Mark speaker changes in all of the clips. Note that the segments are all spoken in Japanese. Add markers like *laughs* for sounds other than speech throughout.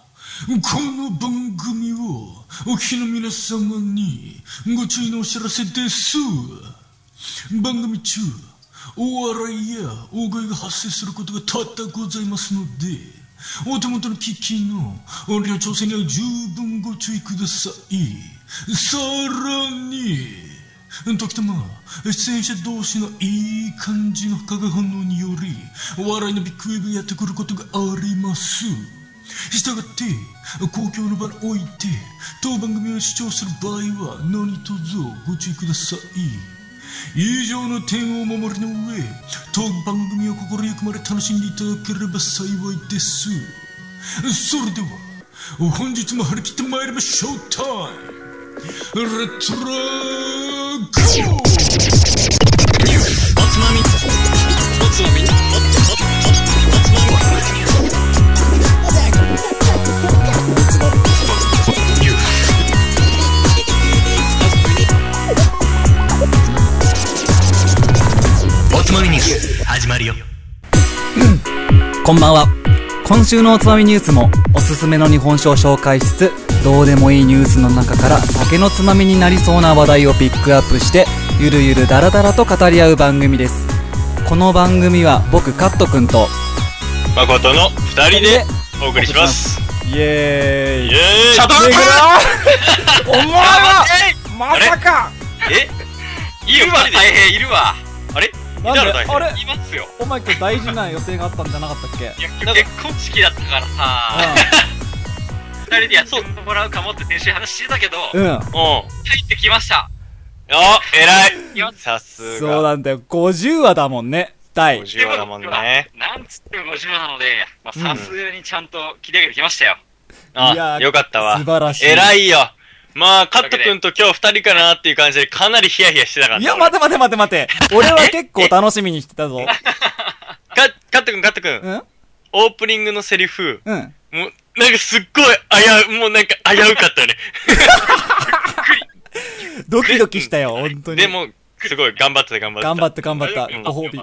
Speaker 1: この番組をお聞きの皆様にご注意のお知らせです番組中お笑いや大声が発生することが多々ございますのでお手元の機器の音量調整には十分ご注意くださいさらに時たま出演者同士のいい感じの化学反応によりお笑いのビッグウェーブやってくることがありますしたがって公共の場において当番組を視聴する場合は何卒ご注意ください以上の点を守りの上当番組を心ゆくまで楽しんでいただければ幸いですそれでは本日も張り切ってまいりましょうタイムレッツラゴーおつまみおつまみ
Speaker 2: おつまみニュース始まるよ
Speaker 3: こんばんは。今週のおつまみニュースもおすすめの日本酒を紹介しつつ、どうでもいいニュースの中から酒のつまみになりそうな話題をピックアップして、ゆるゆるだらだらと語り合う番組です。この番組は僕カットくんと、
Speaker 4: 誠の二人でお送りします。
Speaker 5: イエー
Speaker 4: イ
Speaker 5: イ
Speaker 4: エーイ
Speaker 5: シャトルプお前はま
Speaker 4: さ
Speaker 5: さか
Speaker 4: いるわ、大変いるわ。あれい
Speaker 5: なん
Speaker 4: たの
Speaker 5: で
Speaker 4: 大
Speaker 5: あれ
Speaker 4: 変いますよ。
Speaker 5: お前今日大事な予定があったんじゃなかったっけ
Speaker 4: いや今日結婚式だったからさ、二人でやってもらうかもって先週話してたけど、
Speaker 5: うん。うん。
Speaker 4: 入ってきました。お、偉い。さす
Speaker 5: そう。なんだよ。50話だもんね。第。
Speaker 4: 50話だもんね。
Speaker 6: なんつっても50なので、まあ、さすがにちゃんと切り上げてきましたよ。
Speaker 5: いや
Speaker 4: あ、
Speaker 5: ー
Speaker 4: よかったわ
Speaker 5: 素。晴らしい。
Speaker 4: 偉
Speaker 5: い。
Speaker 4: いよ。まあ、カット君と今日二人かなっていう感じでかなりヒヤヒヤしてなかった。
Speaker 5: いや、待て待て待て待て。俺は結構楽しみにしてたぞ。
Speaker 4: カカット君、カット君、
Speaker 5: うん
Speaker 4: オープニングのセリフ、
Speaker 5: うん。
Speaker 4: もう、なんかすっごい危う、もうなんか危うかったよね。
Speaker 5: ドキドキしたよ、本当に。
Speaker 4: で、も、すごい頑張ってた、頑張ってた。
Speaker 5: 頑張って頑張った
Speaker 4: うん。
Speaker 5: ご褒美。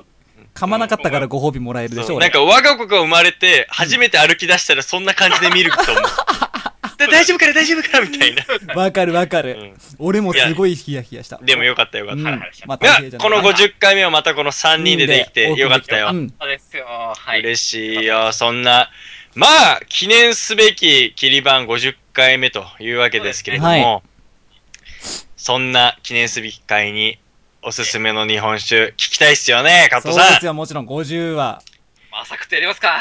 Speaker 5: 噛まなかったからご褒美もらえるでし
Speaker 4: そ
Speaker 5: ょ、
Speaker 4: うなん
Speaker 5: 俺。
Speaker 4: か我が子が生まれて、初めて歩き出したらそんな感じで見ると思う。
Speaker 5: *laughs*
Speaker 4: で大丈夫かな大丈夫かなみたいな。
Speaker 5: わかるわか
Speaker 4: う
Speaker 5: る
Speaker 4: ん。
Speaker 5: 俺もすごいヒヤヒヤした。
Speaker 4: でもよかったよか
Speaker 5: う
Speaker 4: っ
Speaker 5: ん
Speaker 4: た。
Speaker 5: またヒヤヒヤじ
Speaker 4: が
Speaker 5: ゃない
Speaker 4: この50回目はまたこの3人でできてよかったよ。
Speaker 5: うん
Speaker 6: そうですよ。はい。
Speaker 4: 嬉しいよ、そんな。まあ、記念すべき切り版50回目というわけですけれども、
Speaker 5: そうですね
Speaker 4: そんな記念すべき回におすすめの日本酒聞きたいっすよね、カッ
Speaker 5: そ
Speaker 4: ト
Speaker 5: う
Speaker 4: さ
Speaker 5: です
Speaker 4: ん。
Speaker 5: よ、もちろん50話。
Speaker 6: まあ、サクッとやりますか。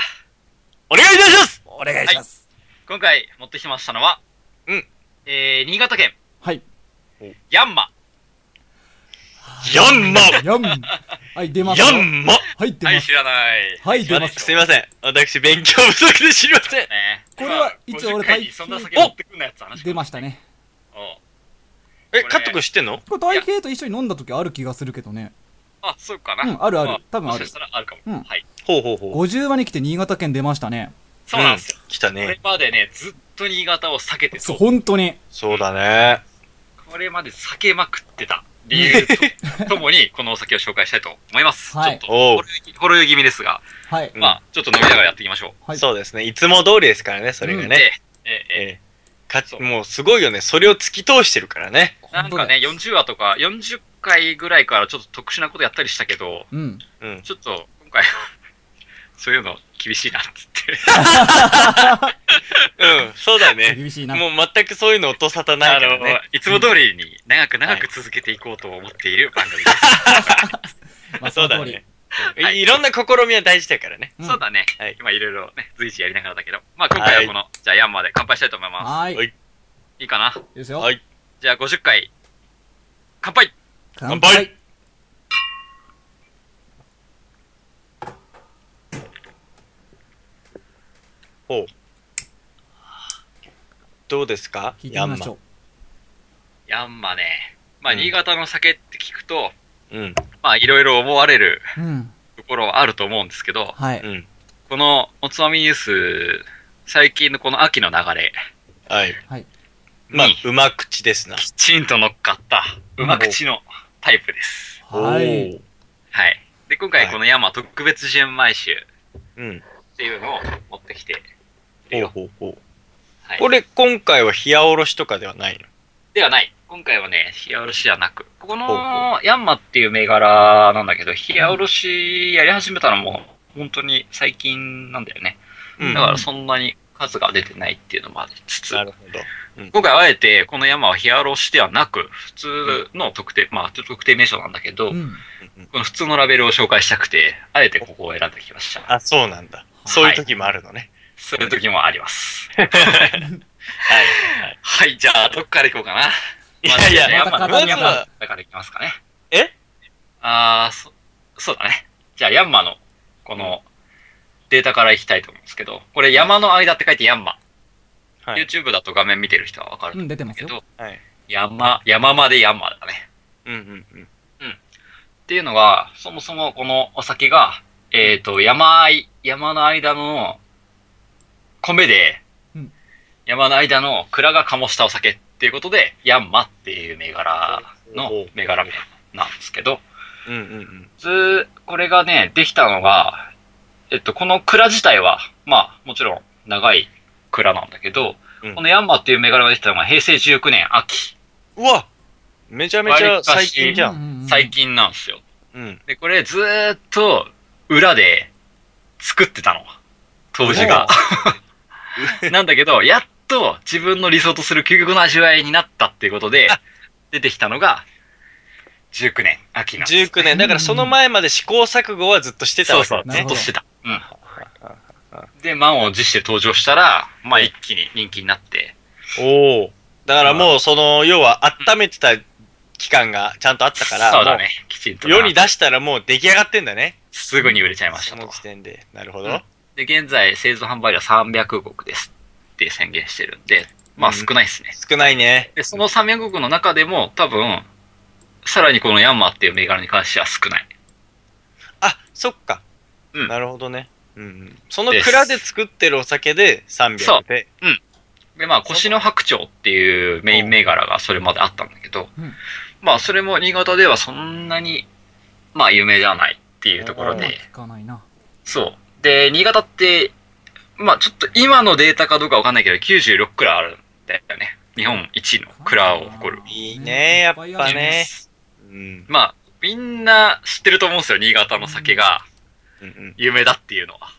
Speaker 4: お願いいたします
Speaker 5: お願いします。
Speaker 6: 今回持ってきましたのは、
Speaker 4: うん。
Speaker 6: えー、新潟県、
Speaker 5: はい。
Speaker 6: ヤンマ。
Speaker 4: ヤン
Speaker 5: *laughs*
Speaker 4: マ
Speaker 5: やん。はい、出ますよ。
Speaker 4: ヤンマ
Speaker 5: 入って
Speaker 6: はい、
Speaker 5: ます。
Speaker 6: 知らない。
Speaker 5: はい出ます
Speaker 6: よ
Speaker 4: すいません。私、勉強不足で知りません。
Speaker 6: ね
Speaker 5: これは一応俺
Speaker 6: まあ50回
Speaker 5: 耐
Speaker 6: に
Speaker 5: 久
Speaker 6: そんな酒持ってくんなやつ話。
Speaker 5: 出ましたね。
Speaker 6: おう。
Speaker 4: え、
Speaker 6: これ
Speaker 4: カット君知ってんの
Speaker 5: これ大平と一緒に飲んだ時ある気がするけどね。
Speaker 6: あ、そうかな。
Speaker 5: うんあるある
Speaker 6: ま
Speaker 5: 多分ある
Speaker 6: もしかしたらあるかも。
Speaker 5: うん
Speaker 6: はい。
Speaker 4: ほうほうほう。
Speaker 5: 50話に来て新潟県出ましたね。
Speaker 6: そうなんですよ。
Speaker 4: 来た
Speaker 6: これ
Speaker 4: ね。
Speaker 6: までね、ずっと新潟を避けてた
Speaker 5: そう、本当に。
Speaker 4: そうだね。
Speaker 6: これまで避けまくってた理由とともに、このお酒を紹介したいと思います。
Speaker 5: はい
Speaker 6: ちょっと
Speaker 4: おう
Speaker 6: ほろ酔い、ほろ酔い気味ですが、
Speaker 5: はい。
Speaker 4: うん
Speaker 6: まあ、ちょっと飲みながらやっていきましょ
Speaker 5: はい。
Speaker 4: そうですね。いつも通りですからね、それが
Speaker 6: う。
Speaker 4: ね。
Speaker 6: え、え、え、
Speaker 4: ええかつ、もうすごいよね。それを突き通してるからね。
Speaker 6: なん
Speaker 5: 本当
Speaker 6: か
Speaker 5: だ
Speaker 6: ね
Speaker 5: よ、
Speaker 6: 40話とか、40回ぐらいからちょっと特殊なことやったりしたけど、
Speaker 5: うん。
Speaker 4: うん。
Speaker 6: ちょっと、今回は、 *laughs* そういうの厳しいな、つって。
Speaker 4: うん、そうだね。
Speaker 5: 厳し *laughs* いな。
Speaker 4: もう全くそういうの音沙汰ない
Speaker 6: あ
Speaker 4: から
Speaker 6: の
Speaker 4: ね。、
Speaker 6: いつも通りに長く長く続けていこうと思っている番組です。
Speaker 5: まあ
Speaker 4: そうだ
Speaker 5: の通り
Speaker 4: ね。
Speaker 6: はい
Speaker 4: い、いろんな試みは大事だからね。
Speaker 5: うん
Speaker 6: そうだね
Speaker 4: はい。
Speaker 6: 今いろいろね、随時やりながらだけど、まあ今回はこの、じゃあヤンマで乾杯したいと思いま
Speaker 5: はーい。
Speaker 4: はい
Speaker 5: い
Speaker 6: す。いいかない
Speaker 5: ですよ。
Speaker 4: はい
Speaker 6: じゃあ50回、乾杯
Speaker 5: 乾
Speaker 4: 乾杯ほう。どうですか
Speaker 5: 聞いて
Speaker 4: ヤ
Speaker 5: み
Speaker 4: ン
Speaker 5: まし
Speaker 4: マ
Speaker 5: ょ。
Speaker 6: ヤンマね。まあ、
Speaker 4: うん
Speaker 6: 新潟の酒って聞くと、
Speaker 4: うん、
Speaker 6: まあ、いろいろ思われる
Speaker 5: う。うん。
Speaker 6: ところはあると思うんですけど、
Speaker 5: は
Speaker 4: う
Speaker 5: い。
Speaker 4: ん。
Speaker 6: このおつまみニュース、最近のこの秋の流れ
Speaker 4: はい。
Speaker 5: はい。
Speaker 4: まあ
Speaker 6: に、
Speaker 4: うま口ですな。
Speaker 6: きちんと乗っかった、
Speaker 5: うん
Speaker 6: うま口のタイプです。
Speaker 5: は
Speaker 4: お
Speaker 5: い。
Speaker 4: ー。
Speaker 6: はい。で、今
Speaker 4: は
Speaker 6: 回
Speaker 4: い
Speaker 6: このヤンマ特別純米酒
Speaker 4: うん。
Speaker 6: っていうのを持ってきて、
Speaker 4: ほうほうほう。
Speaker 6: はい。
Speaker 4: これ、今回は冷やおろしとかではないの。
Speaker 6: ではない。今回はね、冷やおろしじゃなく、こ
Speaker 4: ほ
Speaker 6: こ
Speaker 4: う
Speaker 6: のヤンマっていう銘柄なんだけど、冷やおろしやり始めたのも本当に最近なんだよね。
Speaker 4: うん。
Speaker 6: だからそんなに数が出てないっていうのもありつつ、
Speaker 4: なるほど。
Speaker 6: 今回はあえてこの山は冷やおろしではなく、普通の特定、まあ特定名称なんだけど、
Speaker 3: うん。
Speaker 6: この普通のラベルを紹介したくて、あえてここを選んできました。
Speaker 4: あ、そうなんだ。そういう時もあるのね。
Speaker 6: そういう時もあります。はい、じゃあ、どっから行こうかな。
Speaker 4: いやいや
Speaker 6: まず
Speaker 3: ま
Speaker 6: ね
Speaker 3: た片手ヤ
Speaker 6: ヤンマのヤン
Speaker 3: ン
Speaker 6: マ
Speaker 3: マ
Speaker 6: の中から行きますかね。
Speaker 4: え
Speaker 6: あー、そ、そうだね。じゃあ、ヤンマの、この、データから行きたいと思うんですけど、これ山の間って書いてヤンマ。
Speaker 4: はい
Speaker 6: YouTube だと画面見てる人はわかると
Speaker 3: う
Speaker 6: 思
Speaker 3: ん、出てま
Speaker 6: う
Speaker 3: す
Speaker 6: け
Speaker 3: よ。
Speaker 6: ど、
Speaker 4: はい。
Speaker 6: 山、山までヤンマだね。
Speaker 4: うんうんうん。
Speaker 6: っていうのが、そもそもこのお酒が、えっ、と、山あい、山の間の、米で、
Speaker 3: うん
Speaker 6: 山の間の蔵が醸したお酒っていうことで、ヤンマっていう銘柄の
Speaker 4: ほう
Speaker 6: 銘柄名なんですけど、
Speaker 4: うんうんうん。
Speaker 6: 普通、これがね、できたのが、えっと、この蔵自体は、まあ、もちろん長い蔵なんだけど、
Speaker 4: うん
Speaker 6: このヤンマっていう銘柄ができたのが平成19年秋、
Speaker 4: うわめちゃめちゃ最近じゃん。
Speaker 3: ん
Speaker 6: 最。近なんですよ。
Speaker 4: うん。
Speaker 6: で、これずーっと裏で作ってたの。当時が。 *laughs* なんだけど、やっと自分の理想とする究極の味わいになったっていうことで、出てきたのが、19年、秋なんです
Speaker 4: 19年。だからその前まで試行錯誤はずっとしてた
Speaker 6: そう
Speaker 4: わけ
Speaker 6: そ
Speaker 4: だ、
Speaker 6: うず
Speaker 3: なる
Speaker 4: ね
Speaker 6: っ
Speaker 3: ほ。
Speaker 6: と
Speaker 3: ど
Speaker 6: してた。うん。で、満を持して登場したら、まあ一気に人気になって、
Speaker 4: おお。だからもうその、要は温めてた期間がちゃんとあったから、
Speaker 6: そうだね、きちん
Speaker 4: も
Speaker 6: と
Speaker 4: う
Speaker 6: な。
Speaker 4: 世に出したらもう出来上がってんだね。
Speaker 6: すぐに売れちゃいまし
Speaker 4: そ
Speaker 6: た
Speaker 4: の
Speaker 6: と。
Speaker 4: 時点で。なるほど。
Speaker 6: うんで、現在、製造販売量300国ですって宣言してるんで、まあ少ないですね。
Speaker 4: 少ないね。
Speaker 6: で、その300国の中でも多分、さらにこのヤンマーっていう銘柄に関しては少ない。
Speaker 4: あ、そっか。
Speaker 6: うん
Speaker 4: なるほどね。うんうん。その蔵で作ってるお酒で
Speaker 6: そう
Speaker 4: 300で。
Speaker 6: で、まあ、腰の白鳥っていうメイン銘柄がそれまであったんだけど、
Speaker 3: うん
Speaker 6: まあ、それも新潟ではそんなに、まあ、有名じゃないっていうところ
Speaker 3: まあ
Speaker 6: で、
Speaker 3: 聞かないな。
Speaker 6: そう。で、新潟って、まあ、ちょっと今のデータかどうかわかんないけど、96くらいあるんだよね。日本一の蔵を誇る。
Speaker 4: いいね、やっぱ
Speaker 3: いっぱいある
Speaker 4: ね。うん。
Speaker 6: まあ、みんな知ってると思うんですよ、新潟の酒が
Speaker 4: うんうん
Speaker 6: 有名だっていうのは。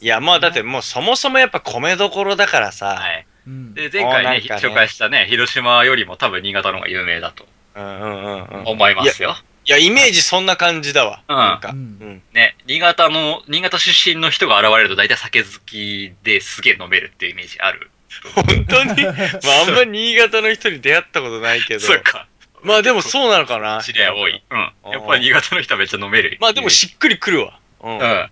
Speaker 4: いや、まあだってもうそもそもやっぱ米どころだからさ。
Speaker 6: はい。
Speaker 3: うん。
Speaker 6: で、前回
Speaker 4: あーな
Speaker 6: ね
Speaker 4: んかね
Speaker 6: 紹介したね、広島よりも多分新潟の方が有名だと
Speaker 4: うんうんうんうん。
Speaker 6: 思いますよ。
Speaker 4: いや、イメージそんな感じだわ。
Speaker 6: うん
Speaker 4: なんか。
Speaker 3: う
Speaker 4: うんん。
Speaker 6: ね、新潟の、新潟出身の人が現れると大体酒好きですげえ飲めるっていうイメージある。
Speaker 4: 本当
Speaker 3: *laughs*
Speaker 4: に、まあ、あんま新潟の人に出会ったことないけど。
Speaker 6: そうか。
Speaker 4: まあでもそうなのかな。
Speaker 6: 知り合い多い。うん。やっぱり新潟の人はめっちゃ飲める。
Speaker 4: まあでもしっくりくるわ。う。
Speaker 6: うん
Speaker 4: *laughs*
Speaker 6: ん。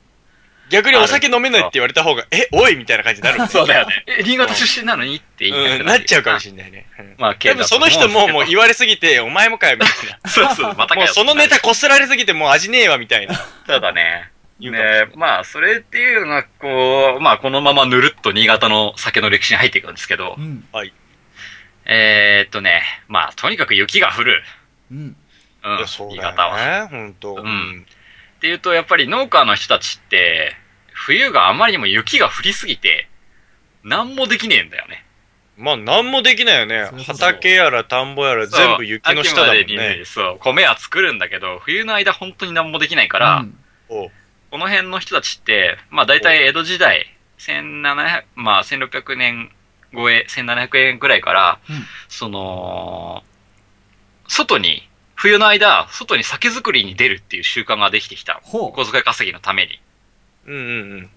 Speaker 4: 逆にお酒飲めないって言われた方が、え、おいみたいな感じになるもんね
Speaker 6: そうだよね。 *laughs* え、新潟出身なのにって言いた
Speaker 4: う
Speaker 6: く
Speaker 4: ん、な
Speaker 6: な
Speaker 4: っちゃうかも
Speaker 6: れ
Speaker 4: しれないね。うん
Speaker 6: ない。まあ、
Speaker 4: 多分その人ももう言われすぎて、お前もかよみ
Speaker 6: *laughs*
Speaker 4: たい
Speaker 6: い。 *laughs* そうそう、また
Speaker 4: な。もうそのネタこすられすぎて、もう味ねえわみたいな。
Speaker 6: そうだね。
Speaker 4: 言うかもしれない
Speaker 6: ねまあ、それっていうのは、こう、まあ、このままぬるっと新潟の酒の歴史に入っていくんですけど、
Speaker 3: うん。
Speaker 6: えー、っとね、まあ、とにかく雪が降る。
Speaker 3: うん。
Speaker 6: うん、
Speaker 4: いやそう
Speaker 6: 新
Speaker 4: だ
Speaker 6: 潟は。っ
Speaker 4: よね。ほんと。
Speaker 6: んていうと、やっぱり農家の人たちって、冬があまりにも雪が降りすぎて、何もできねえんだよね。
Speaker 4: まあ、なんもできないよね
Speaker 3: そう。そう
Speaker 4: 畑やら田んぼやら全部雪の下だもん
Speaker 6: 秋までに
Speaker 4: ね。
Speaker 6: そう、米は作るんだけど、冬の間本当に何もできないから、
Speaker 3: うん、
Speaker 4: おう
Speaker 6: この辺の人たちって、まあ大体江戸時代、1700、まあ1600年超え、1700円ぐらいから、
Speaker 3: うん
Speaker 6: その、外に、冬の間、外に酒造りに出るっていう習慣ができてきた。お
Speaker 3: ほう。
Speaker 6: 小遣い稼ぎのために。
Speaker 4: うんうんうん。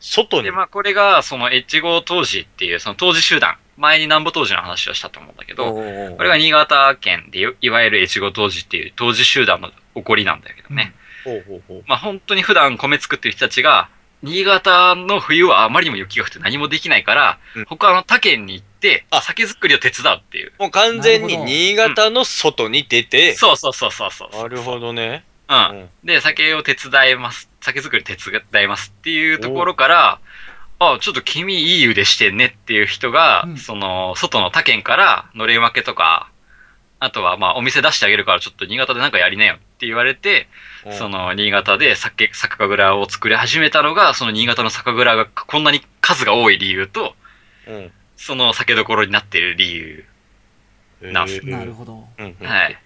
Speaker 4: 外に
Speaker 6: で、。まあこれが、その越後当時っていう、その当時集団。前に南部当時の話をしたと思うんだけど、これが新潟県でい、いわゆる越後当時っていう当時集団の起こりなんだけどね。
Speaker 4: ほうほうほう。
Speaker 6: まあ本当に普段米作ってる人たちが、新潟の冬はあまりにも雪が降って何もできないから、
Speaker 4: うん
Speaker 6: 他の他県に行って、
Speaker 4: あ
Speaker 6: 酒造りを手伝うっていう。
Speaker 4: もう完全に新潟の外に出て、
Speaker 6: そうそうそうそうそう。
Speaker 4: なるほどね。
Speaker 6: う
Speaker 4: うんん。
Speaker 6: で、酒を手伝います。酒造り手伝いますっていうところから、あ、ちょっと君いい腕してんねっていう人が、
Speaker 3: うん
Speaker 6: その、外の他県からのれん分けとか、あとはまあお店出してあげるからちょっと新潟でなんかやりなよって言われて、その新潟で酒、酒蔵を作り始めたのが、その新潟の酒蔵がこんなに数が多い理由と、
Speaker 4: うん。
Speaker 6: その酒どころになってる理由。な
Speaker 4: えー
Speaker 3: なるほど。
Speaker 4: うんうん
Speaker 6: はい。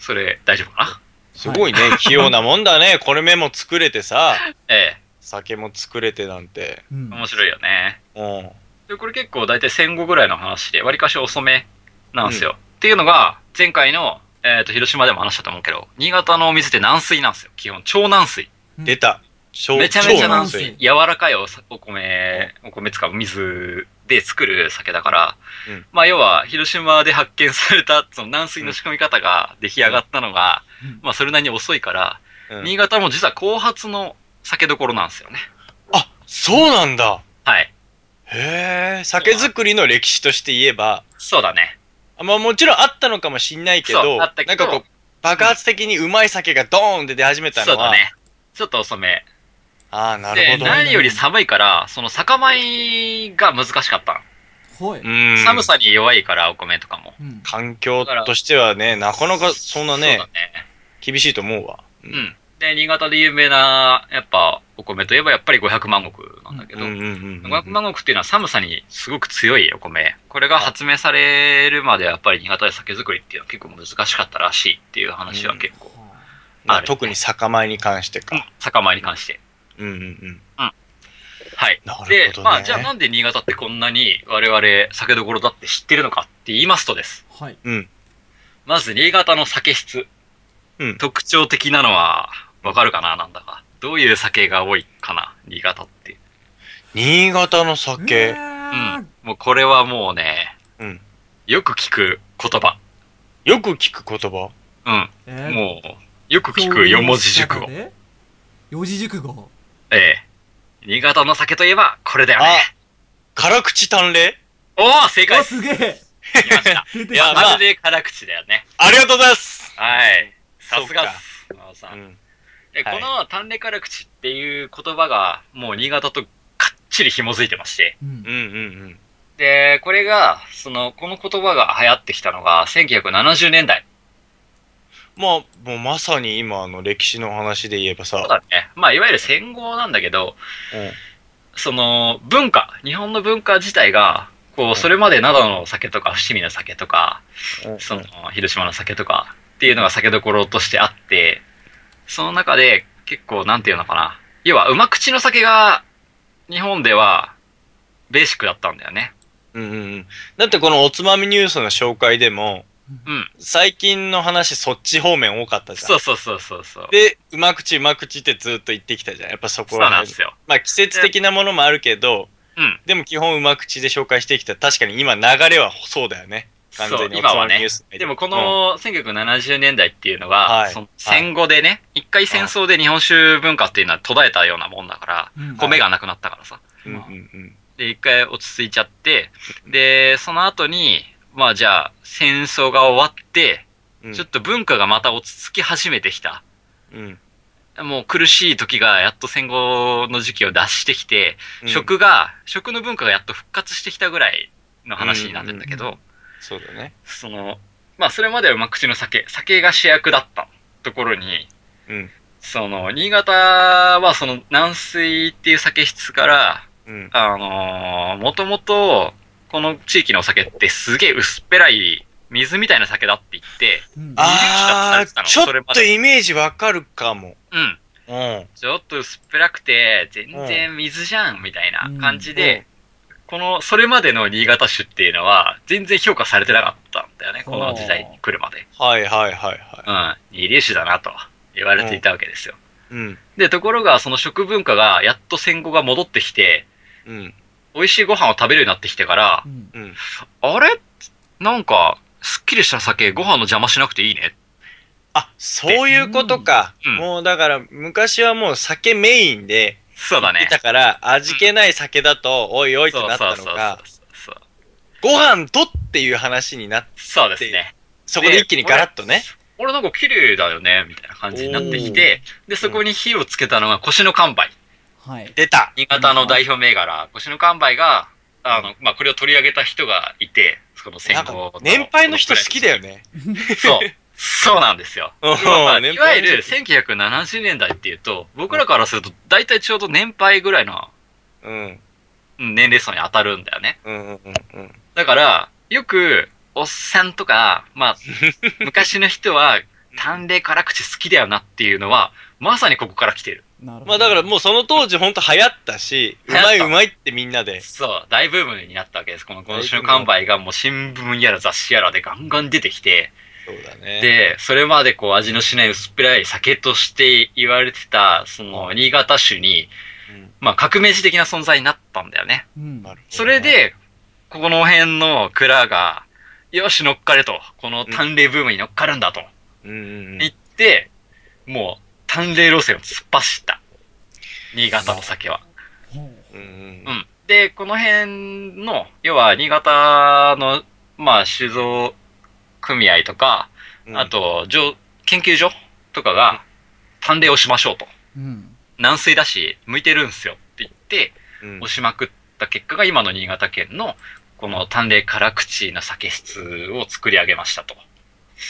Speaker 6: それ、大丈夫か
Speaker 4: すごいね、器用なもんだ
Speaker 6: *laughs*
Speaker 4: ね。これ目も作れてさ、
Speaker 6: なえ
Speaker 4: 酒も作れてなんて。
Speaker 3: うん
Speaker 6: え。面白いよね。
Speaker 4: うん。
Speaker 6: で、これ結構大体戦後ぐらいの話で、割かし遅めなんですよ。っていうのが、前回の、えっ、と、広島でも話したと思うけど、新潟のお水って軟水なんですよ。基本、超軟水。
Speaker 4: 出た。超
Speaker 6: めちゃめちゃ
Speaker 4: 超
Speaker 6: 軟
Speaker 4: 軟
Speaker 6: 水
Speaker 4: 水。
Speaker 6: 柔らかいおお米、お米使う水で作る酒だから、
Speaker 4: うん
Speaker 6: まあ要は広島で発見されたその軟水の仕組み方が出来上がったのが、
Speaker 3: うん
Speaker 6: まあそれなりに遅いから、
Speaker 4: うん
Speaker 6: 新潟も実は後発の酒どころなんですよね。
Speaker 4: あ、そうなんだ。
Speaker 6: はい。
Speaker 4: へえ、酒造りの歴史として言えば、
Speaker 6: そうだね。
Speaker 4: あまあもちろんあったのかもしんないけ
Speaker 6: そ
Speaker 4: ど、
Speaker 6: うあった
Speaker 4: な
Speaker 6: けど
Speaker 4: んかこう、爆発的にうまい酒がドーンって出始めたの
Speaker 6: そ
Speaker 4: は、
Speaker 6: うだね。ちょっと遅め。
Speaker 4: ああ、なる
Speaker 6: で、
Speaker 4: ほど。
Speaker 6: 何より寒いから、その酒米が難しかった。
Speaker 3: ほい。
Speaker 4: うん。
Speaker 6: 寒さに弱いから、お米とかも。
Speaker 3: うん。
Speaker 4: 環境としてはね、なかなかそんなね、
Speaker 6: そうだね。
Speaker 4: 厳しいと思うわ。う
Speaker 6: う。ん。で、新潟で有名な、やっぱ、お米といえばやっぱり500万石なんだけ
Speaker 4: うん
Speaker 6: ど、
Speaker 4: うんうんうん。
Speaker 6: 500万石っていうのは寒さにすごく強いお米。これが発明されるまではやっぱり新潟で酒造りっていうのは結構難しかったらしいっていう話は結構、
Speaker 4: まあ特に酒米に関してか。
Speaker 6: 酒米に関して。
Speaker 4: うんうんうん。
Speaker 6: はい。
Speaker 4: なるほどね
Speaker 6: で、まあじゃあなんで新潟ってこんなに我々酒どころだって知ってるのかって言いますとです。
Speaker 3: はい。
Speaker 4: うん。
Speaker 6: まず新潟の酒質。
Speaker 4: うん
Speaker 6: 特徴的なのはわかるかななんだか。どういう酒が多いかな新潟って。
Speaker 4: 新潟の
Speaker 3: う
Speaker 4: 酒。
Speaker 3: わ
Speaker 6: う
Speaker 3: ー
Speaker 6: ん。もうこれはもうね、
Speaker 4: うん。
Speaker 6: よく聞く言葉。
Speaker 4: よく聞く言葉。
Speaker 6: うん。
Speaker 3: えー
Speaker 6: もう、よく聞く四文字熟語。
Speaker 3: 四字熟語。
Speaker 6: ええ。新潟の酒といえば、これだよね。
Speaker 4: 辛口淡麗
Speaker 6: おお正解
Speaker 3: あ、すげえ
Speaker 6: 来ました。
Speaker 3: 出てき
Speaker 6: いや、
Speaker 4: や
Speaker 6: ま
Speaker 4: まあ
Speaker 6: るで辛口だよね。
Speaker 4: ありがとうございます
Speaker 6: はい。さすがっ
Speaker 4: そうか
Speaker 6: す。真央さ。
Speaker 4: うんん。
Speaker 6: え
Speaker 4: はい
Speaker 6: この、丹麗辛口っていう言葉が、もう新潟とかっちり紐づいてまして。
Speaker 3: うん
Speaker 4: うんうん
Speaker 6: で、これが、その、この言葉が流行ってきたのが、1970年代。
Speaker 4: うん。まあ、もうまさに今の歴史の話で言えば
Speaker 6: そう
Speaker 4: さ、
Speaker 6: だね。まあ、いわゆる戦後なんだけど、その文化、日本の文化自体が、こう、それまで灘の酒とか、伏見の酒とか、
Speaker 4: うんうん
Speaker 6: その、広島の酒とかっていうのが酒どころとしてあって、その中で結構、なんていうのかな。要は、馬口の酒が、日本では、ベーシックだったんだよね。
Speaker 4: うんうんうん。だってこのおつまみニュースの紹介でも、
Speaker 6: うん。
Speaker 4: 最近の話そっち方面多かったじゃん。
Speaker 6: そうそうそうそうそう。
Speaker 4: で、うま口うま口ってずっと言ってきたじゃん。やっぱそこ
Speaker 6: そう
Speaker 4: はね、
Speaker 6: なんですよ。
Speaker 4: まあ季節的なものもあるけど、
Speaker 6: うん。
Speaker 4: でも基本うま口で紹介してきた。確かに今流れはそうだよね。完全
Speaker 6: そう
Speaker 4: にお
Speaker 6: 今
Speaker 4: つま
Speaker 6: は
Speaker 4: みニュ
Speaker 6: ね
Speaker 4: ース、
Speaker 6: でもこ、の1970年代っていうのは、
Speaker 4: はい
Speaker 6: その戦後でね、一回戦争で日本酒文化っていうのは途絶えたようなもんだから、
Speaker 3: うん
Speaker 6: 米がなくなったからさ。
Speaker 4: うんうんうん。
Speaker 6: で、一回落ち着いちゃって、で、その後に、まあじゃあ、戦争が終わって、
Speaker 4: うん
Speaker 6: ちょっと文化がまた落ち着き始めてきた。
Speaker 4: うん
Speaker 6: もう苦しい時がやっと戦後の時期を脱してきて、
Speaker 4: うん
Speaker 6: 食が、食の文化がやっと復活してきたぐらいの話になってんだけど、
Speaker 4: そうだね。
Speaker 6: その、まあそれまではうま口の酒、酒が主役だったところに、
Speaker 4: うん。
Speaker 6: その、新潟はその軟水っていう酒質から、
Speaker 4: うん。
Speaker 6: あのー、もともと、この地域のお酒ってすげえ薄っぺらい水みたいな酒だって言って、
Speaker 3: うん
Speaker 4: あー、ちょ
Speaker 6: それま
Speaker 4: っと
Speaker 6: で
Speaker 4: イメージわかるかも。
Speaker 6: うん。
Speaker 4: うん。
Speaker 6: ちょっと薄っぺらくて、全然水じゃん、みたいな感じで、この、それまでの新潟酒っていうのは、全然評価されてなかったんだよね、この時代に来るまで。
Speaker 4: はいはいはいは
Speaker 6: うん。二流酒だな、と言われていたわけですよ。
Speaker 4: い。うん。
Speaker 6: で、ところが、その食文化が、やっと戦後が戻ってきて、
Speaker 4: うん。
Speaker 6: 美味しいご飯を食べるようになってきてから
Speaker 3: う、ん
Speaker 4: うん。
Speaker 6: あれなんか、すっきりした酒、ご飯の邪魔しなくていいね。
Speaker 4: あ、そういうことか。
Speaker 6: うん
Speaker 4: もうだから、昔はもう酒メインで、
Speaker 6: そうだね
Speaker 4: だ。から、味気ない酒だと、おいおいって
Speaker 6: そう
Speaker 4: なっ
Speaker 6: そ
Speaker 4: た
Speaker 6: う
Speaker 4: の
Speaker 6: そう
Speaker 4: が、
Speaker 6: そう。
Speaker 4: ご飯とっていう話になって、
Speaker 6: そうですね。
Speaker 4: そこで一気にガラッとね。
Speaker 6: 俺なんか綺麗だよね、みたいな感じになってきて、で、そこに火をつけたのが腰の乾杯。
Speaker 3: はい。
Speaker 4: 出た。
Speaker 6: 新潟の代表銘柄、腰の乾杯が、あの、まあ、これを取り上げた人がいて、その戦
Speaker 4: なん
Speaker 6: 後
Speaker 4: か、年配の人好きだよね。
Speaker 6: そう。そうなんですよ。
Speaker 4: うん
Speaker 6: 要は
Speaker 4: 年配の人
Speaker 6: いわゆる1970年代っていうと、僕らからすると大体ちょうど年配ぐらいの
Speaker 4: うん。
Speaker 6: うん年齢層に当たるんだよね。
Speaker 4: うんうんうんうん。
Speaker 6: だから、よく、おっさんとか、ま
Speaker 4: *laughs*
Speaker 6: あ、昔の人は、淡麗辛口好きだよなっていうのは、まさにここから来てる。
Speaker 3: なるほど。
Speaker 4: まあだからもうその当時本当流行ったし、う
Speaker 6: 流行っ
Speaker 4: ま
Speaker 6: た
Speaker 4: いうまいってみんなで。
Speaker 6: そう、大ブームになったわけです。この今週完売がもう新聞やら雑誌やらでガンガン出てきて、
Speaker 4: そうだね。
Speaker 6: で、それまでこう味のしない薄っぺらい酒として言われてた、その新潟酒に、
Speaker 4: うん
Speaker 6: まあ革命児的な存在になったんだよね。
Speaker 3: うん。
Speaker 4: なるほど
Speaker 6: それ、で、ここの辺の蔵が、よし乗っかれと、この淡麗ブームに乗っかるんだと
Speaker 4: うんうんうん
Speaker 6: 言って、もう淡麗路線を突っ走った。新潟の酒は。
Speaker 4: うんうん
Speaker 6: う。ん。で、この辺の、要は新潟の、まあ、酒造組合とか、
Speaker 4: うん
Speaker 6: あ、と、上研究所とかが、探麗をしましょうと。
Speaker 3: うん。
Speaker 6: 軟水だし、向いてるんすよって言って、
Speaker 4: うん
Speaker 6: 押しまくった結果が今の新潟県の、この探麗辛口の酒室を作り上げましたと。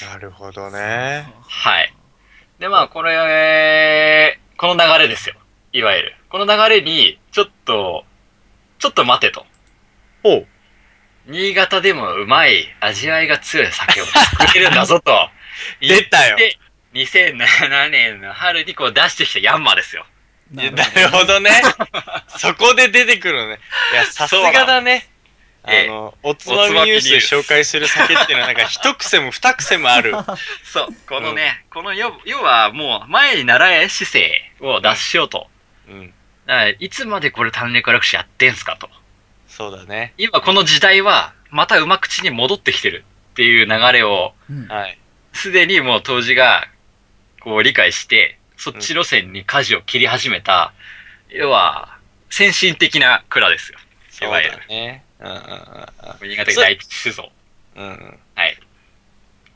Speaker 4: なるほどね。
Speaker 6: はい。で、まあ、これ、この流れですよ。いわゆる。この流れに、ちょっと、ちょっと待てと。
Speaker 4: ほう。
Speaker 6: 新潟でもうまい、味わいが強い酒を作れるんだぞと。
Speaker 4: *laughs* 出たよ。
Speaker 6: で、2007年の春にこう出してきたヤンマーですよ。
Speaker 4: いやなるほ
Speaker 6: *laughs*
Speaker 4: どね。そこで出てくるのね。いや、さすがだね。あ
Speaker 6: そうなんです
Speaker 4: の、おつまみニュースで紹介する酒っていうのは、なんか一癖も二癖もあ
Speaker 6: *laughs*
Speaker 4: る。
Speaker 6: そう、このね、この要要はもう前に習え姿勢を脱しようと。
Speaker 4: うん。
Speaker 6: だからいつまでこれ単麗辛口やってんすかと。
Speaker 4: そうだね。
Speaker 6: 今この時代はまたうま口に戻ってきてるっていう流れを
Speaker 3: うん。
Speaker 4: はい。
Speaker 6: すでにもう当時が、こう理解して、そっち路線に舵を切り始めた、要は、先進的な蔵ですよ。
Speaker 4: そう
Speaker 6: わゆる
Speaker 4: だね。うんうん
Speaker 6: 新潟県第一酒造。
Speaker 4: うんうん。うんうん
Speaker 6: はい。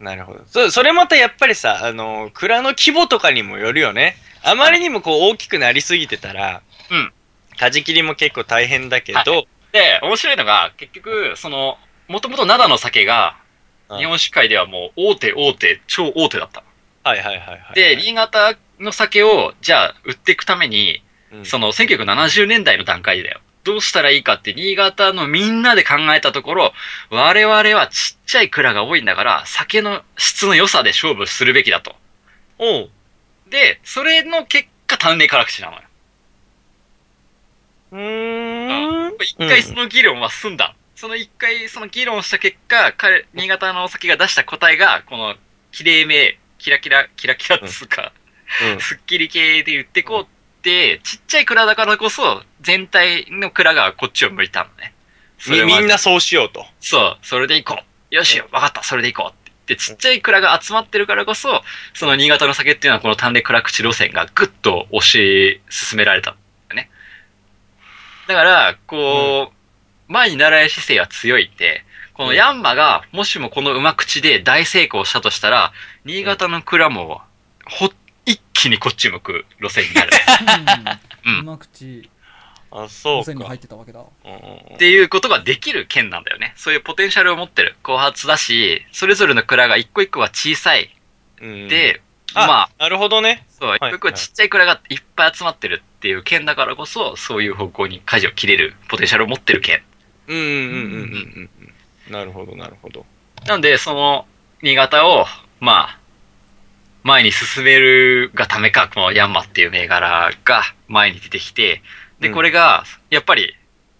Speaker 4: なるほど。そ、それまたやっぱりさ、あの、蔵の規模とかにもよるよね。あまりにもこう大きくなりすぎてたら、
Speaker 6: うん。
Speaker 4: 舵切りも結構大変だけど、
Speaker 6: で、面白いのが、結局、その、もともと灘の酒が、
Speaker 4: うん
Speaker 6: 日本酒界ではもう大手大手、超大手だった。
Speaker 4: はいはいはいはい。
Speaker 6: で、新潟の酒を、じゃあ、売っていくために、
Speaker 4: うん
Speaker 6: その、1970年代の段階だよ。どうしたらいいかって、新潟のみんなで考えたところ、我々はちっちゃい蔵が多いんだから、酒の質の良さで勝負するべきだと。
Speaker 4: おう。
Speaker 6: で、それの結果、単寧辛口なのよ。
Speaker 4: うーん。
Speaker 6: 一回その議論は済んだ。その一回その議論した結果、彼、新潟のお酒が出した答えが、この、きれいめ、キラキラ、キラキラっつうか、すっきり系で言ってこうって、ちっちゃい蔵だからこそ、全体の蔵がこっちを向いたのね。そ
Speaker 4: み
Speaker 6: れまで
Speaker 4: みんなそうしようと。
Speaker 6: そう、それで行こう。よしよ、わかった、それで行こうって言って、ちっちゃい蔵が集まってるからこそ、その新潟の酒っていうのはこの丹麗蔵口路線がぐっと推し進められたんだよね。だから、こう、前に習い姿勢は強いって、このヤンマが、もしもこの馬口で大成功したとしたら、新潟の蔵も、ほ、一気にこっち向く路線になる。
Speaker 3: う
Speaker 6: うんん
Speaker 3: うま口、
Speaker 4: あ、そう
Speaker 3: 線に
Speaker 4: か
Speaker 3: 入っ。てたわけだ。
Speaker 4: うんうんうん
Speaker 6: っていうことができる県なんだよね。そういうポテンシャルを持ってる。後発だし、それぞれの蔵が一個一個は小さい。
Speaker 4: うん
Speaker 6: で、
Speaker 4: あ
Speaker 6: まあ、
Speaker 4: なるほどね。
Speaker 6: そう、一
Speaker 4: はい
Speaker 6: 個一個ちっちゃい蔵がいっぱい集まってるっていう県だからこそ、そういう方向に舵を切れるポテンシャルを持ってる県。
Speaker 4: うんうんうんうんうんうん。なるほど、なるほど。
Speaker 6: なんで、その、新潟を、まあ、前に進めるがためか、このヤンマっていう銘柄が前に出てきて、で、
Speaker 4: うん
Speaker 6: これが、やっぱり、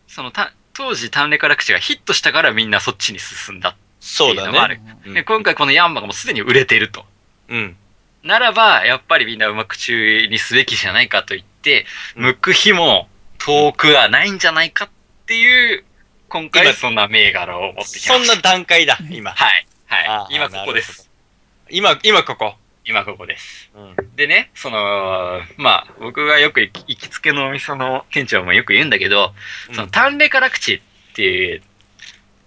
Speaker 6: その、た当時、単麗辛口がヒットしたからみんなそっちに進んだ
Speaker 4: そうだ
Speaker 6: いいのがあ
Speaker 4: ね。
Speaker 6: る
Speaker 4: うん
Speaker 6: で今回このヤンマがもうすでに売れてると。
Speaker 4: うん。
Speaker 6: ならば、やっぱりみんなうまく注意にすべきじゃないかと言って、
Speaker 4: うん
Speaker 6: 向く日も遠くはないんじゃないかっていう、今
Speaker 4: 今
Speaker 6: 回そんな銘柄を持ってきました。
Speaker 4: そんな段階だ、今。
Speaker 6: はい。
Speaker 4: あ
Speaker 6: は
Speaker 4: ー
Speaker 6: い。今ここです。
Speaker 4: 今、今ここ。
Speaker 6: 今ここです。
Speaker 4: うん。
Speaker 6: でね、その、まあ、僕がよく行き行きつけのお店の店長もよく言うんだけど、
Speaker 4: うん
Speaker 6: その、単麗辛口っていう、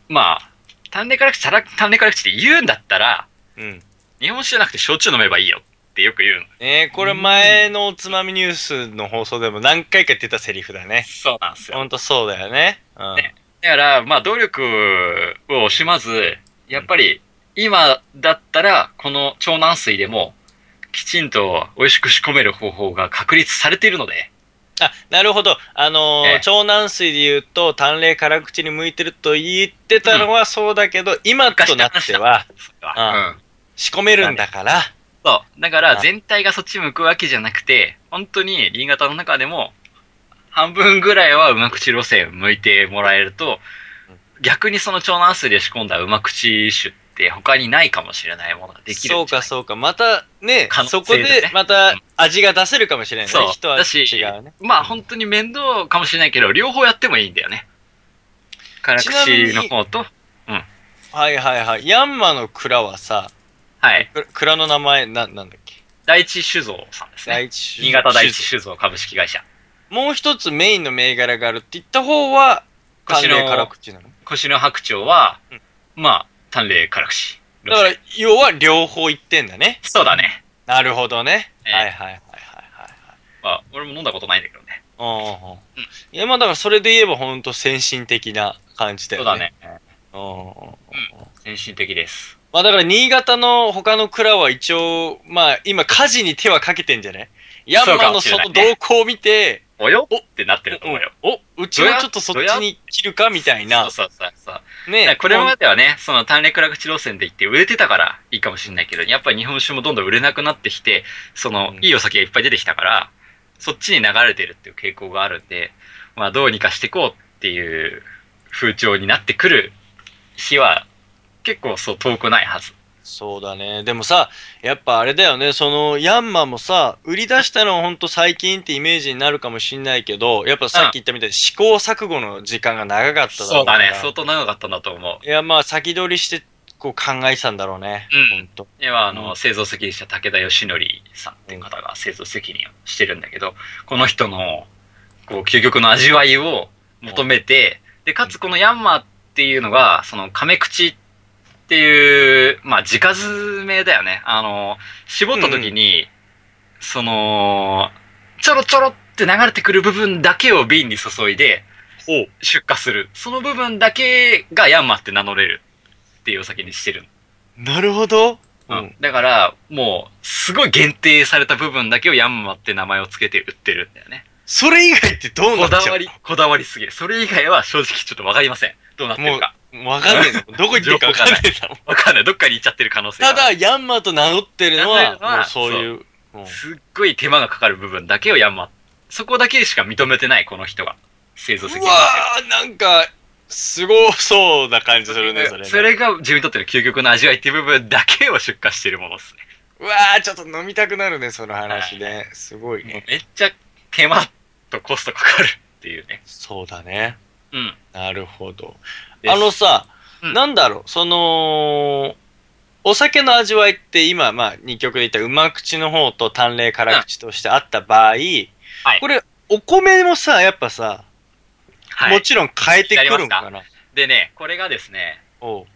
Speaker 6: まあ、単麗辛口、たら単麗辛口って言うんだったら、
Speaker 4: うん。
Speaker 6: 日本酒じゃなくて焼酎飲めばいいよってよく言うの。
Speaker 4: ねえ、これ前のおつまみニュースの放送でも何回か出たセリフだね。
Speaker 6: そうなんですよ。
Speaker 4: ほんとそうだよね。うん。
Speaker 6: ねだから、まあ、努力を惜しまず、やっぱり、今だったら、この長南水でも、きちんと美味しく仕込める方法が確立されているので、
Speaker 4: あ、なるほど。あのー
Speaker 6: ええ
Speaker 4: 長南水で言うと、淡麗辛口に向いてると言ってたのはそうだけど、今となっては
Speaker 6: うん。
Speaker 4: 仕込めるんだから、
Speaker 6: そう。だか
Speaker 4: あ
Speaker 6: ら全体がそっち向くわけじゃなくて、本当に新潟の中でも、半分ぐらいはうま口路線向いてもらえると、逆にその長南水で仕込んだうま口種って他にないかもしれないものができる。
Speaker 4: そうかそうか。またね、
Speaker 6: 可能性
Speaker 4: そ
Speaker 6: だね
Speaker 4: こでまた味が出せるかもしれないね。
Speaker 6: そう
Speaker 4: 人は
Speaker 6: だし
Speaker 4: 違うね。
Speaker 6: まあ本当に面倒かもしれないけど、両方やってもいいんだよね。辛
Speaker 4: ちなみに
Speaker 6: 口の方と、
Speaker 4: はいはいはい。ヤンマの蔵はさ、
Speaker 6: はい。
Speaker 4: く蔵の名前な、なんだっけ
Speaker 6: 第一酒造さんですね。
Speaker 4: 第一酒
Speaker 6: 新潟第一酒造株式会社。
Speaker 4: もう一つメインの銘柄があるって言った方は、
Speaker 6: こっ
Speaker 4: 淡
Speaker 6: ちの
Speaker 4: 麗辛口なの
Speaker 6: 腰の白鳥は、まあ、淡麗辛口。
Speaker 4: だから、要は両方言ってんだね。
Speaker 6: そうだね。
Speaker 4: なるほどね。
Speaker 6: ええ
Speaker 4: はいはいはいはいはい。
Speaker 6: まあ、俺も飲んだことないんだけどね。
Speaker 4: うんうんいや、まあだからそれで言えばほんと先進的な感じだ
Speaker 6: そう
Speaker 4: よ
Speaker 6: だ
Speaker 4: ね。
Speaker 6: ね。
Speaker 4: そうだね。
Speaker 6: 先進的です。
Speaker 4: まあだから新潟の他の蔵は一応、まあ今火事に手はかけてんじゃないヤンマのその動向を見て、
Speaker 6: およおってなってると思うよ。お
Speaker 4: うちもちょっとそっちに切るかみたいな。
Speaker 6: そうそうそうそう。だから
Speaker 4: ね
Speaker 6: これまではね、その淡麗辛口路線で行って売れてたからいいかもしれないけど、やっぱり日本酒もどんどん売れなくなってきて、その
Speaker 4: う、ん
Speaker 6: いいお酒がいっぱい出てきたから、そっちに流れてるっていう傾向があるんで、まあどうにかしていこうっていう風潮になってくる日は、結構そう遠くないはず。
Speaker 4: そうだね。でもさ、やっぱあれだよね、そのヤンマもさ、売り出したのはほんと最近ってイメージになるかもしんないけど、やっぱさっき言ったみたいに試行錯誤の時間が長かっただろ
Speaker 6: そうだね。
Speaker 4: から
Speaker 6: 相当長かったんだと思う。
Speaker 4: いや、まあ、先取りして、こう考えてたんだろうね。
Speaker 6: うん
Speaker 4: ほんと。
Speaker 6: 今、あの、製造責任者、武田義則さんっていう方が製造責任をしてるんだけど、この人の、こう、究極の味わいを求めて、で、かつこのヤンマーっていうのが、その、亀口っていう、まあ、自家名だよね。あの、絞った時に、その、ちょろちょろって流れてくる部分だけを瓶に注いで、出荷する。その部分だけがヤンマーって名乗れるっていうお酒にしてる
Speaker 4: なるほど。う
Speaker 6: うんん。だから、もう、すごい限定された部分だけをヤンマって名前をつけて売ってるんだよね。
Speaker 4: それ以外ってどうな
Speaker 6: こ
Speaker 4: っちゃ
Speaker 6: だ
Speaker 4: う
Speaker 6: わり、こだわりすぎる。それ以外は正直ちょっとわかりません。どうなってるか。
Speaker 4: もう、わかんねえの。どこ行ってるかわかんねえんだもん。
Speaker 6: わかんない。どっかに行っちゃってる可能性があ
Speaker 4: *laughs* た
Speaker 6: る。
Speaker 4: だ、ヤンマと名乗ってるのは、
Speaker 6: 名乗るのは
Speaker 4: もうそういう。もう
Speaker 6: すっごい手間がかかる部分だけをヤンマ。そこだけしか認めてない、この人が。製造責
Speaker 4: う
Speaker 6: 任
Speaker 4: わー、なんか、すごそうな感じするね、それね。
Speaker 6: それが自分にとっての究極の味わいっていう部分だけを出荷してるものですね。
Speaker 4: うわー、ちょっと飲みたくなるね、その話ね。すごい
Speaker 6: もう
Speaker 4: ね。
Speaker 6: めっちゃ手間とコストかかるっていうね。
Speaker 4: そうだね。
Speaker 6: うん。
Speaker 4: なるほど。
Speaker 6: です
Speaker 4: あのさ、
Speaker 6: うん
Speaker 4: なんだろう、その、お酒の味わいって今、まあ、2曲で言ったうま口の方と淡麗辛口としてあった場合、これ、お米もさ、やっぱさ、
Speaker 6: はい
Speaker 4: も。ちろん変えてくるんかな。
Speaker 6: でね、これがですね、
Speaker 4: おう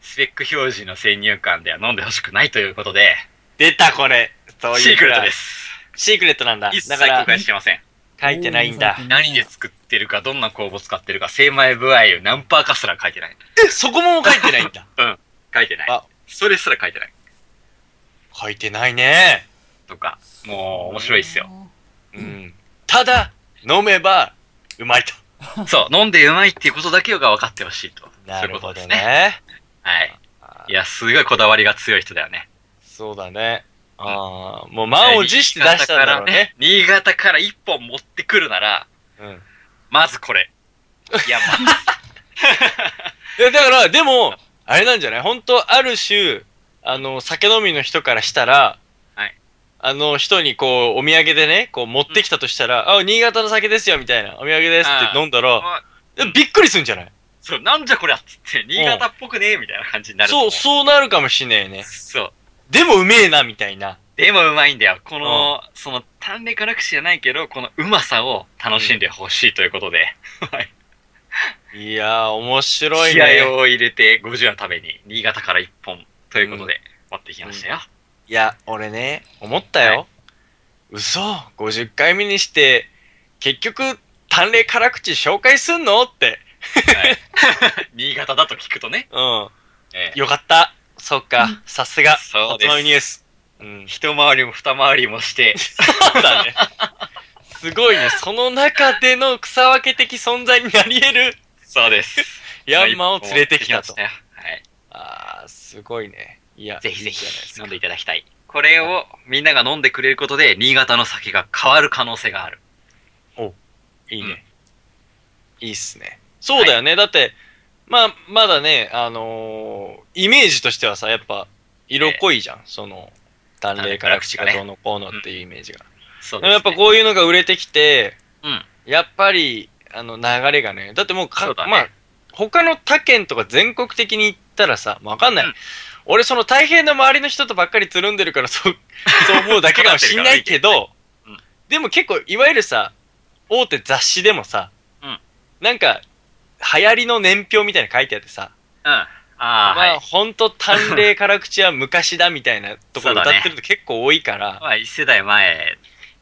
Speaker 6: スペック表示の先入観では飲んでほしくないということで、
Speaker 4: 出た、これ。そういう。
Speaker 6: シークレットですす。
Speaker 4: シークレットなんだ。
Speaker 6: 一
Speaker 4: だ
Speaker 6: 切
Speaker 4: から
Speaker 6: 公、開してません。
Speaker 4: 書いてないんだ。
Speaker 6: 何で作ってるか、どんな酵母使ってるか、精米具合を何パーかすら書いてない。
Speaker 4: え、そこも書いてないんだ。
Speaker 6: うん。書いてない
Speaker 4: あ。
Speaker 6: それすら書いてない。
Speaker 4: 書いてないね。
Speaker 6: とか、もう面白いっすよ。
Speaker 4: うん。ただ、飲めば、うまいと。
Speaker 6: そう、飲んでうまいっていうことだけが分かってほしいと。
Speaker 4: なるほ
Speaker 6: そういうことで
Speaker 4: ど
Speaker 6: すね。
Speaker 4: ね。
Speaker 6: はい。いや、すごいこだわりが強い人だよね。
Speaker 4: そうだね。ああ、もう満を持して出したんだろうね。
Speaker 6: 新潟からね。新潟から一本持ってくるなら、
Speaker 4: うん。
Speaker 6: まずこれ。いや、まあ、
Speaker 4: え、だから、でも、あれなんじゃない本当ある種、あの、酒飲みの人からしたら、
Speaker 6: はい。
Speaker 4: あの、人にこう、お土産でね、こう、持ってきたとしたら、あ、新潟の酒ですよ、みたいな、お土産ですって飲んだら、 *laughs*
Speaker 6: あ
Speaker 4: えびっくりするんじゃない
Speaker 6: そう、なんじゃこりゃっつって、新潟っぽくねみたいな感じになると
Speaker 4: そ
Speaker 6: 思
Speaker 4: う、そうなるかもしんないよね。
Speaker 6: そう。
Speaker 4: でもうめえな、みたいな。
Speaker 6: でもうまいんだよ。この、その、単麗辛口じゃないけど、このうまさを楽しんでほしいということで、
Speaker 4: いやー、面白い
Speaker 6: 気
Speaker 4: ね
Speaker 6: 合。を入れて50のために、新潟から1本ということで、持ってきましたよ。
Speaker 4: いや、俺ね、思ったよ。
Speaker 6: は
Speaker 4: 嘘 ?50 回目にして、結局、淡麗辛口紹介すんのって。
Speaker 6: はい *laughs* 新潟だと聞くとね、
Speaker 4: うん。
Speaker 6: ええ
Speaker 4: よかった。そっか。さすが。
Speaker 6: そう
Speaker 4: お *laughs*
Speaker 6: です
Speaker 4: つまみニュース。うん。 *laughs*
Speaker 6: 一回りも二回りもして、
Speaker 4: そうだね。すすごいね。その中での草分け的存在になり得る
Speaker 6: そうです。 *laughs*
Speaker 4: ヤンマを連れてきたと。
Speaker 6: はい。
Speaker 4: あー、すごいね。いや、
Speaker 6: ぜひぜひ
Speaker 4: いいじゃないですか
Speaker 6: 飲んでいただきたい。これをみんなが飲んでくれることで、新潟の酒が変わる可能性がある。
Speaker 4: いいね。いいっすね。そうだよね。だって、まあ、まだね、あのーイメージとしてはさ、やっぱ、色濃いじゃん。その、断霊から口がどうのこうのっていうイメージが。
Speaker 6: そう
Speaker 4: でもやっぱこういうのが売れてきて、
Speaker 6: うん
Speaker 4: やっぱり、あの、流れがね、だってもうか
Speaker 6: そうだね
Speaker 4: まあ、他の他県とか全国的に行ったらさ、まあわかんない。
Speaker 6: うん
Speaker 4: 俺、その大変な周りの人とばっかりつるんでるから、そう、そう思うだけかもしんないけど、
Speaker 6: うんうん
Speaker 4: でも結構、いわゆるさ、大手雑誌でもさ、
Speaker 6: うん
Speaker 4: なんか、流行りの年表みたいなの書いてあってさ、
Speaker 6: うん。ああ、
Speaker 4: ま
Speaker 6: は
Speaker 4: あ、ほんと、短麗辛口は昔だみたいなところ歌ってると結構多いから
Speaker 6: い。、まあ、一世代前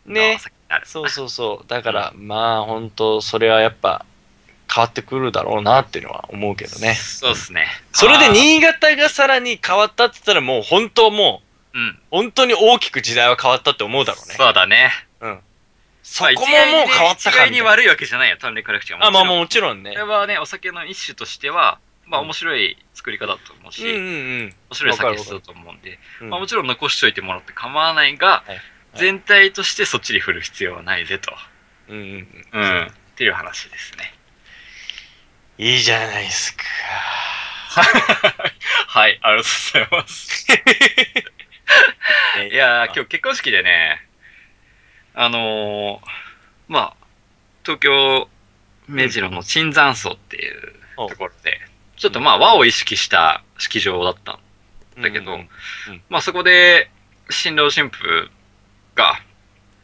Speaker 6: の
Speaker 4: ね
Speaker 6: お酒になる。
Speaker 4: そうそうそう。だから、まあ、本当それはやっぱ、変わってくるだろうなっていうのは思うけどね。
Speaker 6: そうですね。
Speaker 4: それで
Speaker 6: に
Speaker 4: 新潟がさらに変わったって言ったら、もう本当もう、
Speaker 6: うん。
Speaker 4: 本当に大きく時代は変わったって思うだろうね。
Speaker 6: そうだね。
Speaker 4: そこももう変わった
Speaker 6: まあ
Speaker 4: か
Speaker 6: 一概に
Speaker 4: みたい
Speaker 6: 悪いわけじゃないよ、単麗辛口が。
Speaker 4: な。あ、まあ
Speaker 6: う。
Speaker 4: もちろんね
Speaker 6: これ。はね、お酒の一種としては、まあ
Speaker 4: うん
Speaker 6: 面白い作り方だと思うし、
Speaker 4: うんうんうん
Speaker 6: 面白い
Speaker 4: わかる
Speaker 6: 酒
Speaker 4: わ
Speaker 6: 質
Speaker 4: かる
Speaker 6: だと思うんで、
Speaker 4: うん。
Speaker 6: まあもちろん残しておいてもらって構わないが、
Speaker 4: はいはい
Speaker 6: 全体としてそっちに振る必要はないぜと。
Speaker 4: うんうんうん
Speaker 6: うん。っていう話ですね。
Speaker 4: いいじゃないですか。
Speaker 6: はい、ありがとうございます。いやー、今日結婚式でね、あのー、まあ、東京、目白の椿山荘っていう
Speaker 4: お
Speaker 6: ところで、ちょっとまあ和を意識した式場だったんだけど、
Speaker 4: うんうん
Speaker 6: まあそこで、新郎新婦が、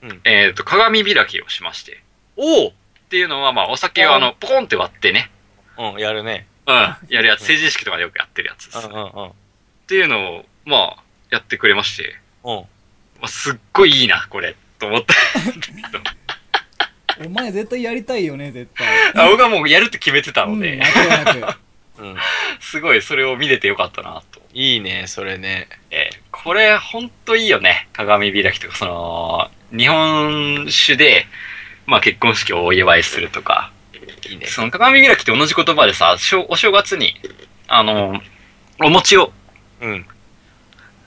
Speaker 4: うん
Speaker 6: えっ、と、鏡開きをしまして、
Speaker 4: おう
Speaker 6: っていうのはまあお酒をあの、ポコンって割ってね、
Speaker 4: うん、やるね。
Speaker 6: うん、やるやつ、成人式とかでよくやってるやつです。
Speaker 4: うん
Speaker 6: っ
Speaker 4: うんうん。
Speaker 6: ていうのを、まあ、やってくれまして、
Speaker 4: うん。
Speaker 6: まあ、すっごいいいな、これ、と思った。
Speaker 3: お前絶対やりたいよね、絶対。
Speaker 6: あ僕はもうやるって決めてた
Speaker 3: う
Speaker 6: の
Speaker 3: ん、
Speaker 6: で
Speaker 3: 間、違いなく。
Speaker 4: うん。
Speaker 6: すごいそれを見れてよかったな、と。
Speaker 4: いいね、それね。
Speaker 6: えーこれ、ほんといいよね。鏡開きとか、その、日本酒で、まあ結婚式をお祝いするとか、
Speaker 4: いいね。
Speaker 6: その鏡開きって同じ言葉でさ、しょお正月に、あの、お餅を、
Speaker 4: うん。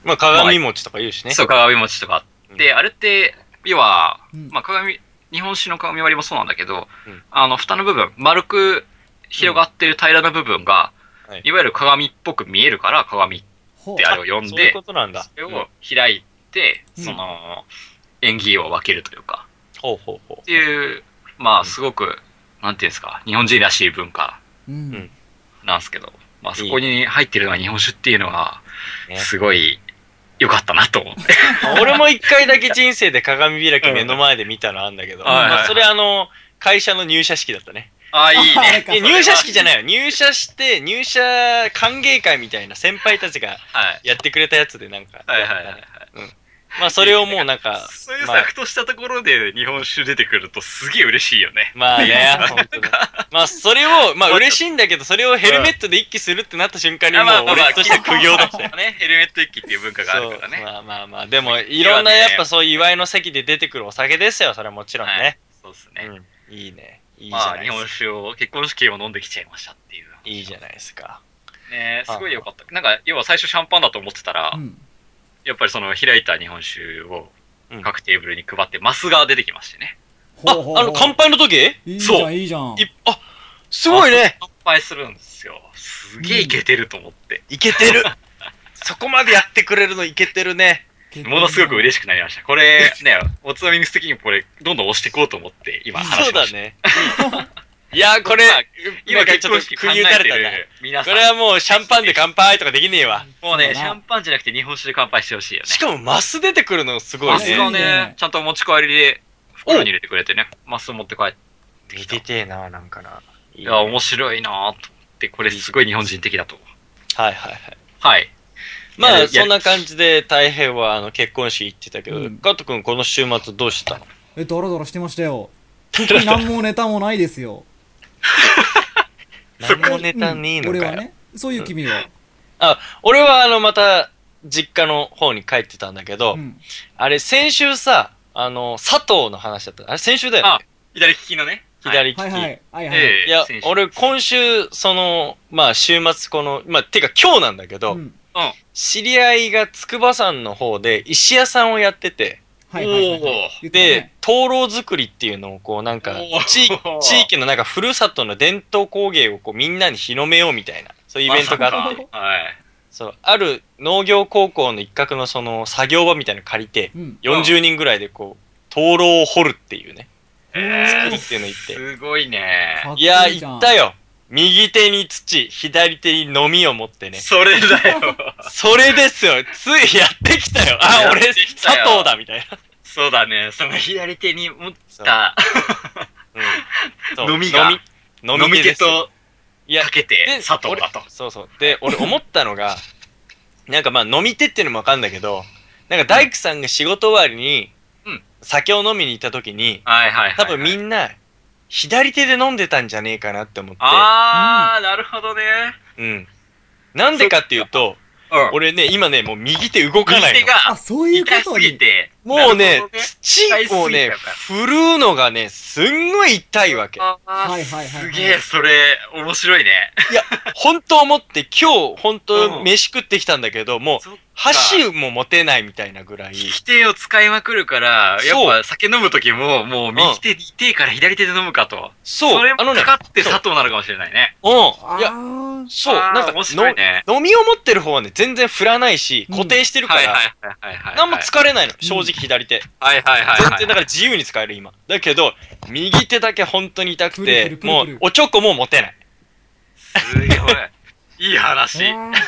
Speaker 4: まあ、鏡餅とか言うしね。
Speaker 6: そう、鏡餅とかあって、あれって、要は、
Speaker 3: うん
Speaker 6: まあ鏡、日本酒の鏡割りもそうなんだけど、
Speaker 4: うん
Speaker 6: あの、蓋の部分、丸く広がってる平らな部分が、
Speaker 4: はい
Speaker 6: いわゆる鏡っぽく見えるから、鏡っ
Speaker 3: ほう
Speaker 6: てあれを呼ん
Speaker 4: そういう
Speaker 6: で
Speaker 4: こ、となんだ。
Speaker 6: それを開いて、
Speaker 3: うん
Speaker 6: その、演技を分けるというか、
Speaker 4: ほうほうほ
Speaker 6: っていう、ま
Speaker 4: うん
Speaker 6: あ、すごく、なんていうんですか、日本人らしい文化
Speaker 3: うん。
Speaker 6: なんですけど、まあ、そこに入ってるのは日本酒っていうのは、
Speaker 4: ね
Speaker 6: すごい、良かったなと思って。
Speaker 4: *laughs* う。俺も一回だけ人生で鏡開き目の前で見たのあんだけど、
Speaker 6: はいはいはい
Speaker 4: まあそれあの、会社の入社式だったね。
Speaker 6: ああ、いい *laughs*
Speaker 3: あれ
Speaker 6: ね。
Speaker 3: か
Speaker 4: いや入社式じゃないよ。入社して、入社歓迎会みたいな先輩たちが
Speaker 6: はい。
Speaker 4: やってくれたやつでなんか。
Speaker 6: はいはいはい。
Speaker 4: まあそれをもうなんか、
Speaker 6: そういう
Speaker 4: まあ
Speaker 6: さ、ふとしたところで日本酒出てくるとすげえ嬉しいよね。
Speaker 4: まあね、本当にまあそれを、まあ嬉しいんだけど、それをヘルメットで一気するってなった瞬間にもう俺として苦行だったよ。
Speaker 6: ね、ヘルメット一気っていう文化があ
Speaker 4: そう
Speaker 6: るからね。
Speaker 4: まあまあまあ、でもいろんなやっぱそういう祝いの席で出てくるお酒ですよ、それはもちろんね。
Speaker 6: そうですね。
Speaker 4: うん、いいね。いいじ
Speaker 6: ま
Speaker 4: ゃ
Speaker 6: あ、
Speaker 4: ないです
Speaker 6: 日本
Speaker 4: か。
Speaker 6: 酒を、結婚式を飲んできちゃいましたっていう。
Speaker 4: いいじゃないですか。
Speaker 6: ねすごい良かった。なんか、要は最初シャンパンだと思ってたら、
Speaker 3: うん。
Speaker 6: やっぱりその開いた日本酒を
Speaker 4: うん
Speaker 6: 各テーブルに配って、マスが出てきましてね。
Speaker 3: ほ
Speaker 4: あ、
Speaker 3: うほうほう
Speaker 4: あの、乾杯の時い
Speaker 3: いいじ
Speaker 6: そ
Speaker 3: ゃ、
Speaker 6: うん
Speaker 3: いいじゃん。
Speaker 4: あ、すごいね。
Speaker 6: 乾杯するんですよ。すげえいけてると思って。
Speaker 4: いけてる。そこまでやってくれるのいけてるね。
Speaker 6: ものすごく
Speaker 3: しい。
Speaker 6: 嬉しくなりました。これ、ね、おつまみニュース的にもこれ、どんどん押していこうと思って、今話
Speaker 4: そ
Speaker 6: し
Speaker 4: う
Speaker 6: ま
Speaker 4: だ
Speaker 6: した。
Speaker 4: ね。いや、これ
Speaker 6: まあ、
Speaker 4: 今
Speaker 6: 今
Speaker 4: ち
Speaker 6: 結
Speaker 4: ょっ
Speaker 6: 婚
Speaker 4: と
Speaker 6: 式
Speaker 4: 食
Speaker 6: 考
Speaker 4: い打
Speaker 6: え
Speaker 4: た
Speaker 6: て
Speaker 4: れた
Speaker 6: る
Speaker 4: ね。
Speaker 6: 皆さ
Speaker 4: こ
Speaker 6: ん。
Speaker 4: れはもうシャンパンで乾杯とかできねえわ。
Speaker 6: もうね、
Speaker 3: そ
Speaker 6: シ
Speaker 3: うだな
Speaker 6: ャンパンじゃなくて日本酒で乾杯してほしいよね。
Speaker 4: しかもマス出てくるのすご
Speaker 6: マ
Speaker 4: い
Speaker 6: ス
Speaker 3: あそ
Speaker 6: を
Speaker 3: う
Speaker 4: ね。
Speaker 6: ね、ちゃんと持ち帰りで袋に入れてくれてね、マスを持って帰って。
Speaker 4: いけてえな、なんかな。い
Speaker 6: い
Speaker 4: い
Speaker 6: や、
Speaker 4: はい
Speaker 6: 面白いなぁと思って、これすごい日本人的だと。
Speaker 4: はいはい。
Speaker 6: はい。
Speaker 4: ま
Speaker 6: や
Speaker 4: あ、
Speaker 6: る
Speaker 4: そんな感じで、大平は、あの、結婚式行ってたけど
Speaker 3: うん、
Speaker 4: 加藤くん、この週末どうしてたの
Speaker 3: え、ドロドロしてました
Speaker 6: *laughs*
Speaker 3: よ。特に何もネタもないですよ。
Speaker 4: 何もネタねえのか
Speaker 3: うん
Speaker 4: よ
Speaker 3: 俺はね、そういう君は。
Speaker 4: あ、俺はあの、また、実家の方に帰ってたんだけど、
Speaker 3: うん。
Speaker 4: あれ、先週さ、あの、佐藤の話だった。あれ、先週だよね。
Speaker 6: 左利きのね。
Speaker 4: 左利き。
Speaker 3: はいはい。はいはい。
Speaker 6: ええ
Speaker 4: いや
Speaker 6: 選、手
Speaker 4: 俺今週、その、まあ週末この、まあてか今日なんだけど、
Speaker 3: うん
Speaker 4: 知り合いが筑波山の方で石屋さんをやってて、
Speaker 3: はいはいはい
Speaker 6: おー
Speaker 3: 言ってた
Speaker 4: で
Speaker 3: ね、
Speaker 4: 灯籠作りっていうのをこうなんか
Speaker 6: おー
Speaker 4: 地、地域のなんかふるさとの伝統工芸をこうみんなに広めようみたいな、そういうイベントがあって、
Speaker 6: た。はい。
Speaker 4: そう、ある農業高校の一角のその作業場みたいなの借りて、
Speaker 3: うん。
Speaker 4: 40人ぐらいでこう、灯籠を掘るっていうね、作るっていうの行って。
Speaker 6: すごいね。
Speaker 3: かっこ
Speaker 4: いや、
Speaker 3: じゃん
Speaker 4: 行った。よ。右手に土、左手にのみを持ってね。
Speaker 6: それだよ。
Speaker 4: それですよ。ついやってきたよ。あ、
Speaker 6: や
Speaker 4: 俺、
Speaker 6: ってき
Speaker 4: 佐
Speaker 6: たよ
Speaker 4: 藤だ、みたいな。
Speaker 6: *laughs* そうだね。その左手に持っ
Speaker 4: そう
Speaker 6: た
Speaker 4: うんそう
Speaker 6: 飲みが、
Speaker 4: 飲み、飲
Speaker 6: 飲
Speaker 4: み
Speaker 6: み
Speaker 4: 手で
Speaker 6: 手
Speaker 4: す。
Speaker 6: と
Speaker 4: いや
Speaker 6: か、けて
Speaker 4: で、
Speaker 6: 佐藤だと。
Speaker 4: 俺そうそう。で、俺思ったのが、なんかまあ飲み手っていうのもわかんだけど、なんか大工さんが仕事終わりに、
Speaker 6: うん
Speaker 4: 酒を飲みに行った時に、
Speaker 6: はいはいはい。
Speaker 4: 多分みんな、左手で飲んでたんじゃねえかなって思って。
Speaker 6: あー、なるほどね。
Speaker 4: うん。なんでかっていうと、
Speaker 6: うん。
Speaker 4: 俺ね、今ね、もう右手動かない
Speaker 6: 右手
Speaker 4: の。
Speaker 3: あ、
Speaker 6: が、
Speaker 3: そういう
Speaker 6: 痛
Speaker 3: こと
Speaker 6: す
Speaker 3: に
Speaker 6: ぎ。て、
Speaker 4: もうね
Speaker 6: なるほど、
Speaker 4: 土をね、振るうのがね、すんごい痛いわけ。
Speaker 6: あー
Speaker 3: はいはいはいはい
Speaker 6: すげえ、それ、面白いね。
Speaker 4: 本当思って、今日、本
Speaker 6: う
Speaker 4: 当
Speaker 6: ん
Speaker 4: 飯食ってきたんだけど、もう、
Speaker 6: そっか
Speaker 4: 箸も持てないみたいなぐらい
Speaker 6: 利。き手を使いまくるから、や
Speaker 4: そう
Speaker 6: っぱ酒飲む時も、もう右手、手から左手で飲むかと。
Speaker 4: そう、
Speaker 6: れ
Speaker 4: あの
Speaker 6: も
Speaker 4: ね
Speaker 6: か、かって佐藤なのかもしれないね。
Speaker 4: うん。いや、
Speaker 3: あ
Speaker 4: そう、
Speaker 6: あー
Speaker 4: なんか、
Speaker 6: 面白いね。
Speaker 4: の飲みを持ってる方はね、全然振らないし、
Speaker 3: うん
Speaker 4: 固定してるか
Speaker 6: はいはい
Speaker 4: ら、
Speaker 6: はいはいはい。
Speaker 4: 何も疲れないの、正直左手。
Speaker 6: はいはいはい
Speaker 4: 全
Speaker 6: は
Speaker 4: 然だ
Speaker 6: い。
Speaker 4: から自由に使える、今。だけど、右手だけ本当に痛く
Speaker 3: プルプ
Speaker 4: て
Speaker 3: ル、プル
Speaker 4: も
Speaker 3: プル
Speaker 4: う、おちょこも持てない。 *laughs*
Speaker 6: すごい。いい話。
Speaker 3: ー。
Speaker 4: っ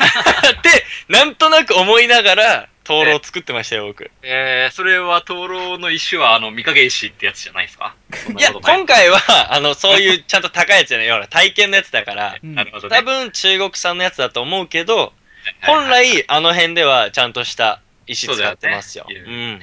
Speaker 4: て、なんとなく思いながら、灯籠を作ってましたよ、僕。
Speaker 6: えー、それは灯籠の石は、あの、御影石ってやつじゃないですか
Speaker 4: いや、
Speaker 6: そんなことな
Speaker 4: 今回は、あの、そういうちゃんと高いやつじゃないよ、ほら体験のやつだから、
Speaker 3: うん
Speaker 6: なるほどね。
Speaker 4: 多分中国産のやつだと思うけど、
Speaker 6: はい
Speaker 4: 本来あの辺ではちゃんとした石使ってますよ。
Speaker 6: そうだよ
Speaker 4: うん。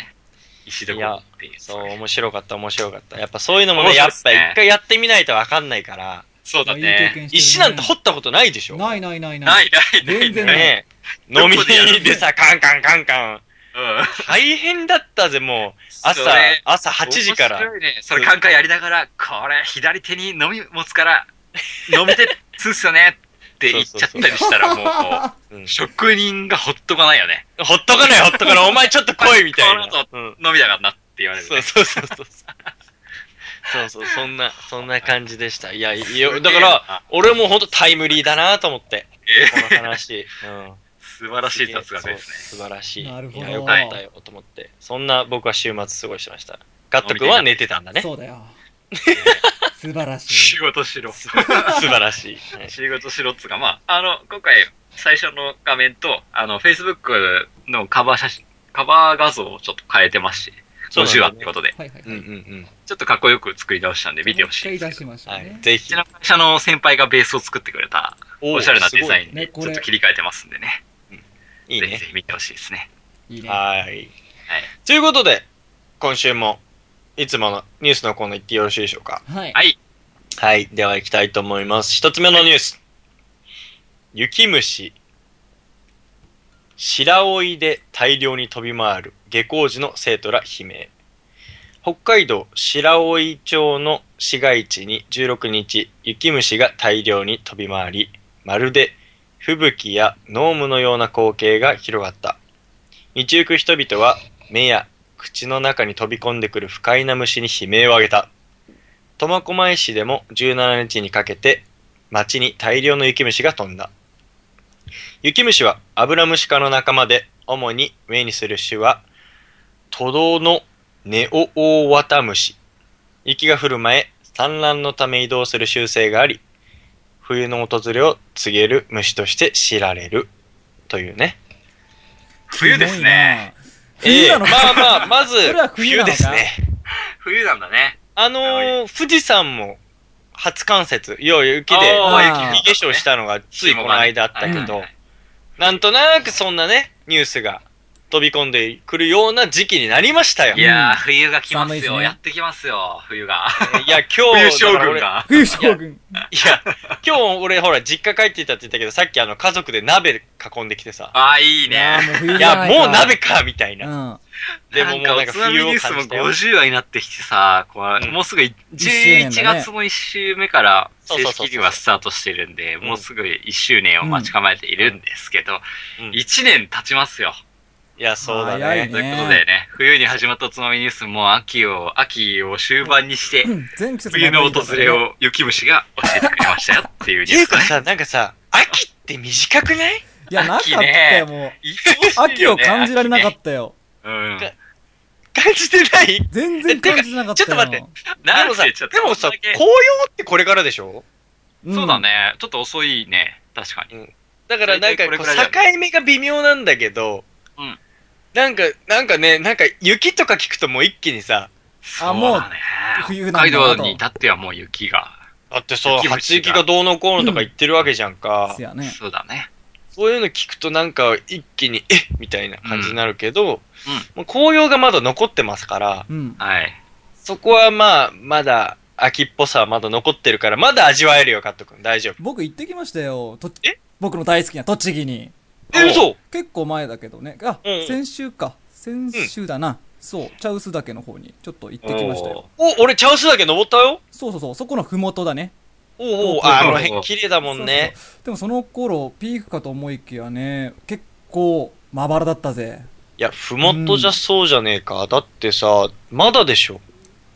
Speaker 6: 石どころっていう。
Speaker 4: そう、面白かった、面白かった。やっぱそういうのもね、
Speaker 6: 面
Speaker 4: やっ
Speaker 6: 白いっす
Speaker 4: ぱ
Speaker 6: ね
Speaker 4: 一回やってみないとわかんないから、
Speaker 6: そうだ
Speaker 3: いい経験
Speaker 6: ね。
Speaker 3: してるね
Speaker 4: 石なんて掘ったことないでしょ
Speaker 3: ないないないない。
Speaker 6: ないないない。
Speaker 3: 全然ない。
Speaker 4: ねえ。飲みでさ、カンカンカンカン。
Speaker 6: うん。
Speaker 4: 大変だったぜ、もう。朝
Speaker 6: それ、
Speaker 4: 朝8時か
Speaker 6: 面
Speaker 4: ら。
Speaker 6: 白いね。それ、カンカンやりながら、これ、左手に飲み持つから、飲み手、つっすよねって言っちゃったりしたら、もう、
Speaker 4: うん
Speaker 6: 職人がほっとかないよね。
Speaker 4: ほっとかない、ほっとかない。お前ちょっと来い、みたいな
Speaker 6: この後。
Speaker 4: うん
Speaker 6: 飲みだからなって言われる、
Speaker 4: そう
Speaker 6: ね。
Speaker 4: そうそうそう。そう *laughs* そう、そんな、そんな感じでした。いや、いやだから、、俺もほんとタイムリーだなと思って、この
Speaker 6: えー、
Speaker 4: 話。うん。
Speaker 6: 素晴らしい雑学ですね。
Speaker 4: そう素晴らしい。
Speaker 3: なるほど
Speaker 4: いや、よかったよ、と思って。そんな僕は週末過ごしてました。ガット君は寝てたんだね。
Speaker 3: そうだよ。素晴らしい
Speaker 6: 仕。事しろ。仕
Speaker 4: 素晴らしい。はい
Speaker 6: 事しろっつうか、まあ、あの、今回、最初の画面と、あの、Facebook のカバー写真、カバー画像をちょっと変えてまして、
Speaker 4: そうなんだね
Speaker 6: 50話ってことで、
Speaker 3: はいはい
Speaker 4: うん
Speaker 3: は
Speaker 4: うん
Speaker 3: い。
Speaker 4: うん。
Speaker 6: ちょっとかっこよく作り直したんで見てほしい
Speaker 3: もう
Speaker 6: で
Speaker 3: 一回
Speaker 6: す
Speaker 3: 出しましょう
Speaker 4: は
Speaker 3: ね
Speaker 4: い。。ぜ
Speaker 6: う
Speaker 4: ひ
Speaker 6: ち。の会社の先輩がベースを作ってくれた、
Speaker 4: お
Speaker 6: おしゃれなデザイン
Speaker 3: ね
Speaker 6: にち
Speaker 3: これ
Speaker 6: ょっと切り替えてますんでね。
Speaker 4: いい
Speaker 6: ぜひ
Speaker 4: ね
Speaker 6: ぜ。ひ見てほしいですね。
Speaker 3: いいね。
Speaker 4: はい。ということで、今週も、いつものニュースのコーナー行ってよろしいでしょうか。
Speaker 3: はい。
Speaker 6: はい。
Speaker 4: はい。では行きたいと思います。一つ目のニュース。雪虫。白老で大量に飛び回る下校時の生徒ら悲鳴。北海道白老町の市街地に16日、雪虫が大量に飛び回り、まるで吹雪や濃霧のような光景が広がった。道行く人々は目や口の中に飛び込んでくる不快な虫に悲鳴を上げた。苫小牧市でも17日にかけて町に大量の雪虫が飛んだ雪虫はアブラムシ科の仲間で主に目にする種はトドのネオオオワタムシ雪が降る前産卵のため移動する習性があり冬の訪れを告げる虫として知られるというね
Speaker 6: 冬ですね。
Speaker 3: キモいな。冬なの
Speaker 4: ええまあ
Speaker 3: か。
Speaker 4: まあまず
Speaker 3: それは
Speaker 4: 冬
Speaker 3: 冬なのか
Speaker 4: ですね
Speaker 6: 冬なんだね。
Speaker 4: あのー、富士山も初冠雪、いよいよ雪で
Speaker 6: あ
Speaker 3: ー
Speaker 4: 雪雪化粧したのがついこの間あったけ
Speaker 6: うん
Speaker 4: ど、なんとなくそんなね、ニュースが飛び込んでくるような時期になりましたよ。
Speaker 6: いやー、冬が来ます
Speaker 3: 寒いです
Speaker 6: よ。
Speaker 3: ね
Speaker 6: やってきますよ、冬が。
Speaker 4: いや、今
Speaker 6: 冬
Speaker 4: 日、
Speaker 6: 将
Speaker 4: だ
Speaker 6: 軍
Speaker 4: から
Speaker 6: が。
Speaker 3: 冬将軍。
Speaker 4: 俺いや、今日俺ほら、実家帰っていたって言ったけど、さっきあの、家族で鍋囲んできてさ、
Speaker 6: ああ、いい
Speaker 3: いやー
Speaker 6: ね。
Speaker 3: もう冬
Speaker 4: い
Speaker 3: じゃ
Speaker 4: や、
Speaker 3: ないか
Speaker 4: もう鍋か、みたいな。
Speaker 3: うん。
Speaker 4: で
Speaker 6: で
Speaker 4: も
Speaker 6: も
Speaker 4: もう
Speaker 6: もうな
Speaker 4: なん
Speaker 6: ん
Speaker 4: か
Speaker 6: か、
Speaker 4: 冬
Speaker 6: 冬
Speaker 4: を
Speaker 6: ニュース
Speaker 4: 感
Speaker 6: も
Speaker 4: じたよ。
Speaker 6: 50話になってきてさ、こう
Speaker 4: うん
Speaker 6: もうすぐい
Speaker 3: 周
Speaker 6: 11
Speaker 3: 年だね
Speaker 6: 月の1週目から
Speaker 4: そう
Speaker 6: 正
Speaker 4: そうそうそう
Speaker 6: 式にはスタートしてるんで、
Speaker 4: ん
Speaker 6: もうすぐ1周年を待ち構えているんですけど、
Speaker 4: うん
Speaker 6: 1年経ちますよ。
Speaker 4: いや、そうだ
Speaker 3: 早い
Speaker 4: ね。
Speaker 3: ね
Speaker 6: ということでね、冬に始まったおつまみニュースも秋を、秋を終盤
Speaker 3: *laughs*
Speaker 6: にして、
Speaker 3: 全季節
Speaker 6: 冬の訪れ。を雪虫が教えてくれましたよっていう
Speaker 4: っ
Speaker 6: ニ
Speaker 4: て
Speaker 6: ュ
Speaker 4: い
Speaker 6: ー
Speaker 4: う
Speaker 6: スだ
Speaker 4: か
Speaker 6: ね。 *laughs*
Speaker 4: さ、なんかさ、秋って短くない
Speaker 3: いや、なかったよ、もう。秋を感じられなかったよ。
Speaker 6: た。うん。
Speaker 4: 感じてない
Speaker 3: 全然感じなか
Speaker 4: えてか
Speaker 3: ったよ。
Speaker 4: ちょっと待って
Speaker 6: な
Speaker 4: で
Speaker 6: ん
Speaker 4: も
Speaker 6: て
Speaker 4: さ、
Speaker 6: 言っちゃった
Speaker 4: でもさ、
Speaker 6: こんだけ
Speaker 4: 紅葉ってこれからでしょ
Speaker 3: ん
Speaker 6: そうだ。ね。ちょっと遅いね。確かに。
Speaker 4: だからなんかこう、
Speaker 6: 大体これくらい
Speaker 4: 境目が微妙なんだけど、
Speaker 6: うん
Speaker 4: なんか、なんかね、なんか雪とか聞くともう一気にさ、
Speaker 3: あもう
Speaker 6: そうだね
Speaker 3: 冬なんだ
Speaker 6: 北海道に至ってはもう雪が。
Speaker 4: だってさ、
Speaker 6: 雪道が
Speaker 4: 初雪がどうのこうのとか言ってるわけじゃんか
Speaker 3: です。よね。
Speaker 6: そうだね。
Speaker 4: そういうの聞くとなんか一気に、えっみたいな感じになるけど、
Speaker 6: うん
Speaker 4: もう紅葉がまだ残ってますから、
Speaker 3: うん。
Speaker 6: はい。
Speaker 4: そこはまあ、まだ秋っぽさはまだ残ってるから、まだ味わえるよ、カット君。大丈夫。
Speaker 3: 僕行ってきましたよ。と
Speaker 4: え
Speaker 3: 僕の大好きな栃木に。
Speaker 4: え、嘘
Speaker 3: 結構前だけどね。あ
Speaker 4: うん、
Speaker 3: 先週か。先週だな。そう、茶臼岳の方にちょっと行ってきましたよ。
Speaker 4: お、俺、茶臼岳登ったよ
Speaker 3: そうそうそう、そこのふもとだね。
Speaker 4: おうおう
Speaker 3: おう
Speaker 4: ああの
Speaker 6: おうお
Speaker 4: 辺
Speaker 6: う
Speaker 4: 綺麗だもんね。
Speaker 3: そうそうでもその頃、ピークかと思いきやね、結構まばらだったぜ。
Speaker 4: いや、ふもとじゃそうじゃねえか。だってさ、まだでしょ。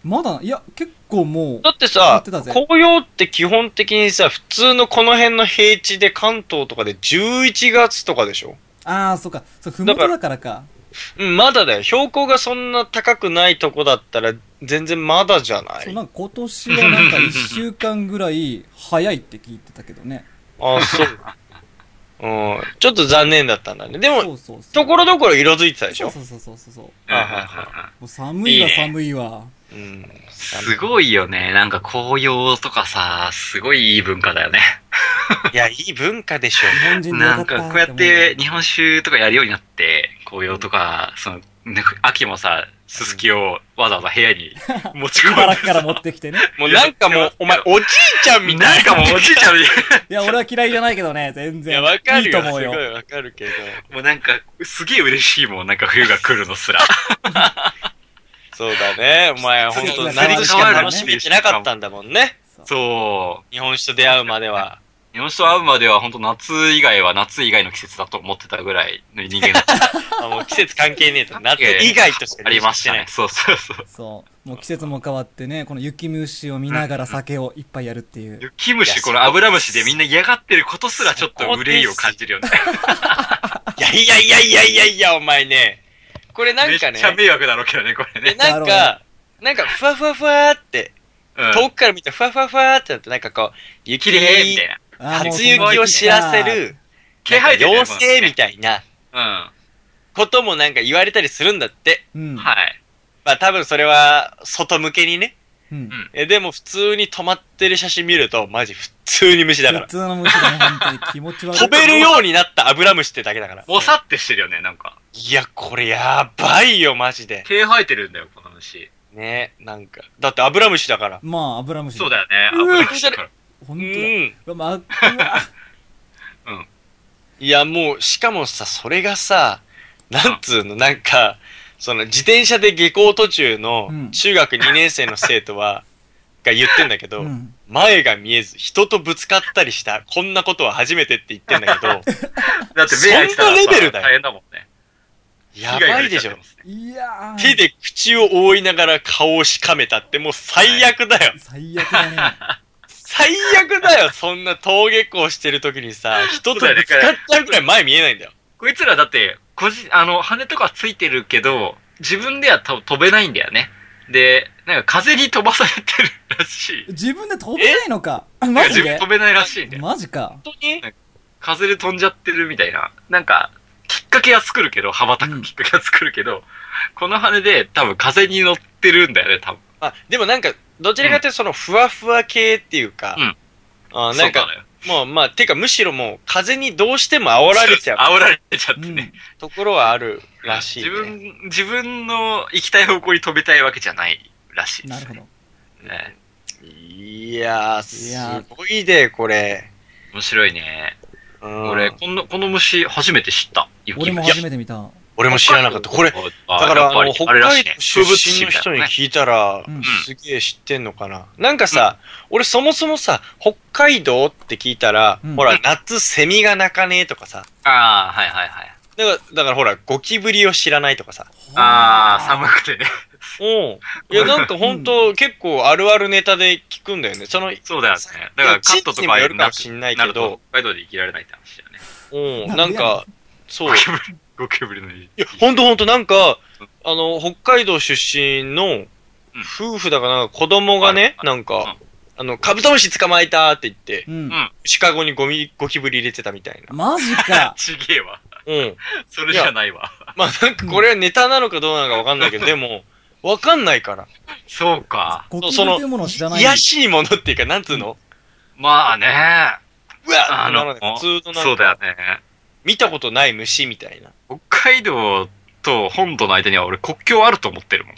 Speaker 3: まだ、いや、結構もう
Speaker 4: だ、って
Speaker 3: やっ
Speaker 4: さ、
Speaker 3: てたぜ
Speaker 4: 紅葉って基本的にさ、普通のこの辺の平地で関東とかで11月とかでしょ。
Speaker 3: ああ、そうか、そう、ふもとだからか。
Speaker 4: うん、まだだよ。標高がそんな高くないとこだったら、全然まだじゃな
Speaker 3: そう、
Speaker 4: い。
Speaker 3: なんか今年はなんか1週間ぐらい早いって聞いてたけどね。
Speaker 4: あ、そう。
Speaker 3: *laughs*
Speaker 4: うん、ちょっと残念だったんだね。で
Speaker 3: そ
Speaker 4: も、
Speaker 3: うそうそう。
Speaker 4: ところどころ色づいてたでし
Speaker 3: そう
Speaker 4: ょ。
Speaker 3: そうそうそうそうそう。も
Speaker 4: はいはいは
Speaker 6: は
Speaker 3: う寒いわ、
Speaker 6: いいね
Speaker 3: 寒いわ。
Speaker 4: うん。
Speaker 6: すごいよね。なんか紅葉とかさ、すごいいい文化だよね。
Speaker 4: いや、いい文化でしょ。
Speaker 3: 日本人でよ
Speaker 6: な
Speaker 3: か
Speaker 6: ん
Speaker 3: った
Speaker 6: かこうやって日本酒とかやるようになって、紅葉とか、その、なんか秋もさ、すすきをわざわざ部屋に *laughs* 持ち込
Speaker 3: 茨
Speaker 6: む。
Speaker 3: 城から持ってきてね。
Speaker 4: もうなんかもう、お前、おじいちゃんみたいな
Speaker 6: なんかもうおじいちゃんみたい
Speaker 4: *laughs*
Speaker 3: いや、俺は嫌いじゃないけどね、全
Speaker 4: い
Speaker 3: 然。
Speaker 4: や、わかるよ。
Speaker 3: いいと思うよ
Speaker 4: すご。いわかるけど。
Speaker 6: な *laughs* もうなんか、すげえ嬉しいもん。なんか冬が来るのすら。
Speaker 4: そうだね。お前、
Speaker 3: 季
Speaker 4: 本
Speaker 3: 節
Speaker 4: 当
Speaker 3: が変わるね
Speaker 4: 何しか楽しめてなかったんだもんね。
Speaker 6: そう。
Speaker 4: 日本酒と出会うまでは。
Speaker 6: 日本酒と会うまでは本当夏以外は夏以外の季節だと思ってたぐらいの人間だった
Speaker 4: あもう季節関係ねえと。夏
Speaker 6: *laughs* いやいや
Speaker 4: 以外としか
Speaker 6: ありました
Speaker 4: 認
Speaker 6: ね
Speaker 4: *laughs* 識。
Speaker 6: そうそうそう。
Speaker 3: そう。もう季節も変わってね、この雪虫を見ながら酒をいっぱいやるっていう。
Speaker 6: 雪虫、このアブラムシでみんな嫌がってることすらちょっと憂いを感じるよね。
Speaker 4: してない。いやいやいやいやいや、お前ね。これなんか
Speaker 6: め
Speaker 4: ね
Speaker 6: っち、ゃ迷惑だろうけどね、これ
Speaker 4: で
Speaker 6: ね。
Speaker 4: なんか、なんか、ふわふわふわーって、
Speaker 6: うん
Speaker 4: 遠くから見てふわふわふわーってなって、なんかこう、雪
Speaker 6: 綺麗みたい
Speaker 4: で、
Speaker 6: な。
Speaker 3: あーもう
Speaker 4: 初雪を知らせる、
Speaker 6: 気配でね
Speaker 4: 妖精みたいな
Speaker 6: うん。は
Speaker 4: こともなんか言われたりするんだって。
Speaker 3: うん。
Speaker 6: い。
Speaker 4: まあ多分それは、外向けにね。
Speaker 3: うん。
Speaker 4: え、でも普通に止まってる写真見ると、マジ普通に虫だか
Speaker 3: 普
Speaker 4: ら。
Speaker 3: 通の虫だね、本当に気持ち悪い。
Speaker 4: 飛べるようになったアブラムシってだけだから。
Speaker 6: もさってしてるよね、なんか。
Speaker 4: いや、これやばいよ、マジで。
Speaker 6: 毛生えてるんだよ、この虫。
Speaker 4: ねなんか。だってアブラムシだから。
Speaker 3: まあ、アブラムシ。
Speaker 6: そうだよね。ア
Speaker 4: う
Speaker 6: ブ
Speaker 4: わ
Speaker 6: ラムシだから。
Speaker 3: 本
Speaker 4: う
Speaker 3: 当だ。
Speaker 4: ん。
Speaker 3: うわまあ、うわ
Speaker 4: いや、もう、しかもさ、それがさ、なんつうの、なんか、その自転車で下校途中の
Speaker 3: うん
Speaker 4: 中学2年生の生徒は、 *laughs* が言ってんだけど、
Speaker 3: うん
Speaker 4: 前が見えず人とぶつかったりした、こんなことは初めてって言ってんだ
Speaker 3: *laughs*
Speaker 4: けど、
Speaker 6: だって目開いて
Speaker 4: そ
Speaker 6: たらさ
Speaker 4: んなレベルだよ
Speaker 6: 大変だもんね。
Speaker 4: やばいでしょ。
Speaker 3: いやー
Speaker 4: 手で口を覆いながら顔をしかめたってもう最悪だよ。
Speaker 3: 最悪だね。
Speaker 4: *laughs* 最悪だよ、そんな登下校してる時にさ、人とぶつかっちゃうくらい前見えないんだよ。
Speaker 6: こいつらだって、個人、あの、羽とかついてるけど、自分では多分飛べないんだよね。で、なんか風に飛ばされてるらしい。
Speaker 3: 自分で飛べないのか。
Speaker 6: なん
Speaker 3: マ
Speaker 6: か
Speaker 3: ジ
Speaker 6: 自分
Speaker 3: で
Speaker 6: 飛べないらしいんだよ。
Speaker 3: マジか。
Speaker 4: 本当に
Speaker 6: 風で飛んじゃってるみたいな。なんか、きっかけは作るけど、羽ばた
Speaker 3: うん
Speaker 6: くきっかけは作るけど、この羽で多分風に乗ってるんだよね、多分。
Speaker 4: あ、でもなんか、どちらかというとそのふわふわ系っていうか、
Speaker 6: うん
Speaker 4: あなん
Speaker 6: そう
Speaker 4: か、
Speaker 6: なのよ
Speaker 4: もう、まあ、てかむしろもう風にどうしても煽られちゃう
Speaker 6: *laughs* 煽られちゃってね。
Speaker 4: ところはあるらしい、ね。
Speaker 6: 自分、自分の行きたい方向に飛べたいわけじゃないらしいで
Speaker 3: な
Speaker 6: す
Speaker 3: る
Speaker 6: ね。
Speaker 3: ほど。
Speaker 6: ね
Speaker 4: いやー、
Speaker 3: い
Speaker 4: す
Speaker 3: やー
Speaker 4: ごいで、これ。
Speaker 6: 面白いね。
Speaker 4: うん
Speaker 6: 俺、この、この虫初めて知った。
Speaker 3: 俺
Speaker 6: 雪
Speaker 3: も
Speaker 6: 虫。
Speaker 3: 初めて見た。
Speaker 4: 俺も知らなかった。これ、だ
Speaker 6: あ
Speaker 4: から、あ
Speaker 6: やっぱり
Speaker 4: の、北
Speaker 6: あれら
Speaker 4: 海
Speaker 6: しい
Speaker 4: 道
Speaker 6: ね
Speaker 4: 出身の人に聞いたら
Speaker 3: うん、
Speaker 4: すげえ知ってんのかな。なんかさ、俺そもそもさ、北海道って聞いたら
Speaker 3: うん、
Speaker 4: ほら、夏セミが鳴かねえとかさ。
Speaker 6: ああ、はいはいはい。
Speaker 4: だから、だからほら、ゴキブリを知らないとかさ。
Speaker 6: ああ、寒くてね。 *laughs*
Speaker 4: うん。いや、なんか本当結構あるあるネタで聞くんだよね。その、
Speaker 6: そうだよね。だからカットとか
Speaker 4: 地域にもよるかもしんないけど
Speaker 6: ると北海道で生きられないって話だよね。
Speaker 4: うん、
Speaker 3: な
Speaker 4: なんん
Speaker 3: で
Speaker 4: か、そう。
Speaker 6: ゴ
Speaker 4: い
Speaker 6: キブリ、ゴキブリのい
Speaker 4: や、ほんとほんと、なんか、あの、北海道出身の夫婦だからなんか子供がね、なんか、あの、カブトムシ捕まえたって言って
Speaker 3: う、ん。
Speaker 6: ん
Speaker 4: シカゴにゴミ、ゴキブリ入れてたみたいな。
Speaker 3: マジか。
Speaker 6: ちげえわ。
Speaker 4: うん。
Speaker 6: それじゃないわ。
Speaker 4: まあなんかこれはネタなのかどうなのかわかんないけど、でも、わかんないから。
Speaker 6: そうか。
Speaker 3: ゴ
Speaker 4: *laughs* そう
Speaker 3: キ
Speaker 4: そ
Speaker 3: ブリ
Speaker 4: の
Speaker 3: というものを知ら、ない。
Speaker 4: 癒しいものっていうか、なんつうの
Speaker 6: まあね。
Speaker 4: うわ
Speaker 6: あ
Speaker 4: っならない
Speaker 6: の、
Speaker 4: 普通のな
Speaker 6: そ
Speaker 4: ん
Speaker 6: うだよ
Speaker 4: か、
Speaker 6: ね。
Speaker 4: 見たことない虫みたいな。
Speaker 6: 北海道と本土の間には俺国境あると思ってるもん。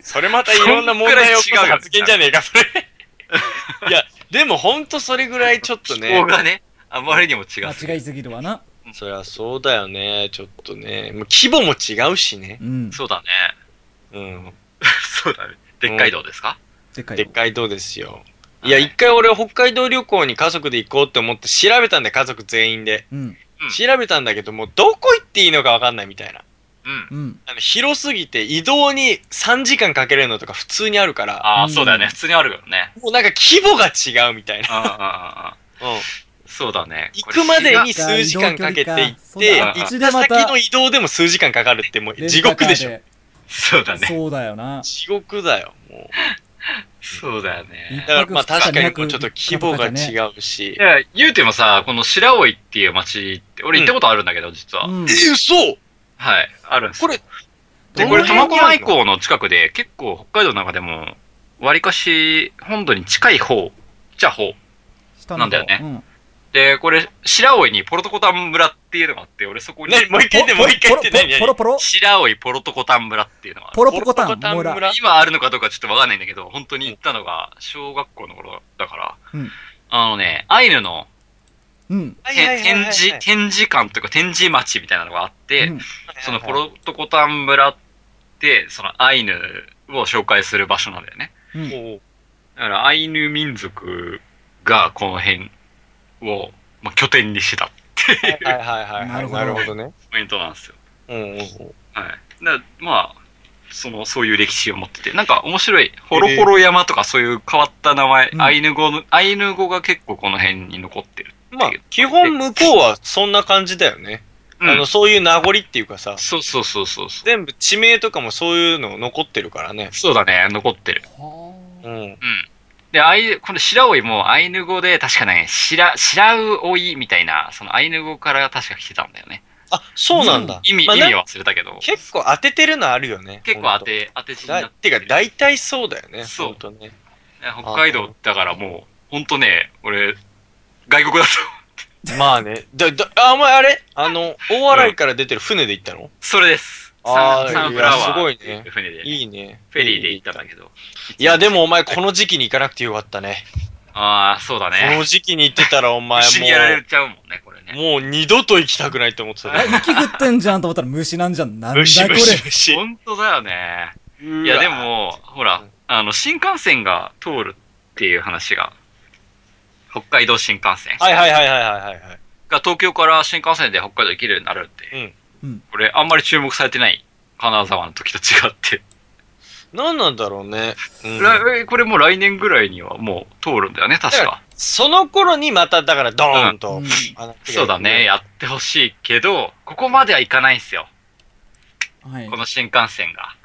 Speaker 4: それまたいろんな問題を起こす発言じゃねえか、それ。 *laughs* いや、でもほんとそれぐらいちょっと
Speaker 6: 気候
Speaker 4: ね。
Speaker 6: がね、あまりにも違う。
Speaker 3: 間違いすぎるわな。
Speaker 4: そりゃそうだよね、ちょっとね。もう規模も違うしね
Speaker 3: う。ん。
Speaker 6: そうだね。 *laughs*
Speaker 4: うん。
Speaker 6: そうだね。でっかい道ですか、
Speaker 3: でっかい
Speaker 4: で
Speaker 3: よ
Speaker 4: っ。かいどうですよ。
Speaker 6: はい
Speaker 4: いや、一回俺北海道旅行に家族で行こうって思って調べたんだよ、家族全員で。
Speaker 3: うん。
Speaker 6: うん
Speaker 4: 調べたんだけど、もうどこ行っていいのかわかんないみたいな。
Speaker 6: うん、
Speaker 3: うん。
Speaker 4: あの広すぎて移動に3時間かけれるのとか普通にあるから、
Speaker 3: う
Speaker 6: ああ、
Speaker 3: ん
Speaker 6: そうだよね。普通にあるからね。
Speaker 4: もうなんか規模が違うみたいな。
Speaker 6: うんうんうんうん。
Speaker 4: うん。
Speaker 6: そうだね。
Speaker 4: 行くまでに
Speaker 3: これ
Speaker 4: 数時間かけて行っ
Speaker 3: 移
Speaker 4: て、
Speaker 3: 動距離
Speaker 6: か
Speaker 4: 行
Speaker 3: そう
Speaker 4: っ
Speaker 3: だ
Speaker 4: た
Speaker 3: うちでまた
Speaker 4: 先の移動でも数時間かかるってもう地獄でし
Speaker 3: レ
Speaker 4: ょ。
Speaker 3: ン
Speaker 6: そう
Speaker 3: タカ
Speaker 6: だ
Speaker 3: ーで
Speaker 6: ね。
Speaker 3: そうだよな。
Speaker 4: 地獄だよ、も
Speaker 6: そうだよ
Speaker 4: う。
Speaker 6: ね
Speaker 3: *laughs*
Speaker 4: だ。からまあ
Speaker 3: 一泊二
Speaker 4: 確
Speaker 3: 日
Speaker 4: かにこうちょっと規模が違うし
Speaker 6: い。や、言うてもさ、この白老っていう町って、俺行ったことあるんだけど、実は。
Speaker 3: うん。
Speaker 4: え、嘘
Speaker 6: はい、あるんですよ
Speaker 4: これ、
Speaker 6: で、
Speaker 4: ど
Speaker 6: こ
Speaker 4: の
Speaker 6: れ、
Speaker 4: 辺
Speaker 6: 苫小牧
Speaker 4: にあるの
Speaker 6: 港の近くで、結構北海道の中でも、割かし、本土に近い方、じゃあ方。
Speaker 3: 下
Speaker 6: なんだよねで、これ、白老にポロトコタン村っていうのがあって、俺そこに、
Speaker 4: 何もう一回言って、もう一回言って、何
Speaker 3: ポロ
Speaker 4: 何
Speaker 3: ポロ
Speaker 6: 白老ポロトコタン村っていうのがある。
Speaker 3: ポロポロポコタン、
Speaker 4: ポロポコタン
Speaker 3: モーラ。
Speaker 4: 村
Speaker 6: 今あるのかどうかちょっとわかんないんだけど、本当に行ったのが、小学校の頃だから、
Speaker 3: うん
Speaker 6: あのね、アイヌの
Speaker 3: うん。
Speaker 4: はいはい
Speaker 6: て
Speaker 4: はいはい
Speaker 6: 展示、展示館というか展示町みたいなのがあって、
Speaker 3: うん
Speaker 6: そのポロトコタン村って、そのアイヌを紹介する場所なんだよね。
Speaker 3: うん。
Speaker 4: もう
Speaker 6: だからアイヌ民族がこの辺を、まあ、拠点にしてた
Speaker 4: はいはいはいはい。
Speaker 3: な
Speaker 4: な
Speaker 3: る
Speaker 4: る
Speaker 3: ほ
Speaker 4: ほどね。
Speaker 6: ポイントなんですよ。
Speaker 4: うんうんうん。
Speaker 6: はい。だまあ、その、そういう歴史を持ってて、なんか面白い、ホロホロ山とかそういう変わった名前、
Speaker 3: うん
Speaker 6: アイヌ語の、アイヌ語が結構この辺に残ってる。
Speaker 4: まあ、基本向こうはそんな感じだよね。
Speaker 6: うん
Speaker 4: あの、そういう名残っていうかさ、
Speaker 6: そうそうそうそうそう。
Speaker 4: 全部地名とかもそういうの残ってるからね。
Speaker 6: そうだね、残ってる。
Speaker 4: うん。
Speaker 6: うん。で、アイこの白老もアイヌ語で、確かね、白、白老みたいな、そのアイヌ語から確か来てたんだよね。
Speaker 4: あ、そうなんだ。
Speaker 6: 意味、
Speaker 4: まあ
Speaker 6: 意味は忘れたけど、
Speaker 4: 結構当ててるのあるよね。
Speaker 6: 結構当て、当て字にな
Speaker 4: だ
Speaker 6: っ
Speaker 4: って
Speaker 6: て
Speaker 4: か
Speaker 6: る。
Speaker 4: 大体そうだよね。
Speaker 6: そう
Speaker 4: ほんとね。
Speaker 6: 北海道だからもう、ほんとね、俺、外国だと。
Speaker 4: まあね。だ、だ、あ、お前あれあの、大洗から出てる船で行ったの、
Speaker 6: それです。サ
Speaker 4: あ
Speaker 6: ン
Speaker 4: ー
Speaker 6: サンフラワー。
Speaker 4: いやすごいね
Speaker 6: 船で、
Speaker 4: いいね。
Speaker 6: フェリーで行ったんだけど。
Speaker 4: いや、でもお前この時期に行かなくてよかったね。
Speaker 6: ああ、そうだ
Speaker 4: この
Speaker 6: ね。
Speaker 4: 時期に行ってたらお前も
Speaker 6: 虫にやられちゃうもんね、これ
Speaker 4: う、
Speaker 6: ね。
Speaker 4: もう二度と行きたくないと思ってたね。
Speaker 3: 雪降ってんじゃんと思ったら虫なんじゃん。なんだこれ。
Speaker 4: ムシムシムシ。
Speaker 6: ほんとだよね。
Speaker 4: い
Speaker 6: いや、で、も、ほら、あの、新幹線が通るっていう話が、北海道新幹線
Speaker 4: はいはいはいはいはいはいはい。
Speaker 6: が東京から新幹線で北海道行けるようになるって。
Speaker 3: うんうん
Speaker 6: これ、あんまり注目されてない。金沢の時と違って。
Speaker 4: 何なんだろうね。うん
Speaker 6: らこれもう来年ぐらいにはもう通るんだよね、確か。
Speaker 4: その頃にまた、だから、ドーンと、
Speaker 3: うん
Speaker 4: あの
Speaker 6: そうだね、。やってほしいけど、ここまではいかないんすよ。
Speaker 3: はい
Speaker 6: こ。の新幹線が。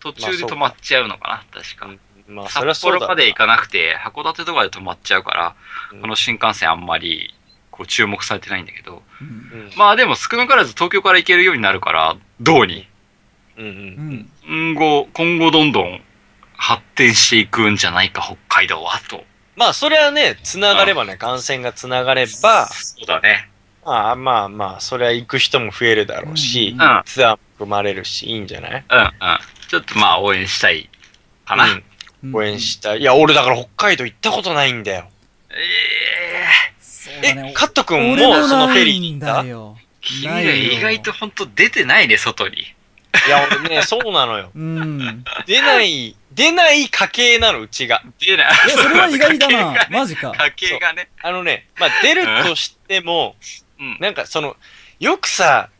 Speaker 6: 途中で止まっちゃうのかな、確か。
Speaker 4: まあ、そりゃ
Speaker 6: 札
Speaker 4: そう
Speaker 6: 幌
Speaker 4: だ。
Speaker 6: まで行かなくて、函館とかで止まっちゃうから、
Speaker 4: うん
Speaker 6: この新幹線あんまり、こう注目されてないんだけど。
Speaker 3: うん
Speaker 4: うん
Speaker 6: まあでも少なからず東京から行けるようになるから、どうに。
Speaker 4: うんうん
Speaker 3: う。ん。
Speaker 6: 今後、今後どんどん発展していくんじゃないか、北海道は、と
Speaker 4: まあ、それはね、繋がればね、感染が繋がれば、
Speaker 6: そうだね。
Speaker 4: まあまあまあ、それは行く人も増えるだろうし、
Speaker 6: うん
Speaker 4: ツアーも組まれるし、いいんじゃない
Speaker 6: うんうん。ちょっとまあ応援したいかな。
Speaker 4: うん応援したい。いや、俺だから北海道行ったことないんだよ。
Speaker 6: え
Speaker 3: そうだ
Speaker 4: え、
Speaker 3: ね
Speaker 4: カット君も
Speaker 3: 俺
Speaker 4: そのフェリー
Speaker 3: ない
Speaker 4: に
Speaker 3: ん
Speaker 4: 行った
Speaker 3: だ
Speaker 4: い
Speaker 3: よ。
Speaker 6: ー、君ら意外と本当出てないね、外に。
Speaker 4: や、俺ね、そうなのよ。
Speaker 3: うん。
Speaker 4: *laughs* 出ない、出ない家系なの、うちが。
Speaker 6: 出ない。
Speaker 3: いや、それは意外だ
Speaker 6: 家計が
Speaker 3: な。
Speaker 6: ね
Speaker 3: マジか。
Speaker 6: *laughs* 家計がね。
Speaker 4: あのね、まあ、出るとしても、
Speaker 6: うん。
Speaker 4: なんかその、よくさ、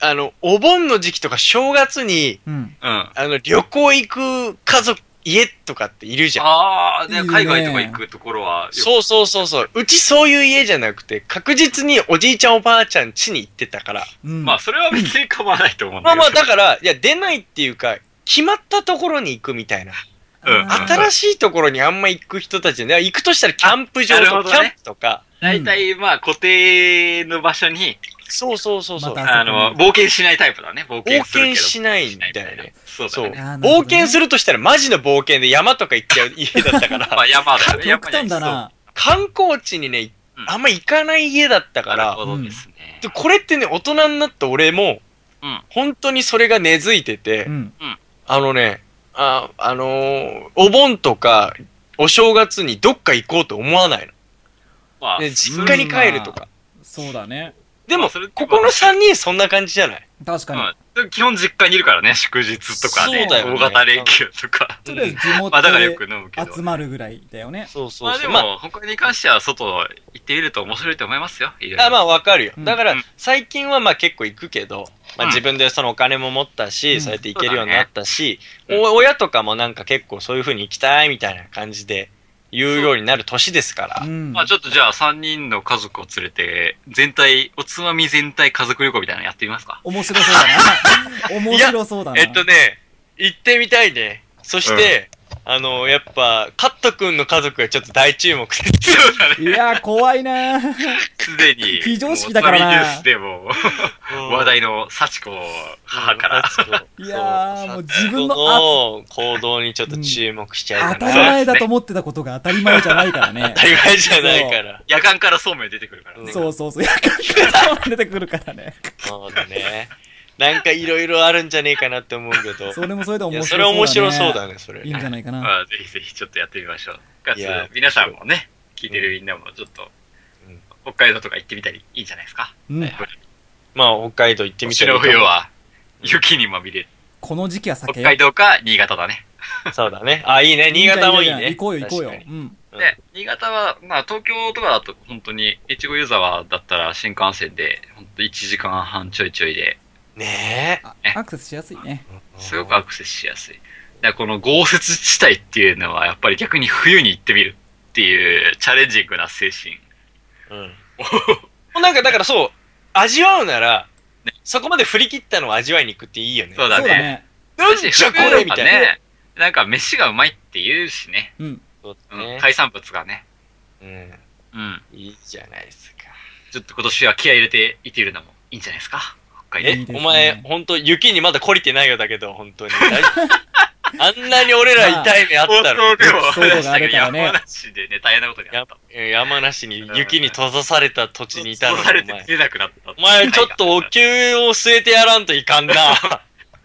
Speaker 4: あの、お盆の時期とか正月に、
Speaker 3: うん。
Speaker 6: うん。
Speaker 4: あの、旅行行く家族、家とかっているじゃん。
Speaker 6: ああ、
Speaker 3: いい
Speaker 6: ね、
Speaker 3: ね
Speaker 6: 海外とか行くところは、
Speaker 4: そうそうそうそう。うちそういう家じゃなくて、確実におじいちゃんおばあちゃん家に行ってたから。
Speaker 3: うん。
Speaker 6: まあ、それは別に構わないと思うんだ
Speaker 4: まあ
Speaker 6: けど。
Speaker 4: まあ、だから、いや、出ないっていうか、決まったところに行くみたいな。
Speaker 6: うん
Speaker 4: 新しいところにあんま行く人たちね、行くとしたらキャンプ場
Speaker 6: あなる
Speaker 4: と
Speaker 6: ほ
Speaker 4: か、
Speaker 6: ど
Speaker 4: キ
Speaker 6: ね
Speaker 4: ャンプとか。
Speaker 6: 大体まあ固定の場所に、
Speaker 4: そうそうそうそう。
Speaker 3: また
Speaker 6: あの、冒険しないタイプだね。冒険
Speaker 4: 冒
Speaker 6: するけ
Speaker 4: 険
Speaker 6: ど。
Speaker 4: しないんだよね。
Speaker 6: そう
Speaker 4: そ
Speaker 6: だ
Speaker 4: う。
Speaker 6: ね。
Speaker 3: あーなるほど
Speaker 4: 冒
Speaker 3: ね
Speaker 4: 険するとしたらマジの冒険で山とか行っちゃう家だったか
Speaker 6: ま *laughs*
Speaker 4: ら、
Speaker 6: あ山だよね。
Speaker 3: 極
Speaker 6: 山に
Speaker 3: 端だ
Speaker 6: は
Speaker 3: な。
Speaker 4: 観光地にね
Speaker 6: う、ん
Speaker 4: あんま行かない家だった
Speaker 6: そ
Speaker 4: か
Speaker 6: う。なる
Speaker 4: ら、
Speaker 6: ほどですね。
Speaker 4: でこれってね、大人になった俺も、
Speaker 6: うん
Speaker 4: 本当にそれが根付いてて、
Speaker 3: うん。
Speaker 4: あのね、あ、あのーお盆とか、お正月にどっか行こうと思わないの。
Speaker 6: まあ、
Speaker 4: ね、実家に帰るとか。
Speaker 3: そうだね。
Speaker 4: で
Speaker 6: ま
Speaker 4: も、
Speaker 6: あそれって
Speaker 4: ここの3人そんな感じじゃない
Speaker 3: 確かに。
Speaker 6: うん、基本実家にいるからね、祝日とかね、
Speaker 4: そうだよね
Speaker 6: 大型連休とか。
Speaker 3: とりあえず地
Speaker 6: ま
Speaker 3: 元
Speaker 6: あだからよく
Speaker 3: で
Speaker 6: 飲むけど。
Speaker 3: 集まるぐらいだよね。
Speaker 4: そうそ
Speaker 6: ま
Speaker 4: う
Speaker 6: あ
Speaker 4: そ
Speaker 6: で
Speaker 4: う。
Speaker 6: も、他に関しては外行ってみると面白いと思いますよ。いろいろ
Speaker 4: あまあわかるよ。
Speaker 3: うん
Speaker 4: だから
Speaker 6: うん、
Speaker 4: 最近はまあ結構行くけど、まあ
Speaker 6: うん
Speaker 4: 自分でそのお金も持ったし、
Speaker 3: うん
Speaker 4: そうやって行けるようになったし、お親とかもなんか結構そういう風に行きたいみたいな感じで言うようになる年ですから
Speaker 3: う。ん。
Speaker 6: まあちょっとじゃあ3人の家族を連れて、全体、おつまみ全体家族旅行みたいなのやってみますか
Speaker 3: 面白そ
Speaker 4: *laughs*
Speaker 3: うだな。面白そうだな。
Speaker 4: えっとね、行ってみたいね。そして、あの、やっぱ、カット君の家族がちょっと大注目です。
Speaker 6: そうだね。
Speaker 3: いやー、怖いなー。
Speaker 6: すで
Speaker 3: *laughs*
Speaker 6: に、
Speaker 3: 非常識だからな
Speaker 6: もうおつまみニュースでも、話題の幸子母から。
Speaker 4: うん。
Speaker 3: いやー、もう自
Speaker 4: その
Speaker 3: 分の
Speaker 4: 行動にちょっと注目しちゃ
Speaker 3: あ
Speaker 4: う
Speaker 3: 当
Speaker 4: か
Speaker 3: たり
Speaker 4: な。
Speaker 3: 前だと思ってたことが当たり前じゃないからね
Speaker 4: 当。たり前じゃないから。
Speaker 6: 夜間からそうめん出てくるからね。
Speaker 3: そうそうそう。いや、かっこいい出てくるからね。
Speaker 4: そうだね。なんかいろいろあるんじゃねえかなって思うけど。
Speaker 3: それもそれで
Speaker 4: いや
Speaker 3: 面
Speaker 4: そ
Speaker 3: 白そう
Speaker 4: れ
Speaker 3: だね。
Speaker 4: 面白そうだね、それ。
Speaker 3: いいんじゃないかな。
Speaker 6: まあ、ぜひぜひちょっとやってみましょう。かつ
Speaker 4: いや、
Speaker 6: 皆さんもね、聞いてるみんなもちょっと
Speaker 4: うん、
Speaker 6: 北海道とか行ってみたりいいんじゃないですか。
Speaker 3: うん。
Speaker 4: まあ、北海道行ってみ
Speaker 6: 星
Speaker 4: たらい
Speaker 6: の
Speaker 4: いかも
Speaker 6: 冬は、雪にまみれる。
Speaker 3: この時期は酒
Speaker 6: 北
Speaker 3: よ
Speaker 6: 海。道か新潟だね。
Speaker 4: そうだね。あ、いいね。新潟もいい
Speaker 3: じゃんじゃんじゃん
Speaker 4: ね。
Speaker 3: 行こうよ行こうよ。
Speaker 4: 確かに
Speaker 3: うん。
Speaker 4: うん
Speaker 6: で、新潟は、まあ東京とかだと本当に、越後湯沢だったら新幹線で、本当1時間半ちょいちょいで、
Speaker 4: ね
Speaker 3: あ
Speaker 6: ね
Speaker 3: アクセスしやすいね。
Speaker 4: え。
Speaker 6: すごくアクセスしやすい。だからこの豪雪地帯っていうのは、やっぱり逆に冬に行ってみるっていうチャレンジングな精神。
Speaker 4: うん。 *laughs* もうなんか、だからそう、味わうなら、そこまで振り切ったのを味わいに行くっていいよね。
Speaker 6: そう
Speaker 3: そ
Speaker 6: だ
Speaker 3: うだ
Speaker 6: ね。
Speaker 3: ね。
Speaker 4: なんじゃこれみたいな。
Speaker 6: ね。なんか飯がうまいって言うしね。
Speaker 3: うん。
Speaker 4: そうだ
Speaker 6: うん
Speaker 4: ね。
Speaker 6: 海産物がね。
Speaker 4: うん。
Speaker 6: うん。
Speaker 4: いいじゃないですか。
Speaker 6: ちょっと今年は気合い入れていってみるのもいいんじゃないですか。北海
Speaker 4: え
Speaker 6: 道。
Speaker 3: いいですね
Speaker 4: お前、ほんと、雪にまだ懲りてないようだけど、本当に。大丈夫 *laughs* あんなに俺ら痛い目あったろ。
Speaker 6: で *laughs* も
Speaker 3: そういうのがあるからね
Speaker 6: 山梨でね、大変なことにな
Speaker 4: や
Speaker 6: った。
Speaker 4: 山梨に雪に閉ざされた土地にいたのに
Speaker 6: そうされ
Speaker 4: お
Speaker 6: て
Speaker 4: 前。
Speaker 6: 出なくなった。
Speaker 4: お前、ちょっとお給を据えてやらんといかんな。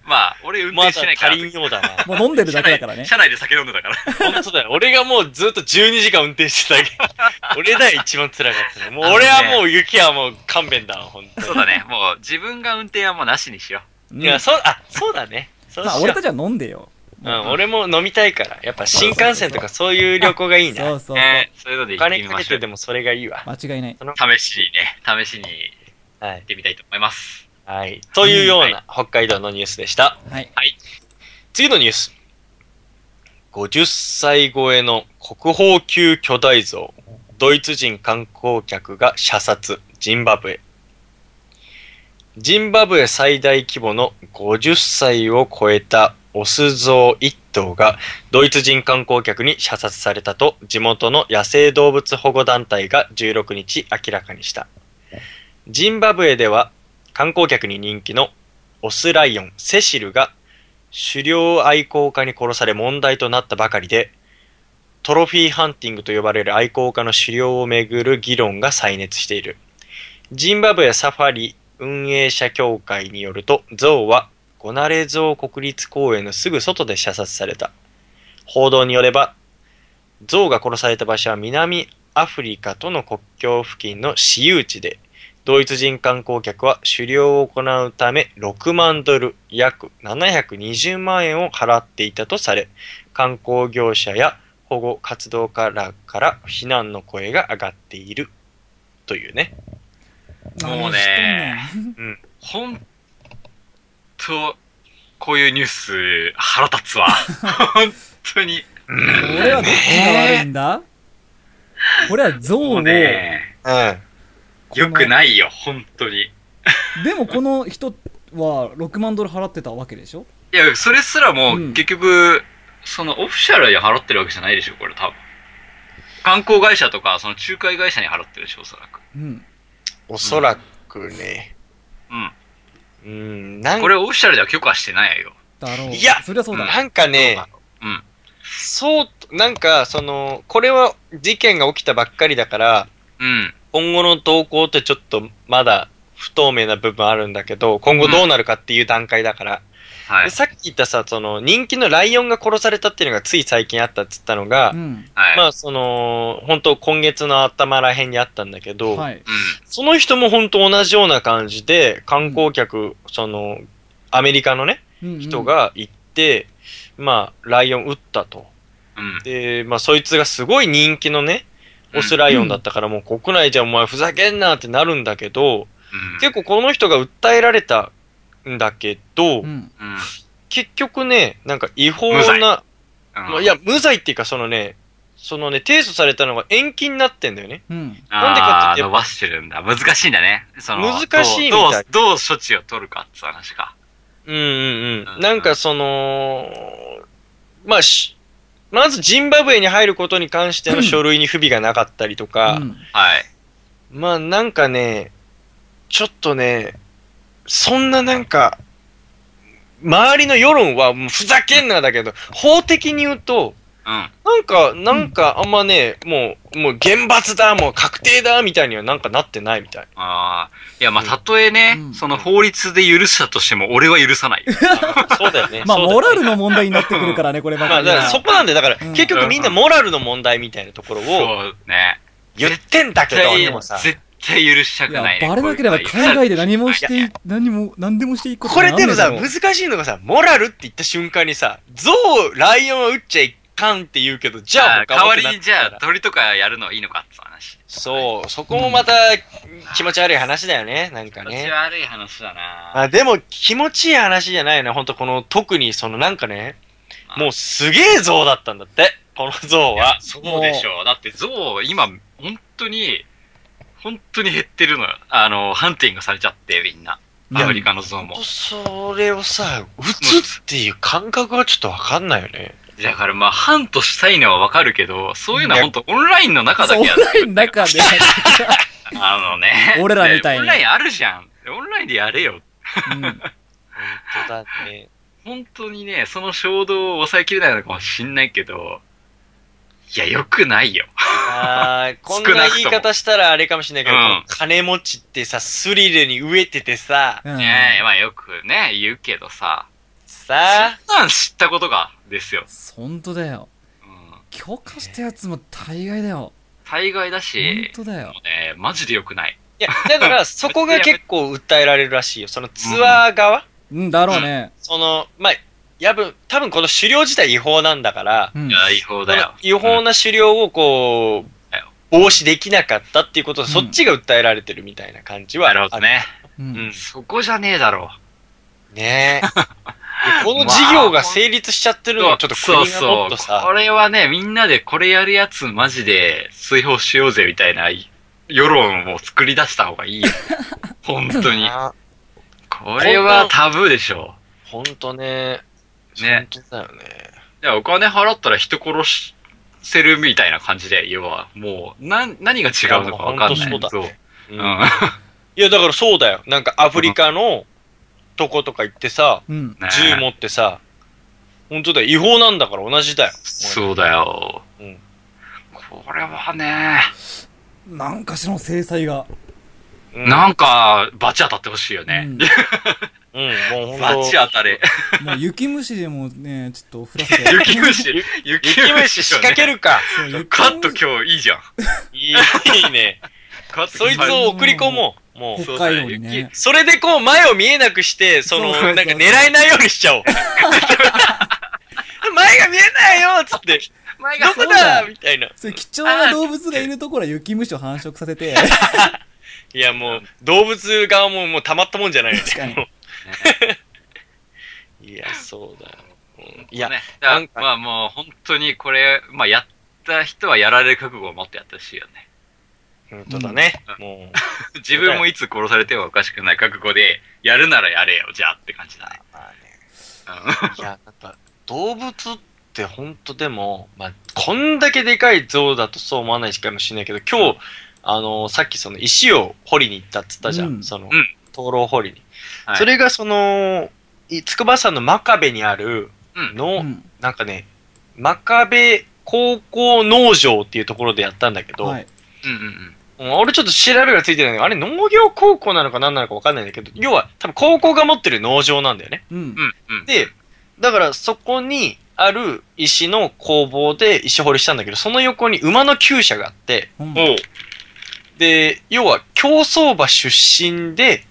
Speaker 6: まあ、 *laughs* 俺運
Speaker 4: まだ
Speaker 6: 転
Speaker 4: 足
Speaker 6: しないから。
Speaker 4: りんようだな。
Speaker 3: もう飲んでるだけだからね。
Speaker 6: 車内で酒飲んでたから。
Speaker 4: 本当だよ。俺がもうずっと12時間運転してたけ
Speaker 6: *laughs*
Speaker 4: ど、俺だよ、一番辛かったの。もう俺
Speaker 6: あの
Speaker 4: は
Speaker 6: ね
Speaker 4: もう雪はもう勘弁だわ、本当
Speaker 6: そうだね。もう、自分が運転はもうなしにしよ
Speaker 3: う
Speaker 4: *laughs*
Speaker 3: ん
Speaker 4: に。いや、そう、あ、そうだね。そう
Speaker 3: まあ、
Speaker 4: し
Speaker 3: 俺
Speaker 4: よ
Speaker 3: たちは飲んでよ。
Speaker 4: う。うん、俺も飲みたいから。やっぱ新幹線とかそういう旅行がいい
Speaker 3: そ
Speaker 4: な。
Speaker 3: うそう
Speaker 6: う。
Speaker 3: そう。
Speaker 6: ねそういうので
Speaker 4: お
Speaker 6: 行って
Speaker 4: 金
Speaker 6: み
Speaker 4: か
Speaker 6: ま
Speaker 4: け
Speaker 6: しょ
Speaker 4: て
Speaker 6: う
Speaker 4: で。もそれがいいわ。
Speaker 3: 間違いない。
Speaker 6: 試しにね、試しに行
Speaker 4: はい
Speaker 6: っ。てみたいと思います。
Speaker 4: はい。というよう
Speaker 6: うんは
Speaker 4: な北海道のニュースでした。
Speaker 3: はい。
Speaker 4: 次のニュース。50歳超えの国宝級巨大像。ドイツ人観光客が射殺。ジンバブエ。ジンバブエ最大規模の50歳を超えたオス像1頭がドイツ人観光客に射殺されたと地元の野生動物保護団体が16日明らかにした。ジンバブエでは観光客に人気のオスライオンセシルが狩猟愛好家に殺され問題となったばかりで、トロフィーハンティングと呼ばれる愛好家の狩猟をめぐる議論が再熱している。ジンバブエサファリ運営者協会によると、ゾウはゴナレゾウ国立公園のすぐ外で射殺された。報道によれば、ゾウが殺された場所は南アフリカとの国境付近の私有地で、ドイツ人観光客は狩猟を行うため6万ドル、約720万円を払っていたとされ、観光業者や保護活動家らから非難の声が上がっているというね。
Speaker 6: もうね
Speaker 3: 何してんねん
Speaker 4: うん。
Speaker 6: ほんと、こういうニュース腹立
Speaker 4: *laughs*
Speaker 6: つわ。本当に。
Speaker 3: 俺はどっちが悪いんだこれは象
Speaker 6: も
Speaker 3: を、
Speaker 6: うね、
Speaker 4: うん。
Speaker 6: 良くないよ、本当に。い
Speaker 3: でもこの人は6万ドル払ってたわけでしょ
Speaker 6: や、それすらも、
Speaker 3: うん
Speaker 6: 結局、そのオフィシャルに払ってるわけじゃないでしょ、これ多分。観光会社とか、その仲介会社に払ってるでしょ、おそらく。
Speaker 3: うん。
Speaker 4: おそらくね。
Speaker 6: うん。
Speaker 4: うん。なん
Speaker 6: これオフィシャルでは許可してないよ。
Speaker 3: だろう。
Speaker 4: いや
Speaker 3: そりゃそうだ。
Speaker 4: なんかね、
Speaker 6: うん。
Speaker 4: そう、なんか、その、これは事件が起きたばっかりだから、
Speaker 6: うん。
Speaker 4: 今後の動向ってちょっとまだ不透明な部分あるんだけど、今後どうなるかっていう段階だから、
Speaker 6: はい
Speaker 4: で。さっき言ったさ、その人気のライオンが殺されたっていうのがつい最近あったっつったのが、
Speaker 3: うん。
Speaker 6: はい。
Speaker 4: まあその、本当今月の頭らへんにあったんだけど、
Speaker 3: はい。
Speaker 6: う
Speaker 4: その人も本当同じような感じで、観光客、その、アメリカのね、
Speaker 3: うんうん
Speaker 4: 人。が行って、まあ、ライオン撃ったと。
Speaker 6: ん。うん。
Speaker 4: で、まあ、そいつがすごい人気のね、オスライオンだったから、もう国内じゃお前ふざけんなってなるんだけど、
Speaker 6: うん
Speaker 4: 結構この人が訴えられたんだけど、
Speaker 3: うん。
Speaker 6: うん
Speaker 4: 結局ね、なんか違法
Speaker 6: 無罪
Speaker 4: な、
Speaker 6: うん
Speaker 4: いや、無罪っていうか、そのね、そのね、提訴されたのが延期になってんだよね。
Speaker 3: うん。
Speaker 4: なんでかって
Speaker 6: あー
Speaker 4: 言
Speaker 6: 伸
Speaker 4: う
Speaker 6: ばしてるんだ。難しいんだね。その
Speaker 4: 難しいみたい
Speaker 6: どうどう、どう処置を取るかって話か。
Speaker 4: うんうん
Speaker 6: う
Speaker 4: うんん。なんかその、まあし、まずジンバブエに入ることに関しての書類に不備がなかったりとか、
Speaker 3: うん
Speaker 6: はい。
Speaker 4: まあなんかね、ちょっとね、そんななんか、周りの世論はもうふざけんなだけど、法的に言うと、
Speaker 6: うん。
Speaker 4: なんか、なんかあんまね、もう、もう厳罰だ、もう確定だ、みたいにはなんかなってないみたい。
Speaker 6: ああ。いや、まあ、たとえね、
Speaker 3: うん
Speaker 6: その法律で許したとしても、俺は許さないよ。
Speaker 4: *laughs* そうだよね。
Speaker 3: まあ、
Speaker 4: そうだよね
Speaker 3: モラルの問題になってくるからね、これば
Speaker 4: ま
Speaker 3: か
Speaker 4: あ、
Speaker 3: り
Speaker 4: だから
Speaker 3: は。
Speaker 4: そこなんで、だから、
Speaker 3: うん
Speaker 4: 結局みんなモラルの問題みたいなところを
Speaker 6: そうね。
Speaker 4: 言ってんだけ
Speaker 6: 絶
Speaker 4: ど、
Speaker 6: 対
Speaker 4: でもさ、
Speaker 6: 絶対許した
Speaker 3: い
Speaker 6: く
Speaker 3: や
Speaker 6: ない、ね。
Speaker 3: バレなければ海外で何もしてい、何も、何でもしていいこと
Speaker 4: これでもさ、
Speaker 3: なんだよ
Speaker 4: 難しいのがさ、モラルって言った瞬間にさ、ゾウ、ライオンは撃っちゃいかんって言うけど、じ
Speaker 6: じ
Speaker 4: ゃ
Speaker 6: ゃ
Speaker 4: あ
Speaker 6: あ、
Speaker 4: 他
Speaker 6: 代
Speaker 4: は
Speaker 6: わ
Speaker 4: って
Speaker 6: り
Speaker 4: な
Speaker 6: に、
Speaker 4: った
Speaker 6: じ
Speaker 4: ら
Speaker 6: ゃあ、鳥とかやるのいいのかって話。
Speaker 4: そう、そこもまた気持ち悪い話だよね、なんか
Speaker 6: 気持ち
Speaker 4: ね。
Speaker 6: 悪い話だな
Speaker 4: あでも気持ちいい話じゃないよね、ほんとこの、特にそのなんかね、
Speaker 6: あ
Speaker 4: もうすげえ像だったんだって、この像
Speaker 6: い
Speaker 4: は
Speaker 6: や。そうでしょう。だって、象、今、本当に、本当に減ってるのよ。あの、ハンティングされちゃって、みんな。
Speaker 3: うん
Speaker 6: アフリカの象も。
Speaker 4: それをさ、撃つっていう感覚はちょっとわかんないよね。
Speaker 6: だからまあ、ハントしたいのはわかるけど、そういうのは本当オンラインの中だ
Speaker 3: そうオ
Speaker 6: け
Speaker 3: ン
Speaker 6: や
Speaker 4: *laughs*
Speaker 3: ラインの中で。
Speaker 6: あのね。
Speaker 3: 俺らみたいに
Speaker 6: オンラインあるじゃん。オンラインでやれよ。
Speaker 3: うん
Speaker 4: 本当だね。
Speaker 6: 本当にね、その衝動を抑えきれないのかもしんないけど、いや、良くないよ。
Speaker 4: あーこん
Speaker 6: 少
Speaker 4: な
Speaker 6: なくとも
Speaker 4: 言い方したらあれかもしれないけど、
Speaker 6: うん
Speaker 4: 金持ちってさ、スリルに飢えててさ、
Speaker 3: うん
Speaker 6: ねえ、まあよくね、言うけどさ、
Speaker 4: さ
Speaker 6: そんなん知ったことが、ですよ。
Speaker 3: 本当だよ。
Speaker 6: うん。
Speaker 3: 許可したやつも大概だよ。
Speaker 6: 大概だし、
Speaker 3: 本当だよ
Speaker 6: もうね、マジで良くない。
Speaker 4: いや、だからそこが結構訴えられるらしいよ。そのツアー側、
Speaker 3: うんだろうね。
Speaker 4: その、まあ、やぶん、多分この狩猟自体違法なんだから、
Speaker 3: うん
Speaker 6: いや、違法だよ。
Speaker 4: その違法な狩猟をこう
Speaker 6: だよ、
Speaker 4: 防止できなかったっていうことを、
Speaker 3: ん
Speaker 4: そっちが訴えられてるみたいな感じは
Speaker 6: な
Speaker 4: あ
Speaker 6: るほど。ね。
Speaker 3: う
Speaker 4: うんん。
Speaker 6: そこじゃねえだろう。 *laughs*
Speaker 4: ねえ。この事業が成立しちゃってるのはちょっと国がもっと
Speaker 6: そうそう。こ
Speaker 4: さ、
Speaker 6: れはね、みんなでこれやるやつマジで追放しようぜみたいな世論を作り出した方が
Speaker 4: *laughs*
Speaker 6: いいよ。本当に。
Speaker 4: あ
Speaker 6: これはタブーでしょ。
Speaker 4: ほんとね。
Speaker 6: ね。
Speaker 4: 本当だよね。
Speaker 6: いや、お金払ったら人殺し、せるみたいな感じで、要は、もう、な、何が違うのかわかんない。
Speaker 4: いやもう本当そうだね
Speaker 6: う
Speaker 4: う
Speaker 6: うんん。ね
Speaker 4: いや、だからそうだよ。なんかアフリカのとことか行ってさ、
Speaker 3: うん。
Speaker 4: *laughs* 銃持ってさ、本当だよ。違法なんだから同じだよ。
Speaker 6: そうだよ。
Speaker 4: うん
Speaker 6: これはね、
Speaker 3: なんかしらの制裁が。
Speaker 4: うん
Speaker 6: なんか、バチ当たってほしいよね。
Speaker 4: うん、もう
Speaker 6: バ
Speaker 4: ほん
Speaker 6: チ
Speaker 4: と。
Speaker 6: 当たれ。
Speaker 3: うん。もう雪虫でもね、ちょっと降らせて。
Speaker 6: *laughs* 雪虫、雪
Speaker 4: *laughs* 雪虫仕掛けるか。
Speaker 3: そう雪虫
Speaker 6: カット今日いいじゃん。
Speaker 4: いいいいね。
Speaker 6: カット
Speaker 4: そいつを送り込もう。もう。
Speaker 3: 北海道にね。
Speaker 4: それでこう前を見えなくして、その、
Speaker 3: そうそうそ
Speaker 4: な
Speaker 3: うん
Speaker 4: か狙えないようにしちゃおう。前が見えないよっつって。前
Speaker 3: が
Speaker 4: どこだみたいな。
Speaker 3: そういう貴重な動物がいるところは雪虫を繁殖させて、確
Speaker 4: いやもう、動物側ももうたまったもんじゃないよ
Speaker 3: かに
Speaker 4: ね。。 *laughs* いや、そうだよ。うんいや、
Speaker 6: ね、
Speaker 4: な
Speaker 6: なんん
Speaker 4: か
Speaker 6: かまあもう本当にこれ、まあやった人はやられる覚悟を持ってやってほしいよね。
Speaker 4: 本当だね。もう、
Speaker 6: 自分もいつ殺されてもおかしくない覚悟で、やるならやれよ、じゃあって感じだね。
Speaker 4: まあね。
Speaker 6: う
Speaker 4: い
Speaker 6: ん
Speaker 4: や、やっぱ、動物って本当でも、まあ、こんだけでかい像だとそう思わないかもしれないけど、今日、あの、さっきその石を掘りに行ったっつったじゃん。
Speaker 3: うん
Speaker 4: その
Speaker 6: うん、
Speaker 4: 灯籠掘りに。
Speaker 6: はい
Speaker 4: それがその、い筑波山の真壁にある
Speaker 6: うん
Speaker 4: の、
Speaker 3: うん
Speaker 4: なんかね、真壁高校農場っていうところでやったんだけど、
Speaker 3: はい。
Speaker 6: うんうん
Speaker 4: うん俺ちょっと調べがついてないんだけど、あれ農業高校なのか何なのか分かんないんだけど、要は多分高校が持ってる農場なんだよね。
Speaker 3: うん
Speaker 6: う。ん。うんうん。
Speaker 4: で、だからそこにある石の工房で石掘りしたんだけど、その横に馬の厩舎があって、
Speaker 3: うん
Speaker 6: おう。
Speaker 4: で、要は競走馬出身で、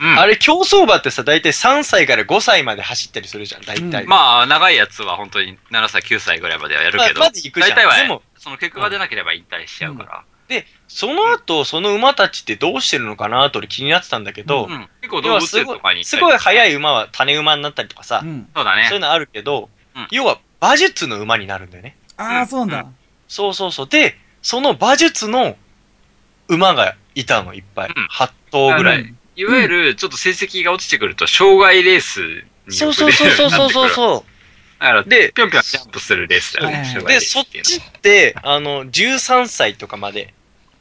Speaker 6: うん。
Speaker 4: あれ競走馬ってさ、大体3歳から5歳まで走ったりするじゃん、大体。
Speaker 3: うん
Speaker 6: まあ、長いやつは本当に7歳、9歳ぐらいまではやる
Speaker 4: まあ
Speaker 6: けど、
Speaker 4: まず行くじゃん
Speaker 6: 大体は、
Speaker 4: でも
Speaker 6: その結果が出なければ引退しちゃうから。
Speaker 4: その後、その馬たちってどうしてるのかなと俺気になってたんだけど、
Speaker 6: うん結構
Speaker 4: 要
Speaker 6: 動
Speaker 4: は
Speaker 6: 物
Speaker 4: す
Speaker 6: 園
Speaker 4: ごい
Speaker 6: とかに行った
Speaker 4: す
Speaker 6: り
Speaker 4: ごい速い馬は種馬になったりとかさ、
Speaker 3: うん。
Speaker 6: そうだね。
Speaker 4: そういうのあるけど、
Speaker 6: うん
Speaker 4: 要は馬術の馬になるんだよね。
Speaker 3: ああ、そうなん
Speaker 4: そうそうそう。で、その馬術の馬がいたの、いっぱい。
Speaker 6: うん
Speaker 4: 8頭
Speaker 3: だ。
Speaker 4: ぐらい。
Speaker 3: うん。
Speaker 6: いわゆる、ちょっと成績が落ちてくると、障害レースによく
Speaker 4: そうそうそうそうそうそう
Speaker 6: う。
Speaker 4: そ
Speaker 6: だから、
Speaker 4: う。で、
Speaker 6: ぴょんぴょんジャンプするレースだよね
Speaker 3: はい。
Speaker 6: 障害レ
Speaker 4: で、
Speaker 6: ース
Speaker 4: そって
Speaker 6: いうの
Speaker 4: ちって、あの、13歳とかまで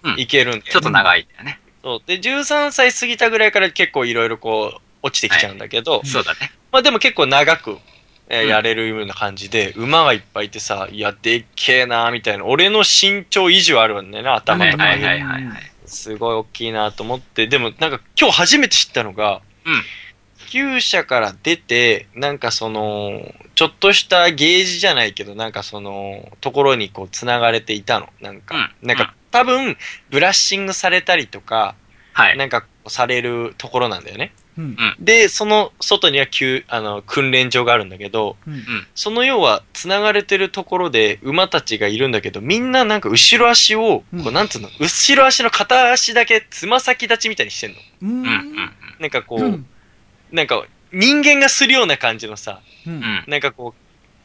Speaker 6: うん
Speaker 4: いけるんで、
Speaker 6: ちょっと長いんだよね。
Speaker 4: そうで、13歳過ぎたぐらいから結構いろいろこう、落ちてきちゃうんだけど、
Speaker 3: ん
Speaker 6: そうだね。
Speaker 4: まあでも結構長く、えー
Speaker 6: うん
Speaker 4: やれるような感じで、馬がいっぱいいてさ、いや、でっけえなーみたいな、俺の身長以上あるんだよな、頭とか、
Speaker 6: はいはいはいはい。
Speaker 4: すごい大きいなと思って、でもなんか今日初めて知ったのが、
Speaker 6: うん
Speaker 4: 厩舎から出て、なんかその、ちょっとしたゲージじゃないけど、なんかその、ところにこう繋がれていたの。なんか、
Speaker 6: うん
Speaker 4: なんか多分、ブラッシングされたりとか、
Speaker 6: はい。
Speaker 4: なんかこうされるところなんだよね。
Speaker 3: うん
Speaker 4: で、その外には旧あの訓練場があるんだけど、
Speaker 3: うん
Speaker 4: その要は繋がれてるところで馬たちがいるんだけど、みんななんか後ろ足を、こ
Speaker 3: う
Speaker 4: う、
Speaker 3: ん
Speaker 4: なんつうの、後ろ足の片足だけつま先立ちみたいにしてんの。
Speaker 3: う
Speaker 6: うんんうん
Speaker 4: なんかこ
Speaker 3: う
Speaker 4: う、
Speaker 3: ん。
Speaker 4: なんか人間がするような感じのさ、
Speaker 3: う。
Speaker 6: うんん。
Speaker 4: なんかこう、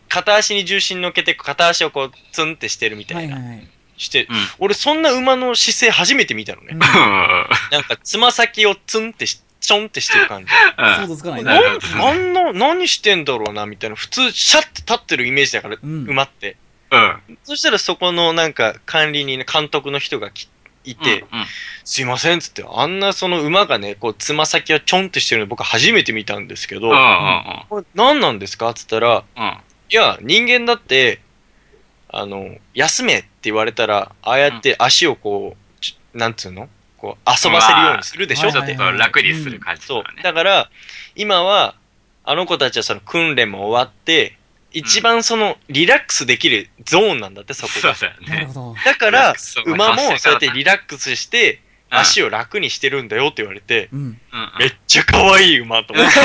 Speaker 4: 片足に重心乗っけて、片足をこう、ツンってしてるみた
Speaker 3: はいい
Speaker 4: な。
Speaker 3: はいはい。
Speaker 4: して、
Speaker 6: うん
Speaker 4: 俺そんな馬の姿勢初めて見たのね。
Speaker 3: うん
Speaker 4: なんかつま先をツンってし、ちょんってしてる感じ。
Speaker 6: うん
Speaker 3: 想像つかない
Speaker 6: な
Speaker 3: ね。
Speaker 6: るほど
Speaker 4: あんな、何してんだろうな、みたいな。普通、シャッて立ってるイメージだから、
Speaker 3: うん
Speaker 4: 馬って。
Speaker 6: うん。
Speaker 4: そしたらそこのなんか管理人、監督の人がきいて、
Speaker 6: うん、
Speaker 4: すいませんっつって、あんなその馬がね、こう、つま先をちょんってしてるの僕初めて見たんですけど、
Speaker 6: うんうん
Speaker 4: これ何なんですかっつったら、
Speaker 6: うん。
Speaker 4: いや、人間だって、あの、休めって言われたら、ああやって足をこう、ちなんつうのこう、遊ばせるようにするでしょ、
Speaker 3: うわ
Speaker 6: ち
Speaker 3: ー
Speaker 6: ょっと楽にする感じ
Speaker 4: そう
Speaker 6: とか。ね。
Speaker 4: だから、今は、あの子たちはその訓練も終わって、一番その、リラックスできるゾーンなんだって、そこ
Speaker 6: そう
Speaker 4: が。
Speaker 6: だよ
Speaker 3: なる
Speaker 6: ね
Speaker 3: ほ。ど。
Speaker 4: だか
Speaker 6: リラ
Speaker 4: ら
Speaker 6: ックス、そう
Speaker 4: 馬も
Speaker 6: まあ
Speaker 4: そうやってリラックスして、
Speaker 6: うん
Speaker 4: 足を楽にしてるんだよって言われて、
Speaker 3: うん。
Speaker 6: うんうん
Speaker 4: めっちゃ可愛い馬と
Speaker 6: *laughs*
Speaker 4: 思って。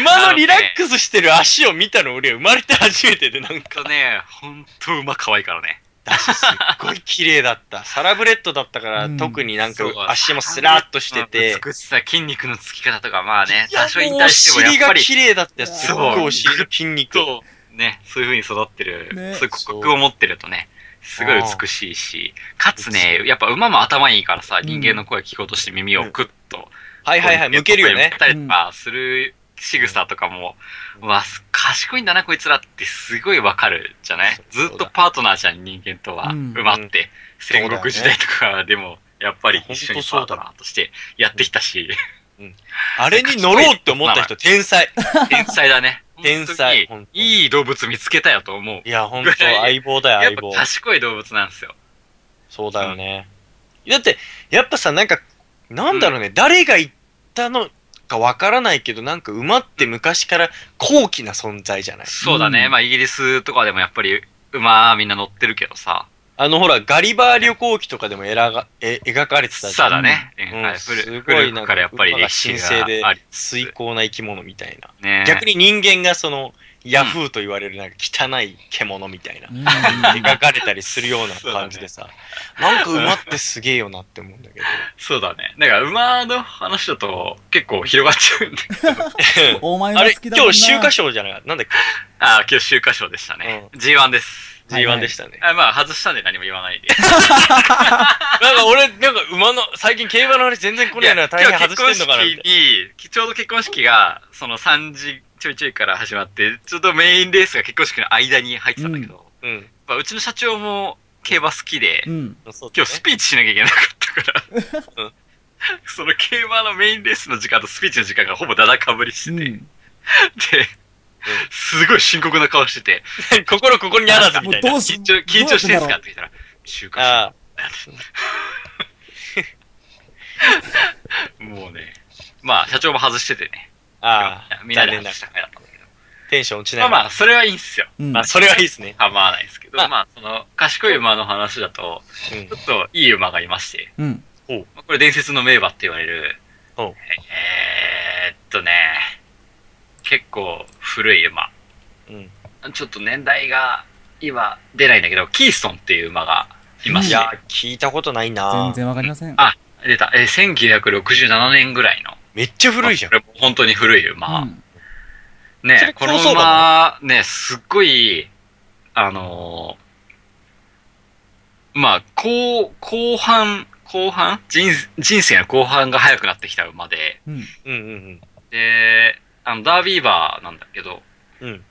Speaker 4: 馬のリラックスしてる足を見たの俺生まれて初めてで、なん
Speaker 6: *laughs* ほん
Speaker 4: か
Speaker 6: と。ね、ほんと馬可愛いからね。
Speaker 4: だし、すっごい綺麗だった。サラブレッドだったから、
Speaker 3: うん
Speaker 4: 特になんか
Speaker 6: そう
Speaker 4: 足もスラーっとしてて。
Speaker 6: 美しさ、筋肉のつき方とか、まあね、
Speaker 4: いや
Speaker 6: 多少引退して
Speaker 4: お
Speaker 6: もや
Speaker 4: 尻
Speaker 6: っぱ
Speaker 4: が
Speaker 6: り、
Speaker 4: 綺麗だったよ。
Speaker 3: そう
Speaker 4: すっごいお尻の筋肉。
Speaker 6: そう、ね、そういう風に育ってる、
Speaker 3: ね
Speaker 6: そういう骨格を持ってるとね、すごい美しいし、かつね、やっぱ馬も頭いいからさ、
Speaker 3: ん
Speaker 6: 人間の声聞こうとして耳をクッと、
Speaker 4: はいはいはい、向けるよね
Speaker 6: 向け。たりとかする仕草とかも、うわ、賢いんだな、こいつらってすごいわかるじゃない
Speaker 4: そう
Speaker 6: ずっとパートナーじゃん、人間とは。
Speaker 3: うん
Speaker 6: 馬って、戦国時代とかでも、やっぱり一
Speaker 4: ほんと
Speaker 6: 緒に
Speaker 4: そ
Speaker 6: パ
Speaker 4: う
Speaker 6: ー
Speaker 4: だ
Speaker 6: トナーとしてやってきたし、
Speaker 4: あれに乗ろうって思った人、天才。
Speaker 6: 天才だね。
Speaker 4: *laughs* 天才
Speaker 6: 本当にいい動物見つけたよと思う。
Speaker 4: いや、ほんと、相棒だよ、
Speaker 6: やっ
Speaker 4: 相
Speaker 6: ぱ
Speaker 4: 棒。
Speaker 6: 賢い動物なんですよ。
Speaker 4: そうだよね。だって、やっぱさ、なんか、なんだろうね、誰が言ったのかわからないけど、なんか馬って昔から高貴な存在じゃない
Speaker 6: そうだね。まあ、イギリスとかでもやっぱり馬みんな乗ってるけどさ。
Speaker 4: あの、ほら、ガリバー旅行記とかでもえらがえ描かれてたじゃ
Speaker 6: さ
Speaker 4: ん。
Speaker 6: だね。
Speaker 4: うん
Speaker 6: はい
Speaker 4: すごい
Speaker 6: 古古
Speaker 4: なんか
Speaker 6: くからやっぱり
Speaker 4: 馬が
Speaker 6: 歴史
Speaker 4: 神聖で
Speaker 6: がありつつ
Speaker 4: 崇高な生き物みたいな。
Speaker 6: ね
Speaker 4: 逆に人間がその、ヤフーと言われるなんか汚い獣みたいな、
Speaker 3: うん
Speaker 4: 描かれたりする
Speaker 3: *laughs*
Speaker 4: ような感じでさ、なんか馬ってすげえよなって思うん
Speaker 3: *laughs*
Speaker 4: だけど。
Speaker 6: そうだね。だから馬の話だと結構広がっちゃうんで。 *laughs*
Speaker 3: お前
Speaker 4: あ
Speaker 3: が
Speaker 4: れ、
Speaker 3: 好きだもん
Speaker 4: 今
Speaker 3: な
Speaker 4: 日、週刊賞じゃないなんだっ
Speaker 6: ああ、今日週刊賞でしたね。G1 です。
Speaker 4: け
Speaker 3: はいはい
Speaker 4: ?G1 でしたね。
Speaker 6: あまあ、外したんで何も言わないで。
Speaker 4: なんか俺、なんか馬の、最近競馬の話全然来ないな、大変外してんのかなみた
Speaker 6: 今日結婚式に、ちょうど結婚式が、その3時ちょいちょいから始まって、ちょうどメインレースが結婚式の間に入ってたんだけど、
Speaker 4: いな。うん。
Speaker 6: まあうちの社長も競馬好きで、
Speaker 3: うん。
Speaker 4: そうだね
Speaker 6: 今日スピーチしなきゃいけなかったから、うん *laughs* その競馬のメインレースの時間とスピーチの時間がほぼだだかぶりして
Speaker 3: う
Speaker 6: て、で
Speaker 3: ん。、
Speaker 6: すごい深刻な顔してて、
Speaker 4: *laughs* 心ここにあらずみ
Speaker 3: もう
Speaker 4: たいな。
Speaker 3: どうし
Speaker 6: 緊張、緊張してんすかって言ったら、週刊誌
Speaker 4: あ
Speaker 6: もうね、まあ、社長も外しててね。
Speaker 4: あ、ああ、
Speaker 6: みんなで
Speaker 4: 残念な
Speaker 6: 外したからだったんだけど。
Speaker 4: テンション落ちな
Speaker 6: まあ
Speaker 4: い。
Speaker 6: まあ、それはいいんすよ。
Speaker 3: うん
Speaker 4: まあ、それはいいですね。
Speaker 6: 構わないですけど、
Speaker 4: まあ
Speaker 6: まあ、その、賢い馬の話だと、
Speaker 4: うん
Speaker 6: ちょっといい馬がいまして、
Speaker 3: うん。
Speaker 6: まあこれ伝説の名馬って言われる、え
Speaker 4: おう
Speaker 6: ーっとね、結構古い馬。
Speaker 4: うん。
Speaker 6: ちょっと年代が今出ないんだけど、キーストンっていう馬がいま
Speaker 4: い
Speaker 6: して、
Speaker 4: や、聞いたことないな
Speaker 3: 全然わかりません。
Speaker 6: あ、出た、えー1967年ぐらいの、
Speaker 4: めっちゃ古いじゃん
Speaker 6: こ。れも本当に古い馬。
Speaker 3: うん
Speaker 4: それ
Speaker 6: ね、この
Speaker 4: 競走
Speaker 6: 馬、ね、すっごい、あのーまあ、後、後半、後半人人生の後半が早くなってきた馬で、
Speaker 3: うん。
Speaker 4: うんうん
Speaker 6: で、あの、ダービー馬なんだけど、
Speaker 4: うん。うん。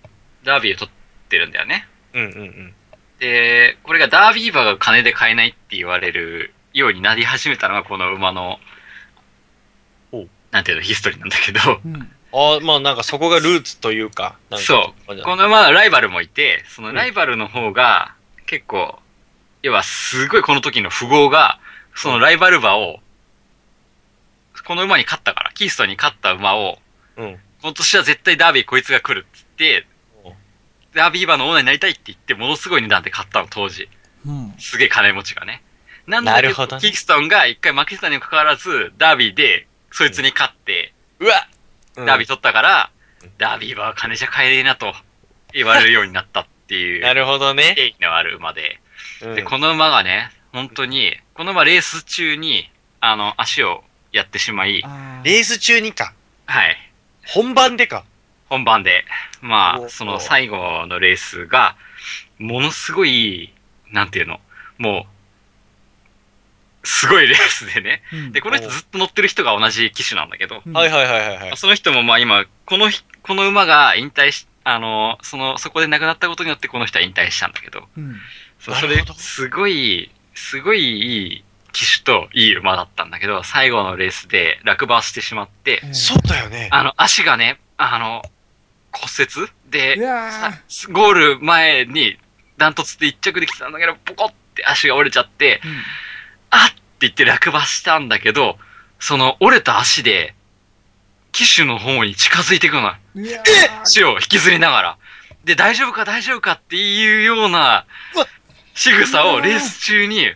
Speaker 6: ダービーを取ってるんだよね。
Speaker 4: うんうんうん。
Speaker 6: で、これがダービー馬が金で買えないって言われるようになり始めたのがこの馬の
Speaker 4: おう、
Speaker 6: なんていうの、ヒストリーなんだけど、
Speaker 3: うん。
Speaker 4: ああ、まあなんかそこがルーツというか。なんか。
Speaker 6: そうこのまあライバルもいて、そのライバルの方が結構、要はすごいこの時の富豪が、そのライバル馬を、この馬に勝ったから、キーストンに勝った馬を、
Speaker 4: うん。
Speaker 6: 今年は絶対ダービーこいつが来るっつって
Speaker 4: お、
Speaker 6: ダービー馬のオーナーになりたいって言って、ものすごい値段で買ったの、当時。
Speaker 3: うん。
Speaker 6: すげえ金持ちがね。なんだ
Speaker 4: な
Speaker 6: け
Speaker 4: る
Speaker 6: ど
Speaker 4: ほどね
Speaker 6: キーストンが一回負けてたにもかかわらず、ダービーで、そいつに勝って、
Speaker 4: うわダ
Speaker 6: ダービー取ったから、
Speaker 4: うん
Speaker 6: ダービーは金じゃ買えねえなと言われるようになったってい
Speaker 4: な
Speaker 6: う
Speaker 4: るほどね。
Speaker 6: 経緯のある馬で、
Speaker 4: うん
Speaker 6: で、この馬がね、本当に、この馬レース中に、あの、足をやってしまい、
Speaker 3: あー
Speaker 4: レース中にか。
Speaker 6: はい、
Speaker 4: 本番でか。
Speaker 6: 本番で、ま
Speaker 4: お
Speaker 6: あ、その最後のレースが、ものすごい、なんていうの、もう、すごいレースでね。
Speaker 3: うん
Speaker 6: で、この人ずっと乗ってる人が同じ機種なんだけど、
Speaker 3: うん
Speaker 4: はいはいはいはいはい。
Speaker 6: その人もまあ今、このひ、この馬が引退し、あの、その、そこで亡くなったことによってこの人は引退したんだけど、
Speaker 3: うん。
Speaker 6: そう
Speaker 4: な
Speaker 6: そ
Speaker 4: るほ
Speaker 6: れ
Speaker 4: ど、
Speaker 6: すごい、すごいいい騎手といい馬だったんだけど、最後のレースで落馬してしまって、
Speaker 4: そうだよね。
Speaker 6: あの、足がね、あの、骨折で
Speaker 3: う、わ
Speaker 6: さゴール前にダントツで一着できてたんだけど、ポコって足が折れちゃって、
Speaker 3: ー
Speaker 6: あっって言って落馬したんだけど、その折れた足で、騎手の方に近づいていくの。
Speaker 3: うん。え
Speaker 6: 足を引きずりながら。で、大丈夫か大丈夫かっていうような
Speaker 4: うわ、
Speaker 6: 仕草をレース中に、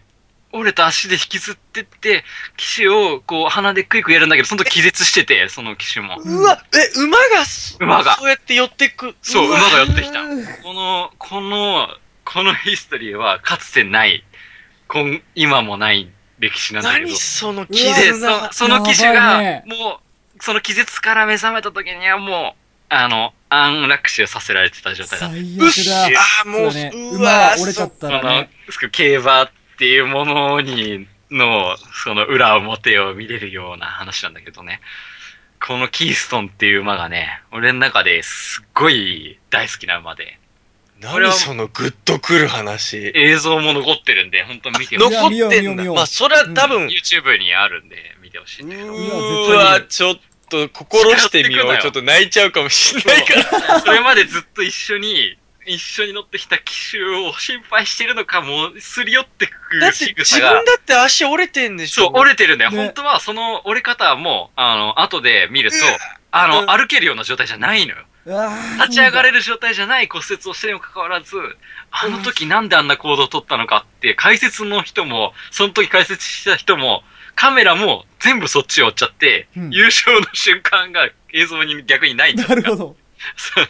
Speaker 6: 折れた足で引きずってって、騎手をこう鼻でクイクイやるんだけど、その時気絶してて、その騎手も。
Speaker 4: うわ、え、馬がそ、
Speaker 6: 馬が
Speaker 4: そうやって寄ってく。
Speaker 6: そう、馬
Speaker 4: わ
Speaker 6: が寄ってきた。この、この、このヒストリーはかつてない、こん今もない歴史なんだけど
Speaker 4: 何。その
Speaker 3: うわ
Speaker 6: で、
Speaker 4: 絆が。
Speaker 6: そその機種
Speaker 3: やば
Speaker 6: が、
Speaker 3: いね
Speaker 6: もう、その気絶から目覚めた時にはもう、あの、安楽死をさせられてた状態だった。
Speaker 3: 最
Speaker 4: うっ
Speaker 3: 悪
Speaker 4: し
Speaker 3: だ。
Speaker 4: あーもう、
Speaker 3: そうだね
Speaker 4: う
Speaker 3: 馬
Speaker 4: わ
Speaker 3: が折れちゃっ
Speaker 6: そ
Speaker 3: たら
Speaker 6: の
Speaker 3: ね。、
Speaker 6: 競馬っていうものに、の、その裏表を見れるような話なんだけどね。このキーストンっていう馬がね、俺の中ですっごい大好きな馬で、こ
Speaker 4: 何
Speaker 6: れは
Speaker 4: そのグッとくる話。
Speaker 6: 映像も残ってるんで、本当見てほしい。
Speaker 4: 残っ
Speaker 3: 見よう見
Speaker 4: て
Speaker 3: ようん見よ
Speaker 4: だ。
Speaker 3: う
Speaker 4: まあ、それは多分、
Speaker 6: YouTube にあるんで見てほしいんだけ
Speaker 4: う
Speaker 6: ど。
Speaker 3: わ
Speaker 4: わ
Speaker 3: 絶対見る、
Speaker 4: ちょっと心してみよ
Speaker 6: 使ってくな
Speaker 4: う。
Speaker 6: よ
Speaker 4: ちょっと泣いちゃうかもしれないから。
Speaker 6: それまでずっと一緒に、一緒に乗ってきた機種を心配してるのかも、すり寄ってく
Speaker 4: だ
Speaker 6: る
Speaker 4: って
Speaker 6: 仕
Speaker 4: 自
Speaker 6: 草
Speaker 4: 分だ
Speaker 6: が。
Speaker 4: って足折れてんでし
Speaker 6: そ
Speaker 4: ょ
Speaker 6: う、折れてるんだよ。
Speaker 3: ね
Speaker 6: 本当は、その折れ方も、あの、後で見ると、あ
Speaker 4: うん
Speaker 6: の、歩けるような状態じゃないのよ。立ち上が
Speaker 3: れ
Speaker 6: れる状態じゃない骨折をしてにもかかわらず、あの時なんであんな行動を取ったのかって、解説の人も、その時解説した人も、カメラも全部そっちを追っちゃって、
Speaker 3: うん
Speaker 6: 優勝の瞬間が映像に逆にないんだ
Speaker 3: なる
Speaker 6: *laughs*
Speaker 3: ほど。
Speaker 6: そう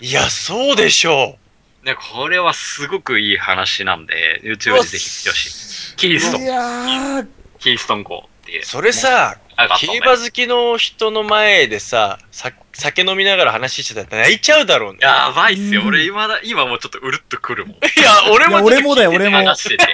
Speaker 4: いや、そうでしょ
Speaker 6: ね、これはすごくいい話なんで、YouTube でぜひ来てほしい。キリスト
Speaker 3: い
Speaker 6: ン、
Speaker 3: やー、
Speaker 6: キリストン号っていう
Speaker 4: う。。それさ、
Speaker 6: 上がった
Speaker 4: 競
Speaker 6: ね
Speaker 4: 馬好きの人の前でさ、さ酒飲みながら話してたら泣いちゃうだろうね。
Speaker 6: やばいっすよ。
Speaker 3: うん
Speaker 6: 俺今だ、今もうちょっとうるっとくるもん。
Speaker 4: いや、俺
Speaker 3: いや
Speaker 4: も、
Speaker 3: 俺もだよ、俺も。
Speaker 6: 話してて。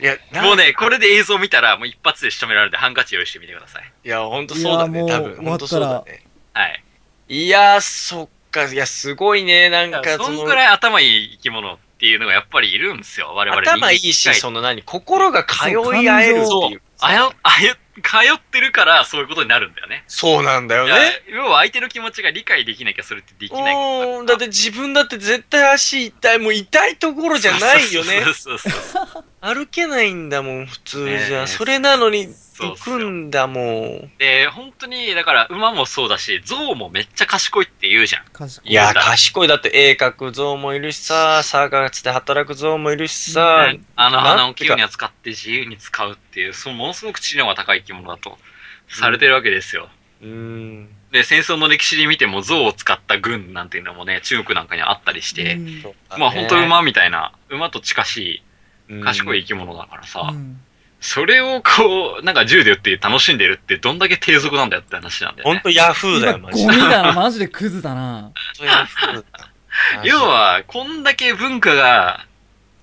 Speaker 4: いや、な
Speaker 6: もうね、これで映像見たら、もう一発で仕留められてハンカチ用意してみてください。
Speaker 4: いや、ほんとそうだ
Speaker 3: い
Speaker 4: ね、多
Speaker 3: やもう
Speaker 4: 分。ほんとそうだね。
Speaker 6: はい。
Speaker 4: いや、そっか、いや、すごいね、なん
Speaker 6: だ
Speaker 4: か
Speaker 6: から、
Speaker 4: そ
Speaker 6: そ
Speaker 4: の
Speaker 6: んぐ、らい頭いい生き物っていうのがやっぱりいるんですよ。我々
Speaker 4: 頭いい
Speaker 6: 人間
Speaker 4: し、
Speaker 6: 社会
Speaker 4: その何、心が通い合えるって
Speaker 3: そう
Speaker 6: そ
Speaker 4: いうう。。
Speaker 6: あよ、あよ、通ってるからそういうことになるんだよね。
Speaker 4: そうなんだよ
Speaker 6: いや
Speaker 4: ね。
Speaker 6: 要は相手の気持ちが理解できなきゃそれってできないこと
Speaker 4: うんだって自分だって絶対足痛い、もう痛いところじゃないよね
Speaker 6: *laughs* そ。うそうそうそう
Speaker 4: 歩けないんだもん、普通じ
Speaker 6: ね
Speaker 4: ゃ。
Speaker 6: え
Speaker 4: それなのに、
Speaker 6: そう
Speaker 4: 行
Speaker 6: っすよ
Speaker 4: くんだもん。
Speaker 6: で、本当に、だから、馬もそうだし、象もめっちゃ賢いって言うじゃん。
Speaker 3: 賢
Speaker 4: いや、賢い。だって、鋭角像もいるしさ、サーカスで働く像もいるしさ、
Speaker 6: あの
Speaker 4: なんてか
Speaker 6: 鼻を器用に扱って自由に使うっていう、そのものすごく知能が高い生き物だと、されてるわけですよ。
Speaker 4: うん。
Speaker 6: で、戦争の歴史で見ても、象を使った軍なんていうのもね、中国なんかにあったりして、
Speaker 3: うん
Speaker 6: まあ本当馬みたいな、馬と近し
Speaker 4: うん
Speaker 6: い、賢い生き物だからさ、
Speaker 3: うん
Speaker 6: それをこう、なんか銃で撃って楽しんでるって、どんだけ低俗なんだよって話なんだよ
Speaker 4: 本
Speaker 6: ね。
Speaker 4: 当ヤフーだよ、
Speaker 3: 今ゴ
Speaker 4: マ
Speaker 3: ミ
Speaker 4: ジで。
Speaker 3: だな、マジでクズだな。
Speaker 4: 本当ヤフーだ。
Speaker 6: 要は、こんだけ文化が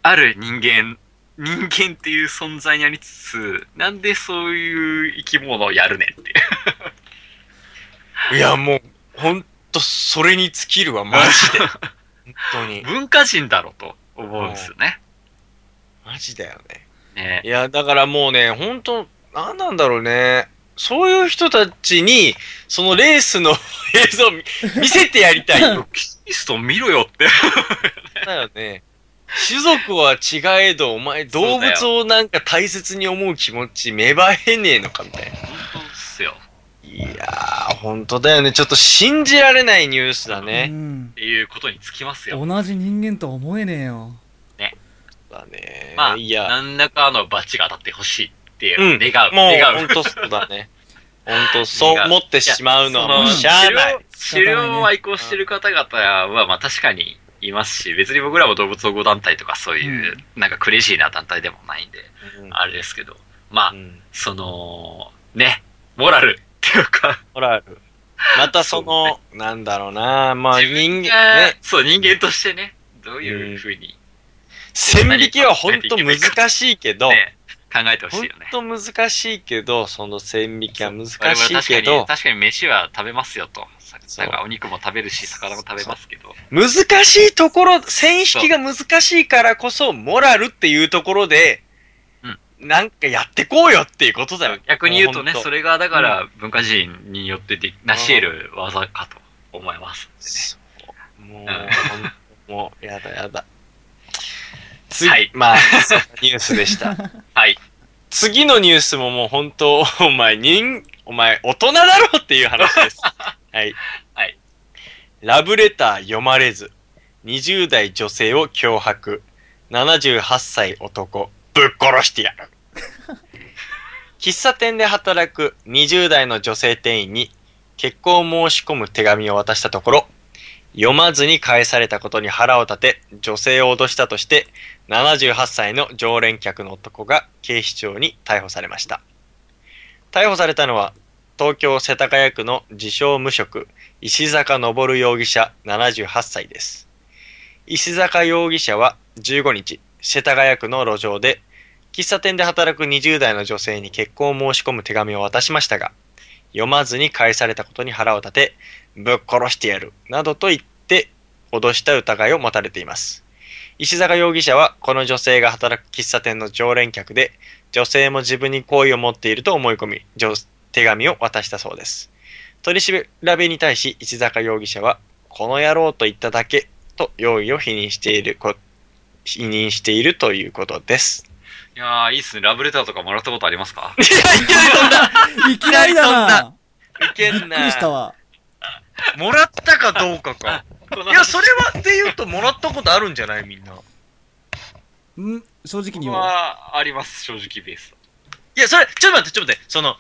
Speaker 6: ある人間、人間っていう存在にありつつ、なんでそういう生き物をやるねんっていう。
Speaker 4: いや、もう、ほんと、それに尽き
Speaker 6: *laughs*
Speaker 4: るわ、マジで。本当に。
Speaker 6: 文化人だろと思うんですよね。
Speaker 4: マジだよね。
Speaker 6: ね
Speaker 4: いや、だからもうね、ほんと、なんなんだろうね。そういう人たちに、そのレースの映像を見見せてやりたいよ。
Speaker 6: キリストン見ろよって。
Speaker 4: だよね。種族は違えど、お前、動物をなんか大切に思う気持ち芽生えねえのかみたいな。
Speaker 6: 本当ですよ。
Speaker 4: いやー、ほんとだよね。ちょっと信じられないニュースだ
Speaker 3: う
Speaker 4: ね。
Speaker 3: ん
Speaker 6: っていうことにつきますよ。
Speaker 3: 同じ人間とは思えねえよ。
Speaker 4: だね。
Speaker 6: まあ、
Speaker 4: いや。
Speaker 6: 何らかのバチが当たってほしいっていう、
Speaker 4: うん
Speaker 6: 願う、
Speaker 4: もう、
Speaker 6: 願う
Speaker 4: 本。当そうだね。本当そう思ってしまうのはも
Speaker 6: いうや
Speaker 4: しゃあない。
Speaker 6: その狩猟を愛好してる方々は、まあ確かにいますし、別に僕らも動物保護団体とかそういう、なんかクレイジーな団体でもないんで、
Speaker 4: うん
Speaker 6: あれですけど、まあ
Speaker 4: う、ん
Speaker 6: その、ね、モラルっていうか、
Speaker 4: ほら、またその、なんだろうな、まあ
Speaker 6: 自
Speaker 4: 人間、ね、
Speaker 6: そう、人間としてね、どういうふうに、
Speaker 4: 線引きは本当難しいけど、
Speaker 6: ね、考えてほしい
Speaker 4: 本
Speaker 6: よね。
Speaker 4: 当難しいけど、その線引きは難し
Speaker 6: 我々
Speaker 4: いけど
Speaker 6: 確、かに、確かに飯は食べますよと。
Speaker 4: そう
Speaker 6: なんかお肉も食べるし、魚も食べますけど。
Speaker 4: 難しいところ、線引きが難しいからこそ、モラルっていうところで
Speaker 6: うん、
Speaker 4: なんかやってこうよっていうことだよ。
Speaker 6: 逆に言うとね、
Speaker 4: も
Speaker 6: それがだから文化人によってでなし得る技かと思います。
Speaker 4: そうもう、
Speaker 6: うん
Speaker 4: 本当もう、やだや
Speaker 6: *laughs*
Speaker 4: だ。つ
Speaker 6: はい
Speaker 4: まあ、そんなニュースでした。
Speaker 6: はい。
Speaker 4: 次のニュースももう本当、 *laughs* お前人、お前大人だろっていう話
Speaker 6: *laughs*
Speaker 4: です。はい。
Speaker 6: はい。
Speaker 4: ラブレター読まれず、20代女性を脅迫、78歳男、ぶっ殺してやる。
Speaker 6: *laughs*
Speaker 4: 喫茶店で働く20代の女性店員に結婚を申し込む手紙を渡したところ、読まずに返されたことに腹を立て、女性を脅したとして、78歳の常連客の男が警視庁に逮捕されました。逮捕されたのは、東京世田谷区の自称無職、石坂昇容疑者78歳です。石坂容疑者は15日、世田谷区の路上で、喫茶店で働く20代の女性に結婚を申し込む手紙を渡しましたが、読まずに返されたことに腹を立て、ぶっ殺してやる、などと言って、脅した疑いを持たれています。石坂容疑者は、この女性が働く喫茶店の常連客で、女性も自分に好意を持っていると思い込み、女手紙を渡したそうです。
Speaker 7: 取り調べに対し、市坂容疑者は、この野郎と言っただけと容疑を否認しているこ、否認しているということです。
Speaker 6: いやー、いいっすね。ラブレターとかもらったことあります
Speaker 7: *laughs*
Speaker 6: か
Speaker 7: いや、いけない、そんな。
Speaker 3: *laughs* いきなりだな。
Speaker 7: いけん
Speaker 3: びっくりした
Speaker 7: な。
Speaker 3: わ。
Speaker 4: もらったかどう
Speaker 7: *laughs*
Speaker 4: かか。
Speaker 6: この
Speaker 4: いや、それはって言うと、もらったことあるんじゃないみんな。
Speaker 3: ん正直に
Speaker 6: 僕
Speaker 3: 言おう。
Speaker 6: はあります、正直ベース。
Speaker 4: いや、それ、ちょっと待って、ちょっと待って、その、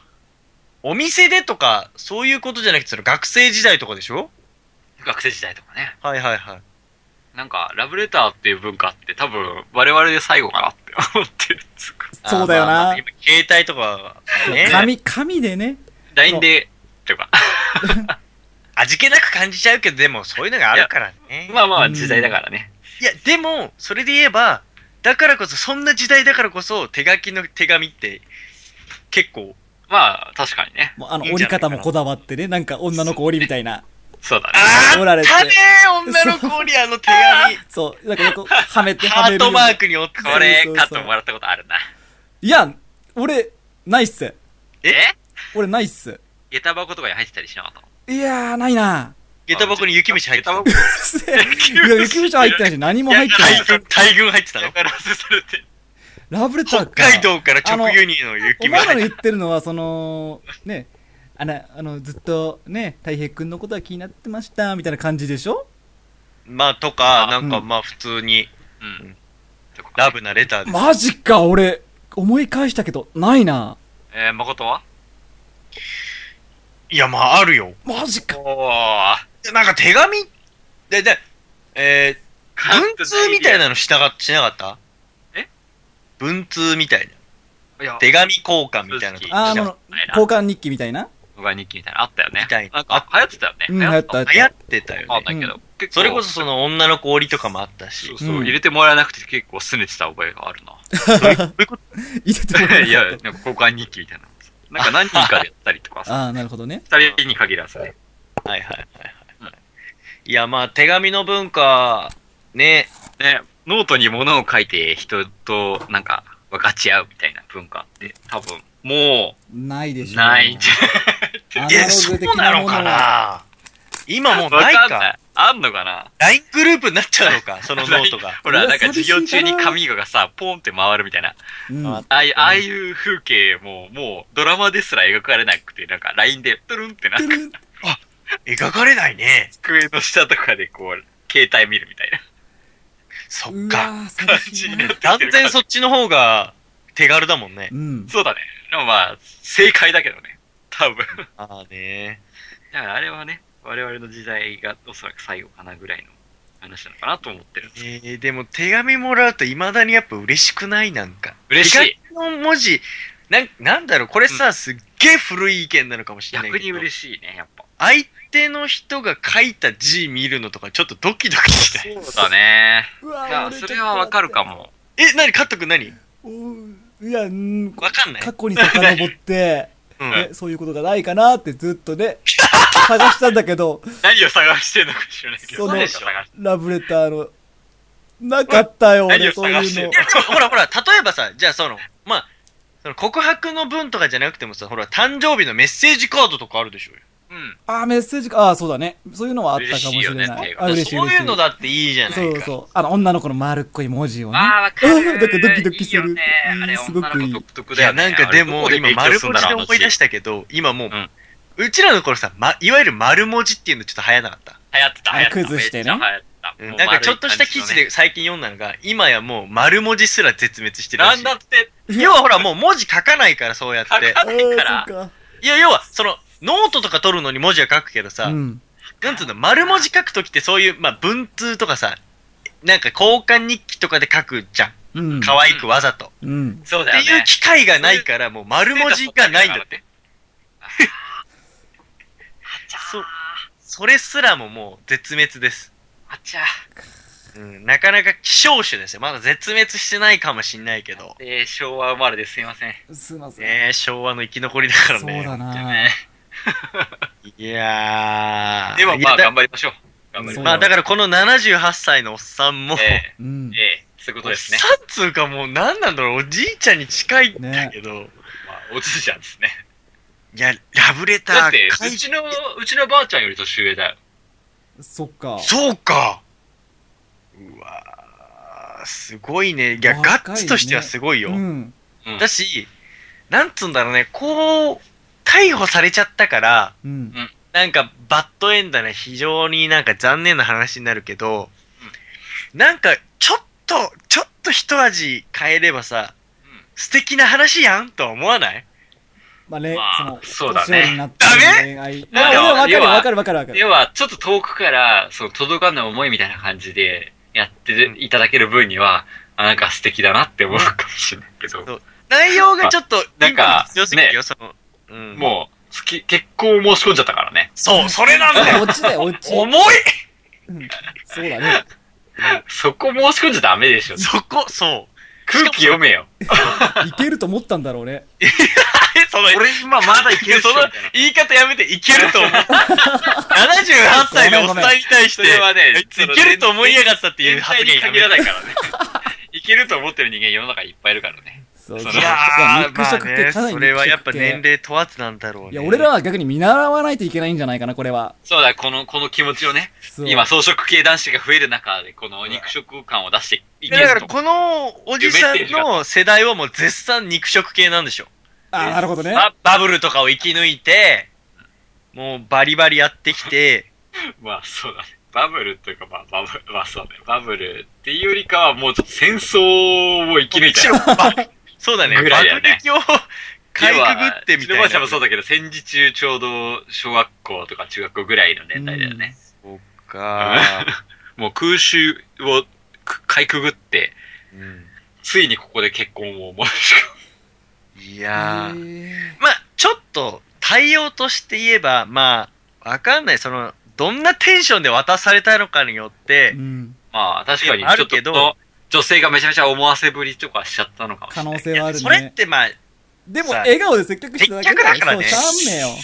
Speaker 4: お店でとか、そういうことじゃなくて、その学生時代とかでしょ
Speaker 6: 学生時代とかね。
Speaker 4: はいはいはい。
Speaker 6: なんか、ラブレターっていう文化って多分、我々で最後かなって思ってるっ *laughs* つうか。
Speaker 3: そうだよ
Speaker 4: あーま
Speaker 3: な
Speaker 4: あ。今携帯とか、ね、
Speaker 3: 紙、紙でね。
Speaker 6: LINE で、とか。
Speaker 4: 味気なく感じちゃうけど、でもそういうのがあるからね。
Speaker 6: まあまあ、時代だからね。
Speaker 4: いや、でも、それで言えば、だからこそ、そんな時代だからこそ、手書きの手紙って、結構、
Speaker 6: まあ、確かにね。
Speaker 3: もうあの、
Speaker 4: いいん
Speaker 3: 折
Speaker 4: じ
Speaker 3: り
Speaker 4: ゃないかな
Speaker 3: 方もこだわってね。なんか女の子折りみたいな。
Speaker 6: そうだね。
Speaker 4: あ
Speaker 3: 折られて。
Speaker 4: たねー女の子にあの
Speaker 3: *laughs*
Speaker 4: 手紙、
Speaker 3: そう。なんかよく、はめて、は
Speaker 4: ハー
Speaker 3: めるよ
Speaker 4: ト
Speaker 3: うな。
Speaker 4: マークにおった
Speaker 6: こ
Speaker 4: われ。
Speaker 6: れ
Speaker 3: そう、そ
Speaker 6: カ
Speaker 3: う
Speaker 6: ッ
Speaker 3: そう
Speaker 6: トもらったことあるな。
Speaker 3: いや、俺、ないっす。
Speaker 4: え
Speaker 3: 俺、ないっす。
Speaker 6: 下駄箱とかに入ってたりしなかったの
Speaker 3: いやー、ないな
Speaker 4: 下駄箱に雪道入ってた。
Speaker 6: 下駄
Speaker 4: い
Speaker 6: 箱に
Speaker 3: いや、雪道入ってないし、何も入ってない。
Speaker 4: や大群入ってたの
Speaker 6: 嫌がらせされて。
Speaker 3: ラブレター
Speaker 4: 北
Speaker 3: か。
Speaker 4: 海道から直輸入の
Speaker 3: お
Speaker 4: 雪道
Speaker 3: 前らの言ってるのは、その、ね、あの、あのずっとね、たい平くんのことは気になってました、みたいな感じでしょ
Speaker 4: まあ、とか、なんか
Speaker 3: うん
Speaker 4: まあ普通に、
Speaker 6: うん。とか
Speaker 4: ラブなレターです。
Speaker 3: マジか、俺、思い返したけど、ないな
Speaker 6: えー、誠はい
Speaker 4: や、まああるよ。
Speaker 3: マジか。
Speaker 6: おー。
Speaker 4: なんか手紙で、で、えー、文通みたい
Speaker 6: な。
Speaker 4: なのしたが、しなかった
Speaker 6: え
Speaker 4: 文通みたい
Speaker 6: いや
Speaker 4: な。手紙交換みたいなの
Speaker 6: 正直
Speaker 3: あ
Speaker 6: あ
Speaker 3: ー、
Speaker 4: した
Speaker 3: も
Speaker 4: が
Speaker 3: の
Speaker 6: ない、な
Speaker 3: 交換日記みたいな
Speaker 6: 僕は日記みたいなのあったよね。
Speaker 4: みたいな
Speaker 6: なんか、流行ってたよね。
Speaker 3: うん、流行った、流
Speaker 4: 流
Speaker 3: 行
Speaker 4: 行
Speaker 3: っ
Speaker 4: ってたよ
Speaker 6: わ
Speaker 4: ね。
Speaker 6: かんないけど。結構
Speaker 4: それこそその女の子折りとかもあったし
Speaker 6: そう。そう、
Speaker 3: うん
Speaker 6: 入れてもらえなくて結構拗ねてた覚えが
Speaker 4: *laughs*
Speaker 6: ある
Speaker 3: た。入れ
Speaker 6: な。
Speaker 3: てもらえなかった
Speaker 6: いや、なんか交換日記みたいな。なんか何人かでやったりと
Speaker 4: *laughs*
Speaker 6: かさ。
Speaker 3: ああ、なるほどね。
Speaker 6: 二人に限らずね。
Speaker 4: はいはいはいはい。いや、まあ手紙の文化、ね、
Speaker 6: ね、ノートに物を書いて人となんか分かち合うみたいな文化って多分も
Speaker 3: ないでし
Speaker 6: う
Speaker 3: ょ。
Speaker 6: ないんじ
Speaker 3: アナ
Speaker 4: え、
Speaker 3: ロ
Speaker 4: そ
Speaker 3: グ的
Speaker 4: うな
Speaker 3: なも
Speaker 4: の
Speaker 3: の
Speaker 4: か
Speaker 3: は。
Speaker 4: な
Speaker 6: ゃ
Speaker 4: 今
Speaker 6: ない
Speaker 4: もうない
Speaker 6: わ
Speaker 4: か
Speaker 6: んない。あんのかな
Speaker 4: ?LINE グループになっちゃうの
Speaker 6: *laughs*
Speaker 4: か、そのノートが。
Speaker 6: ほら、
Speaker 3: うわ
Speaker 6: なんか授業中
Speaker 3: 寂し
Speaker 6: に
Speaker 3: いな
Speaker 6: 紙がさ、ポンって回るみたいな。
Speaker 3: うん
Speaker 4: あ
Speaker 6: ああいうああいう風景も、もうドラマですら描かれなくて、なんか LINE で、トゥルンってなんか
Speaker 4: 描かれないね。
Speaker 6: 机の下とかでこう、携帯見るみたいな
Speaker 4: そっ
Speaker 3: う
Speaker 4: か。
Speaker 3: わー、
Speaker 6: 感
Speaker 3: 寂し
Speaker 6: じ
Speaker 3: い
Speaker 6: に
Speaker 3: な
Speaker 6: *laughs* なっ。てきてるから
Speaker 4: 断然そっちの方が手軽だもんね
Speaker 3: う。ん。
Speaker 6: そうだね。でもまあ、正解だけどね。多分。
Speaker 4: ああね。
Speaker 6: だからあれはね、我々の時代がおそらく最後かなぐらいの話なのかなと思ってるんです。
Speaker 4: えー、でも手紙もらうと未だにやっぱ嬉しくないなんか。
Speaker 6: 嬉しい。
Speaker 4: 手紙の文字、なん、なんだろう、これさ、すっげえ古い意見なのかもしれない
Speaker 6: 逆
Speaker 4: け
Speaker 6: に
Speaker 4: ど、
Speaker 6: 嬉しいね、やっぱ。
Speaker 4: 相手の人が書いた字見るのとかちょっとドキドキしたい。
Speaker 6: そうだね。
Speaker 3: うわ
Speaker 6: いや、それはわかるか。も。
Speaker 4: え、なに、カット君何
Speaker 3: 俺ちょっと待っておういや、うん
Speaker 4: わかんない
Speaker 3: 過去に遡
Speaker 6: *laughs*
Speaker 3: って、
Speaker 4: うん
Speaker 3: ねそういうことがないかなってずっとね、探したんだけど、 *laughs*
Speaker 6: 何を探してんのか知らないけど。
Speaker 3: その
Speaker 6: 何を探して
Speaker 3: ラブレターの、なかったよ、
Speaker 6: 何
Speaker 3: 俺、
Speaker 6: を
Speaker 3: そう
Speaker 6: 探し
Speaker 3: い
Speaker 6: て
Speaker 3: うんの
Speaker 6: の。
Speaker 4: ほらほら、例えばさ、じゃあその、まあ、その告白の文とかじゃなくてもさ、ほら、誕生日のメッセージカードとかあるでしょ
Speaker 6: うん。
Speaker 3: あー、メッセージか。あー、そうだね。そういうのはあったかもしれ
Speaker 6: 嬉しいよ
Speaker 3: な
Speaker 6: ね
Speaker 3: い。あ、嬉しい、
Speaker 4: そう
Speaker 3: 嬉し
Speaker 4: い
Speaker 3: い。
Speaker 4: うのだっていいじゃないか。
Speaker 3: そうそう。あの、女の子の丸っこい文字をね。
Speaker 6: ああ、わか
Speaker 3: うん
Speaker 6: る。
Speaker 3: だ *laughs* からドキドキする
Speaker 6: いいよね。あれ、
Speaker 3: うんすご
Speaker 6: 女
Speaker 3: くいい
Speaker 6: の子独特
Speaker 4: い
Speaker 6: だよ
Speaker 4: や、
Speaker 6: ね。。
Speaker 4: なんかでも、今、丸文字で思い出したたけど、今もう、
Speaker 6: うん
Speaker 4: うちらの頃さ、ま、いわゆる丸文字っていうのちょっと流行らなかった。
Speaker 6: 流行ってた、流行ってた。
Speaker 3: あ崩してね
Speaker 6: めっちゃ流行った
Speaker 4: うんなんかちょっとした記事。で最近読んだのが、今やもう丸文字すら絶滅してるら
Speaker 6: な
Speaker 4: し
Speaker 6: ん
Speaker 4: い。
Speaker 6: だって、
Speaker 4: 要はほら、もう文字書かないから、そうやっ
Speaker 6: 書か
Speaker 4: て。
Speaker 6: ないから。
Speaker 3: あーそっ
Speaker 4: いや、要は、その、ノートとか取るのに文字は書くけどさ、
Speaker 3: か。うん。
Speaker 4: なんつうの、丸文字書くときってそういう、まあ、文通とかさ、なんか交換日記とかで書くじゃん。
Speaker 3: うん。
Speaker 4: 可愛くわざと。っ
Speaker 3: うん。
Speaker 6: そう
Speaker 4: て
Speaker 6: だよね。
Speaker 4: いう機会がないから、もう丸文字がないんだって。
Speaker 6: て。
Speaker 4: そそれすらももう絶滅です。
Speaker 6: あっちゃ。
Speaker 4: うん、なかなか希少種ですよ。まだ絶滅してないかもしんないけど。
Speaker 6: えー、昭和生まれですいません。
Speaker 3: すいません。
Speaker 4: ねえ、昭和の生き残りだから
Speaker 3: そ
Speaker 4: ね。
Speaker 3: うだな。
Speaker 6: ね
Speaker 4: いやー。
Speaker 6: でも
Speaker 4: いや
Speaker 6: まあ
Speaker 4: だ
Speaker 6: 頑張りましょう。頑張り
Speaker 3: そう
Speaker 4: まあだからこの78歳のおっさんも、
Speaker 6: ましょう。え
Speaker 3: うん
Speaker 6: ー、。えー、そういうこと
Speaker 4: おっ
Speaker 6: ですね
Speaker 4: さ。んつうかもう何なんだろう、おじいちゃんに近いんだけど、
Speaker 6: まあ、おじいちゃんですね。
Speaker 4: いや、ラブレタ
Speaker 6: だっ
Speaker 4: ー
Speaker 6: て、
Speaker 4: 書いう
Speaker 6: ちの、うちのばあちゃんより年上だよ。
Speaker 3: そっか。
Speaker 4: そうかうわーすごいね。いや、
Speaker 3: 若いね
Speaker 4: ガッツとしてはすごいよ。
Speaker 3: うん。
Speaker 6: うん
Speaker 4: だし、なんつうんだろうね、こう、逮捕されちゃったから、
Speaker 3: うん。
Speaker 4: なんかバッドエンドな非常になんか残念な話になるけど、なんかちょっと、ちょっと一味変えればさ、
Speaker 6: うん
Speaker 4: 素敵な話やんとは思わない
Speaker 3: まあね
Speaker 6: まあ、
Speaker 3: その、
Speaker 6: そうだね
Speaker 3: 年寄りになってる
Speaker 4: ダメ
Speaker 3: 恋愛。
Speaker 6: まあ
Speaker 3: まあでもわか
Speaker 6: 要
Speaker 3: る
Speaker 6: は
Speaker 3: わかるわかるわかる。
Speaker 6: 要は、ちょっと遠くから、その、届かぬ思いみたいな感じで、やっていただける分には、あ、なんか素敵だなって思うかもしれないけど、
Speaker 4: そう内容がちょっと、
Speaker 6: なんか
Speaker 4: 強すぎるよ、その、うん、う。
Speaker 6: もう、好き、結婚を申し込んじゃったからね。
Speaker 4: そう、それなんだよ
Speaker 3: 落ちだよ、落ち。
Speaker 4: 重い
Speaker 3: うんそうだね。
Speaker 6: そこ申し込んじゃダメでしょ。
Speaker 4: そこ、そう。
Speaker 6: 空気読めよ。
Speaker 3: いけると思ったんだろうね。
Speaker 4: え、その、
Speaker 6: 俺今まだいけるっしょ
Speaker 4: そ
Speaker 6: み
Speaker 4: の
Speaker 6: たいな
Speaker 4: 言い方やめて、いけると思う。78歳のおっさんに対し
Speaker 6: そ
Speaker 4: て、
Speaker 6: れはね、
Speaker 4: いついけると思いやがったっていう
Speaker 6: 天
Speaker 4: 発
Speaker 6: 才に
Speaker 4: 言やめ
Speaker 6: 限ら
Speaker 4: て。
Speaker 6: ないからね。いけると思ってる人間世の中いっぱいいるからね。
Speaker 3: そう
Speaker 6: そ
Speaker 3: そうう。
Speaker 6: いや
Speaker 3: 肉食系、かなり肉食系
Speaker 4: それはやっぱ年。齢問わずなんだろうね。
Speaker 3: いや、俺らは逆に見習わないといけないんじゃないかな、これは。
Speaker 6: そうだ、この、この気持ちをね、
Speaker 3: そう
Speaker 6: 今装飾系男子が増える中で、この肉食感を出していけ
Speaker 4: でだか
Speaker 6: る
Speaker 4: ら
Speaker 6: と。
Speaker 4: このおじさんの世代はもう絶賛肉食系なんでしょ。
Speaker 3: あー、なるほどね。
Speaker 4: ババブルとかを生き抜いて、もうバリバリやってきて、
Speaker 6: まあそうだね。バブルというか、まあ、バブル、まあそうだね。バブルっていうよりかは、もうちょっと戦争を生き抜いたよ。
Speaker 4: そうだね、
Speaker 6: ぐらいだよ
Speaker 4: 爆
Speaker 6: ね
Speaker 4: 撃をかいくぐってみたい
Speaker 6: 篠
Speaker 4: な。
Speaker 6: 原さんもそうだけど、戦時中ちょうど小学校とか中学校ぐらいの年代だよね。
Speaker 4: そうか。
Speaker 6: もう空襲をくかいくぐって、
Speaker 4: うん
Speaker 6: ついにここで結婚
Speaker 4: *laughs*
Speaker 6: を思うしか。
Speaker 4: い
Speaker 3: へ
Speaker 4: やー。
Speaker 3: ー
Speaker 4: まあ、ちょっと対応として言えば、まあ、わかんない、その、どんなテンションで渡されたのかによって
Speaker 3: う、ん。
Speaker 6: まあ確かに、
Speaker 4: あ
Speaker 6: ちょ
Speaker 4: る
Speaker 6: っと
Speaker 4: けど
Speaker 6: この女性がめちゃめちゃ思わせぶりとかしちゃったのかもし
Speaker 3: 可
Speaker 6: れない。
Speaker 3: 能性はあるね。
Speaker 4: それってまあ、
Speaker 3: でも、
Speaker 4: さあ
Speaker 3: 笑顔で接客してただ
Speaker 4: 接
Speaker 3: け
Speaker 4: 客だからね
Speaker 3: そう、しゃんめよ。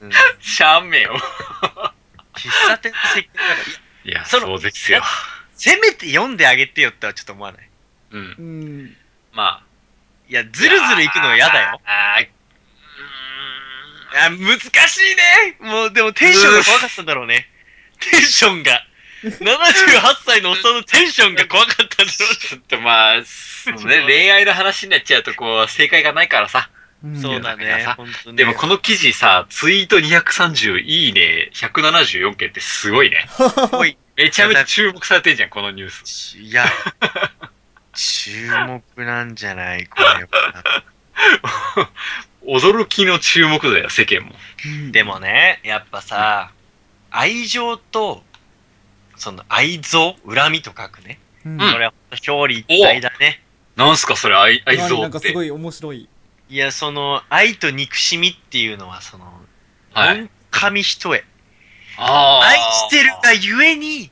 Speaker 4: うん
Speaker 6: シャーメンを。
Speaker 4: 喫茶店の設計だ *laughs* から、いや
Speaker 6: いや、
Speaker 4: その
Speaker 6: そうですよ。
Speaker 4: せめて読んであげてよってはちょっと思わない。
Speaker 6: うん。
Speaker 3: うん。
Speaker 6: まあ。
Speaker 4: いや、ずるずる行くのは嫌だよ。
Speaker 6: あー
Speaker 4: あ難しいねもう、でもテンションが怖かったんだろうね。テンションが。78歳のおっさんのテンションが怖かったんだろうね
Speaker 6: ちょっとまあ、 *laughs* そうね、恋愛の話になっちゃうと、こう、正解がないからさ。
Speaker 3: うん
Speaker 4: そうだね、本当ね。
Speaker 6: でもこの記事さ、ツイート230、いいね、174件ってすごいね。
Speaker 4: おい、
Speaker 6: めちゃめちゃ注目されてんじゃん、このニュー
Speaker 4: *laughs*
Speaker 6: ス。
Speaker 4: いや、注目なんじゃないこれは。
Speaker 6: 驚きの注目だよ、世間も。
Speaker 4: でもね、やっぱさ、愛情と、その愛憎、恨みと書くね。
Speaker 3: うん。
Speaker 6: うん
Speaker 4: これは表裏一体だね。
Speaker 6: なんすか、それ、愛、愛
Speaker 3: 何
Speaker 6: 憎
Speaker 3: なん
Speaker 6: っ
Speaker 3: か
Speaker 6: て
Speaker 3: す。ごい面白い。
Speaker 4: いや、その、愛と憎しみっていうのは、その、
Speaker 6: はい。
Speaker 4: 紙一重。
Speaker 6: あ
Speaker 4: 愛してるがゆえに、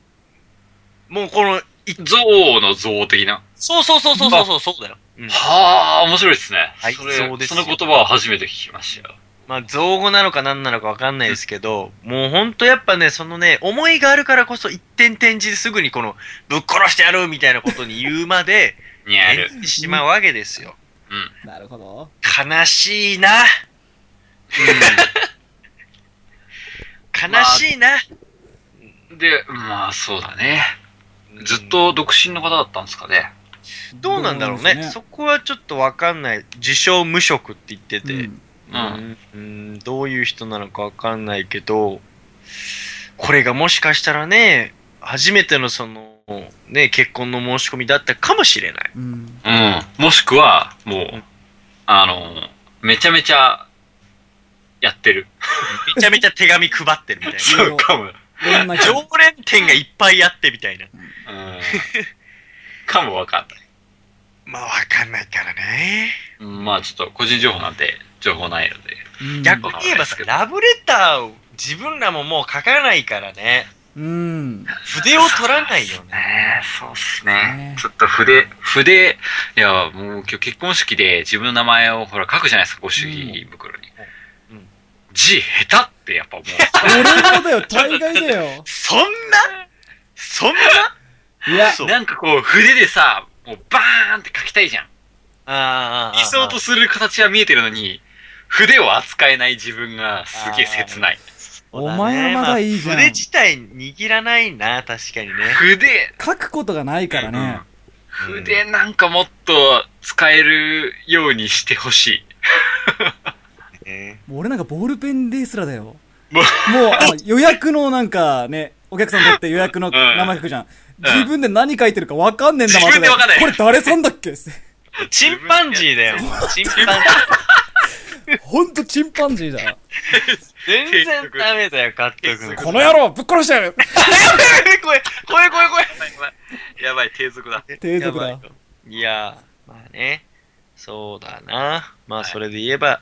Speaker 4: もうこの、い
Speaker 6: 象の象的な。
Speaker 4: そうそうそうそうそうそうだよ。うん
Speaker 6: はあ、面白いですね。
Speaker 4: はい
Speaker 6: それ
Speaker 4: そうです
Speaker 6: そ
Speaker 4: よ
Speaker 6: の言葉は初めて聞きましたよ。
Speaker 4: まあ、造語なのか何なのかわかんないですけど、もうほんとやっぱね、そのね、思いがあるからこそ一点転じですぐにこの、ぶっ殺してやるみたいなことに言うま *laughs* で、
Speaker 6: にゃる。
Speaker 4: 演じてしまうわけですよ。
Speaker 3: なるほど。
Speaker 4: 悲しいな。悲しいな。
Speaker 6: *laughs* で、まあ、そうだね。ずっと独身の方だったんですかね。
Speaker 4: どうなんだろうね。そこはちょっとわかんない。自称無職って言って
Speaker 3: う
Speaker 4: て、
Speaker 3: ん。
Speaker 6: うん
Speaker 4: うんうんどういう人なのかわかんないけど、これがもしかしたらね、初めてのその、ね、結婚の申し込みだったかもしれない。
Speaker 3: うん。
Speaker 6: うん。もしくは、もう、あの、めちゃめちゃ、やってる。
Speaker 4: めちゃめちゃ手紙配ってるみたい *laughs* な。
Speaker 3: そう
Speaker 6: かも。
Speaker 3: いろんな人
Speaker 4: 常連店がいっぱいあってみたいな。 *laughs*
Speaker 6: うん。かもわかんない。
Speaker 4: まあわかんないからね。
Speaker 6: うんまあ、ちょっと個人情報なんて情報ないので。
Speaker 3: うん
Speaker 4: 逆に言えばさ、ラブレターを自分らももう書かないからね。
Speaker 3: うん。
Speaker 4: 筆を取らないよね。
Speaker 6: ねえ、そうっす
Speaker 3: ね
Speaker 6: ね。ちょっと筆、筆、いや、もう今日結婚式で自分の名前をほら書くじゃないですか、ご祝儀袋に
Speaker 4: うんうん。
Speaker 6: 字下手ってやっぱもう、
Speaker 3: 俺もだよ、大概だよ。
Speaker 4: そんなそんない *laughs*
Speaker 3: や、
Speaker 4: そう
Speaker 6: なんかこう筆でさ、もうバーンって書きたいじゃん。
Speaker 4: あーあーあー。
Speaker 6: 理想とする形は見えてるのに、筆を扱えない自分がすげえ切ない。
Speaker 3: お前はまだいいじ
Speaker 4: まあ
Speaker 3: ゃん
Speaker 4: 筆自体握らないな、確かにね。
Speaker 6: 筆、
Speaker 3: 書くことがないからね。
Speaker 4: うん
Speaker 6: 筆なんかもっと使えるようにしてほし
Speaker 4: *laughs*
Speaker 6: い。
Speaker 4: ね
Speaker 3: もう俺なんかボールペンですらだよ。も
Speaker 6: も
Speaker 3: う
Speaker 6: う、
Speaker 3: あの予約のなんかね、お客さん取って予約の名前書くじゃん。自分で何書いてるかわかんねえんだもん、
Speaker 6: 自分でわかんない
Speaker 3: これ誰さんだっけ *laughs*
Speaker 4: チンパンジーだよ。チンパンジー。
Speaker 3: ほんとチンパンジーだ。
Speaker 4: 全然ダメだよ、カット君。
Speaker 3: この野郎、ぶっ殺してやる
Speaker 4: 声、声、声、声。
Speaker 6: やばい、低俗だ。
Speaker 3: 低
Speaker 4: や
Speaker 3: 俗
Speaker 4: ばい
Speaker 3: だ
Speaker 4: よ。いやー、まあね、そうだな。まあ、それで言えば、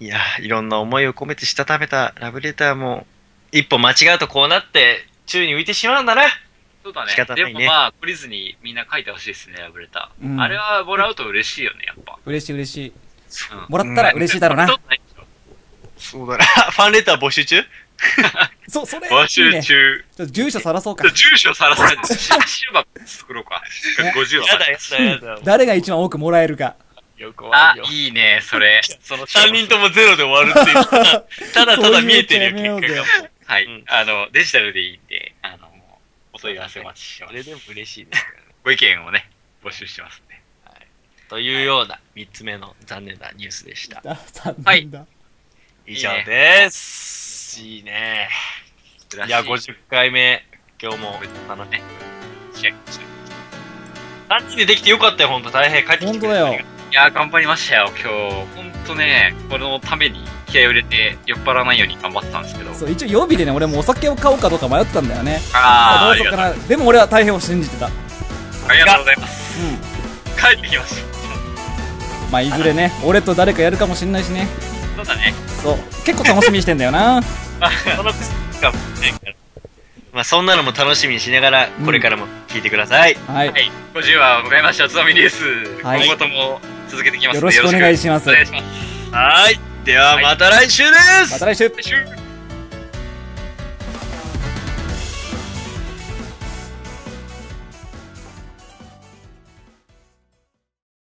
Speaker 4: い、やー、いろんな思いを込めてしたためたラブレターも、一歩間違うとこうなって、宙に浮いてしまうんだな。
Speaker 6: そうだ
Speaker 4: 仕方
Speaker 6: ね。
Speaker 4: ない
Speaker 6: で
Speaker 4: ね
Speaker 6: もまあ、懲りずにみんな書いてほしいですね、ラブレター。
Speaker 3: うん
Speaker 6: あれはもらうと嬉しいよね、やっぱ。
Speaker 3: 嬉しい嬉しい。
Speaker 6: うん
Speaker 3: もらったら嬉しいだろうな
Speaker 6: そ。ないでしょ
Speaker 4: そうだな。ファンレター募集中
Speaker 3: そう、それ。
Speaker 6: 募
Speaker 3: いい
Speaker 6: 集
Speaker 3: ね
Speaker 6: 中。
Speaker 3: ちょっと住所さらそうか。
Speaker 6: 住所さらされて、シュバ作ろうか。50
Speaker 4: や
Speaker 6: は。
Speaker 4: だ、やだ、やだ。
Speaker 3: 誰が一番多くもらえるか。
Speaker 4: よく
Speaker 6: あ
Speaker 4: わるよ、。
Speaker 6: いいね、それ。その
Speaker 4: 3人ともゼロで終わるっていう。ただただ見えてるよ、
Speaker 3: そうい
Speaker 4: 結
Speaker 3: うの
Speaker 4: 果
Speaker 3: や
Speaker 4: が。
Speaker 6: はい、
Speaker 4: うん
Speaker 6: あの、デジタルでいいんで、あの、もう、お問い合わせお待ちしてま
Speaker 4: そ
Speaker 6: す。
Speaker 4: れでも嬉しいです。
Speaker 6: ご意見をね、募集してますんで。
Speaker 4: というような3つ目の残念なニュースでした。
Speaker 3: あ、残
Speaker 6: はい
Speaker 3: 念だ。
Speaker 4: 以上です。いいね。いや、50回目、今日も楽し
Speaker 6: 試合
Speaker 4: 3人でできてよかったよ、ほんと。大変。帰ってき
Speaker 3: 本
Speaker 4: て
Speaker 3: 当
Speaker 4: くれて
Speaker 3: だよ。
Speaker 6: いや、頑張りましたよ、今日。ほんとね、このために気合を入れて、酔っ払わないように頑張ってたんですけど。
Speaker 3: そう、一応予備でね、俺もお酒を買おうかどうか迷ってたんだよね。
Speaker 6: あー、
Speaker 3: ど
Speaker 6: あ
Speaker 3: う
Speaker 6: り
Speaker 3: しよ
Speaker 6: が
Speaker 3: う
Speaker 6: と
Speaker 3: か
Speaker 6: う。
Speaker 3: な。でも俺は大変を信じてた。
Speaker 6: ありがとうございます。帰ってきまし
Speaker 3: まあ、いずれね、俺と誰かやるかもしんないしね。
Speaker 6: た。そうだね。
Speaker 3: そう。結構楽しみにしてんだよな。
Speaker 4: まあ、そんなのも楽しみにしながら、これからも聞いてください。
Speaker 3: はい
Speaker 6: は。い、50話を迎えました、つまみです。
Speaker 3: はい
Speaker 6: 今後とも続けていきます
Speaker 3: よ
Speaker 6: の
Speaker 3: ろ
Speaker 6: で
Speaker 3: しくお願いします
Speaker 6: よろしくお願いします。
Speaker 4: はい。では、また来週です
Speaker 3: また来週
Speaker 6: 来週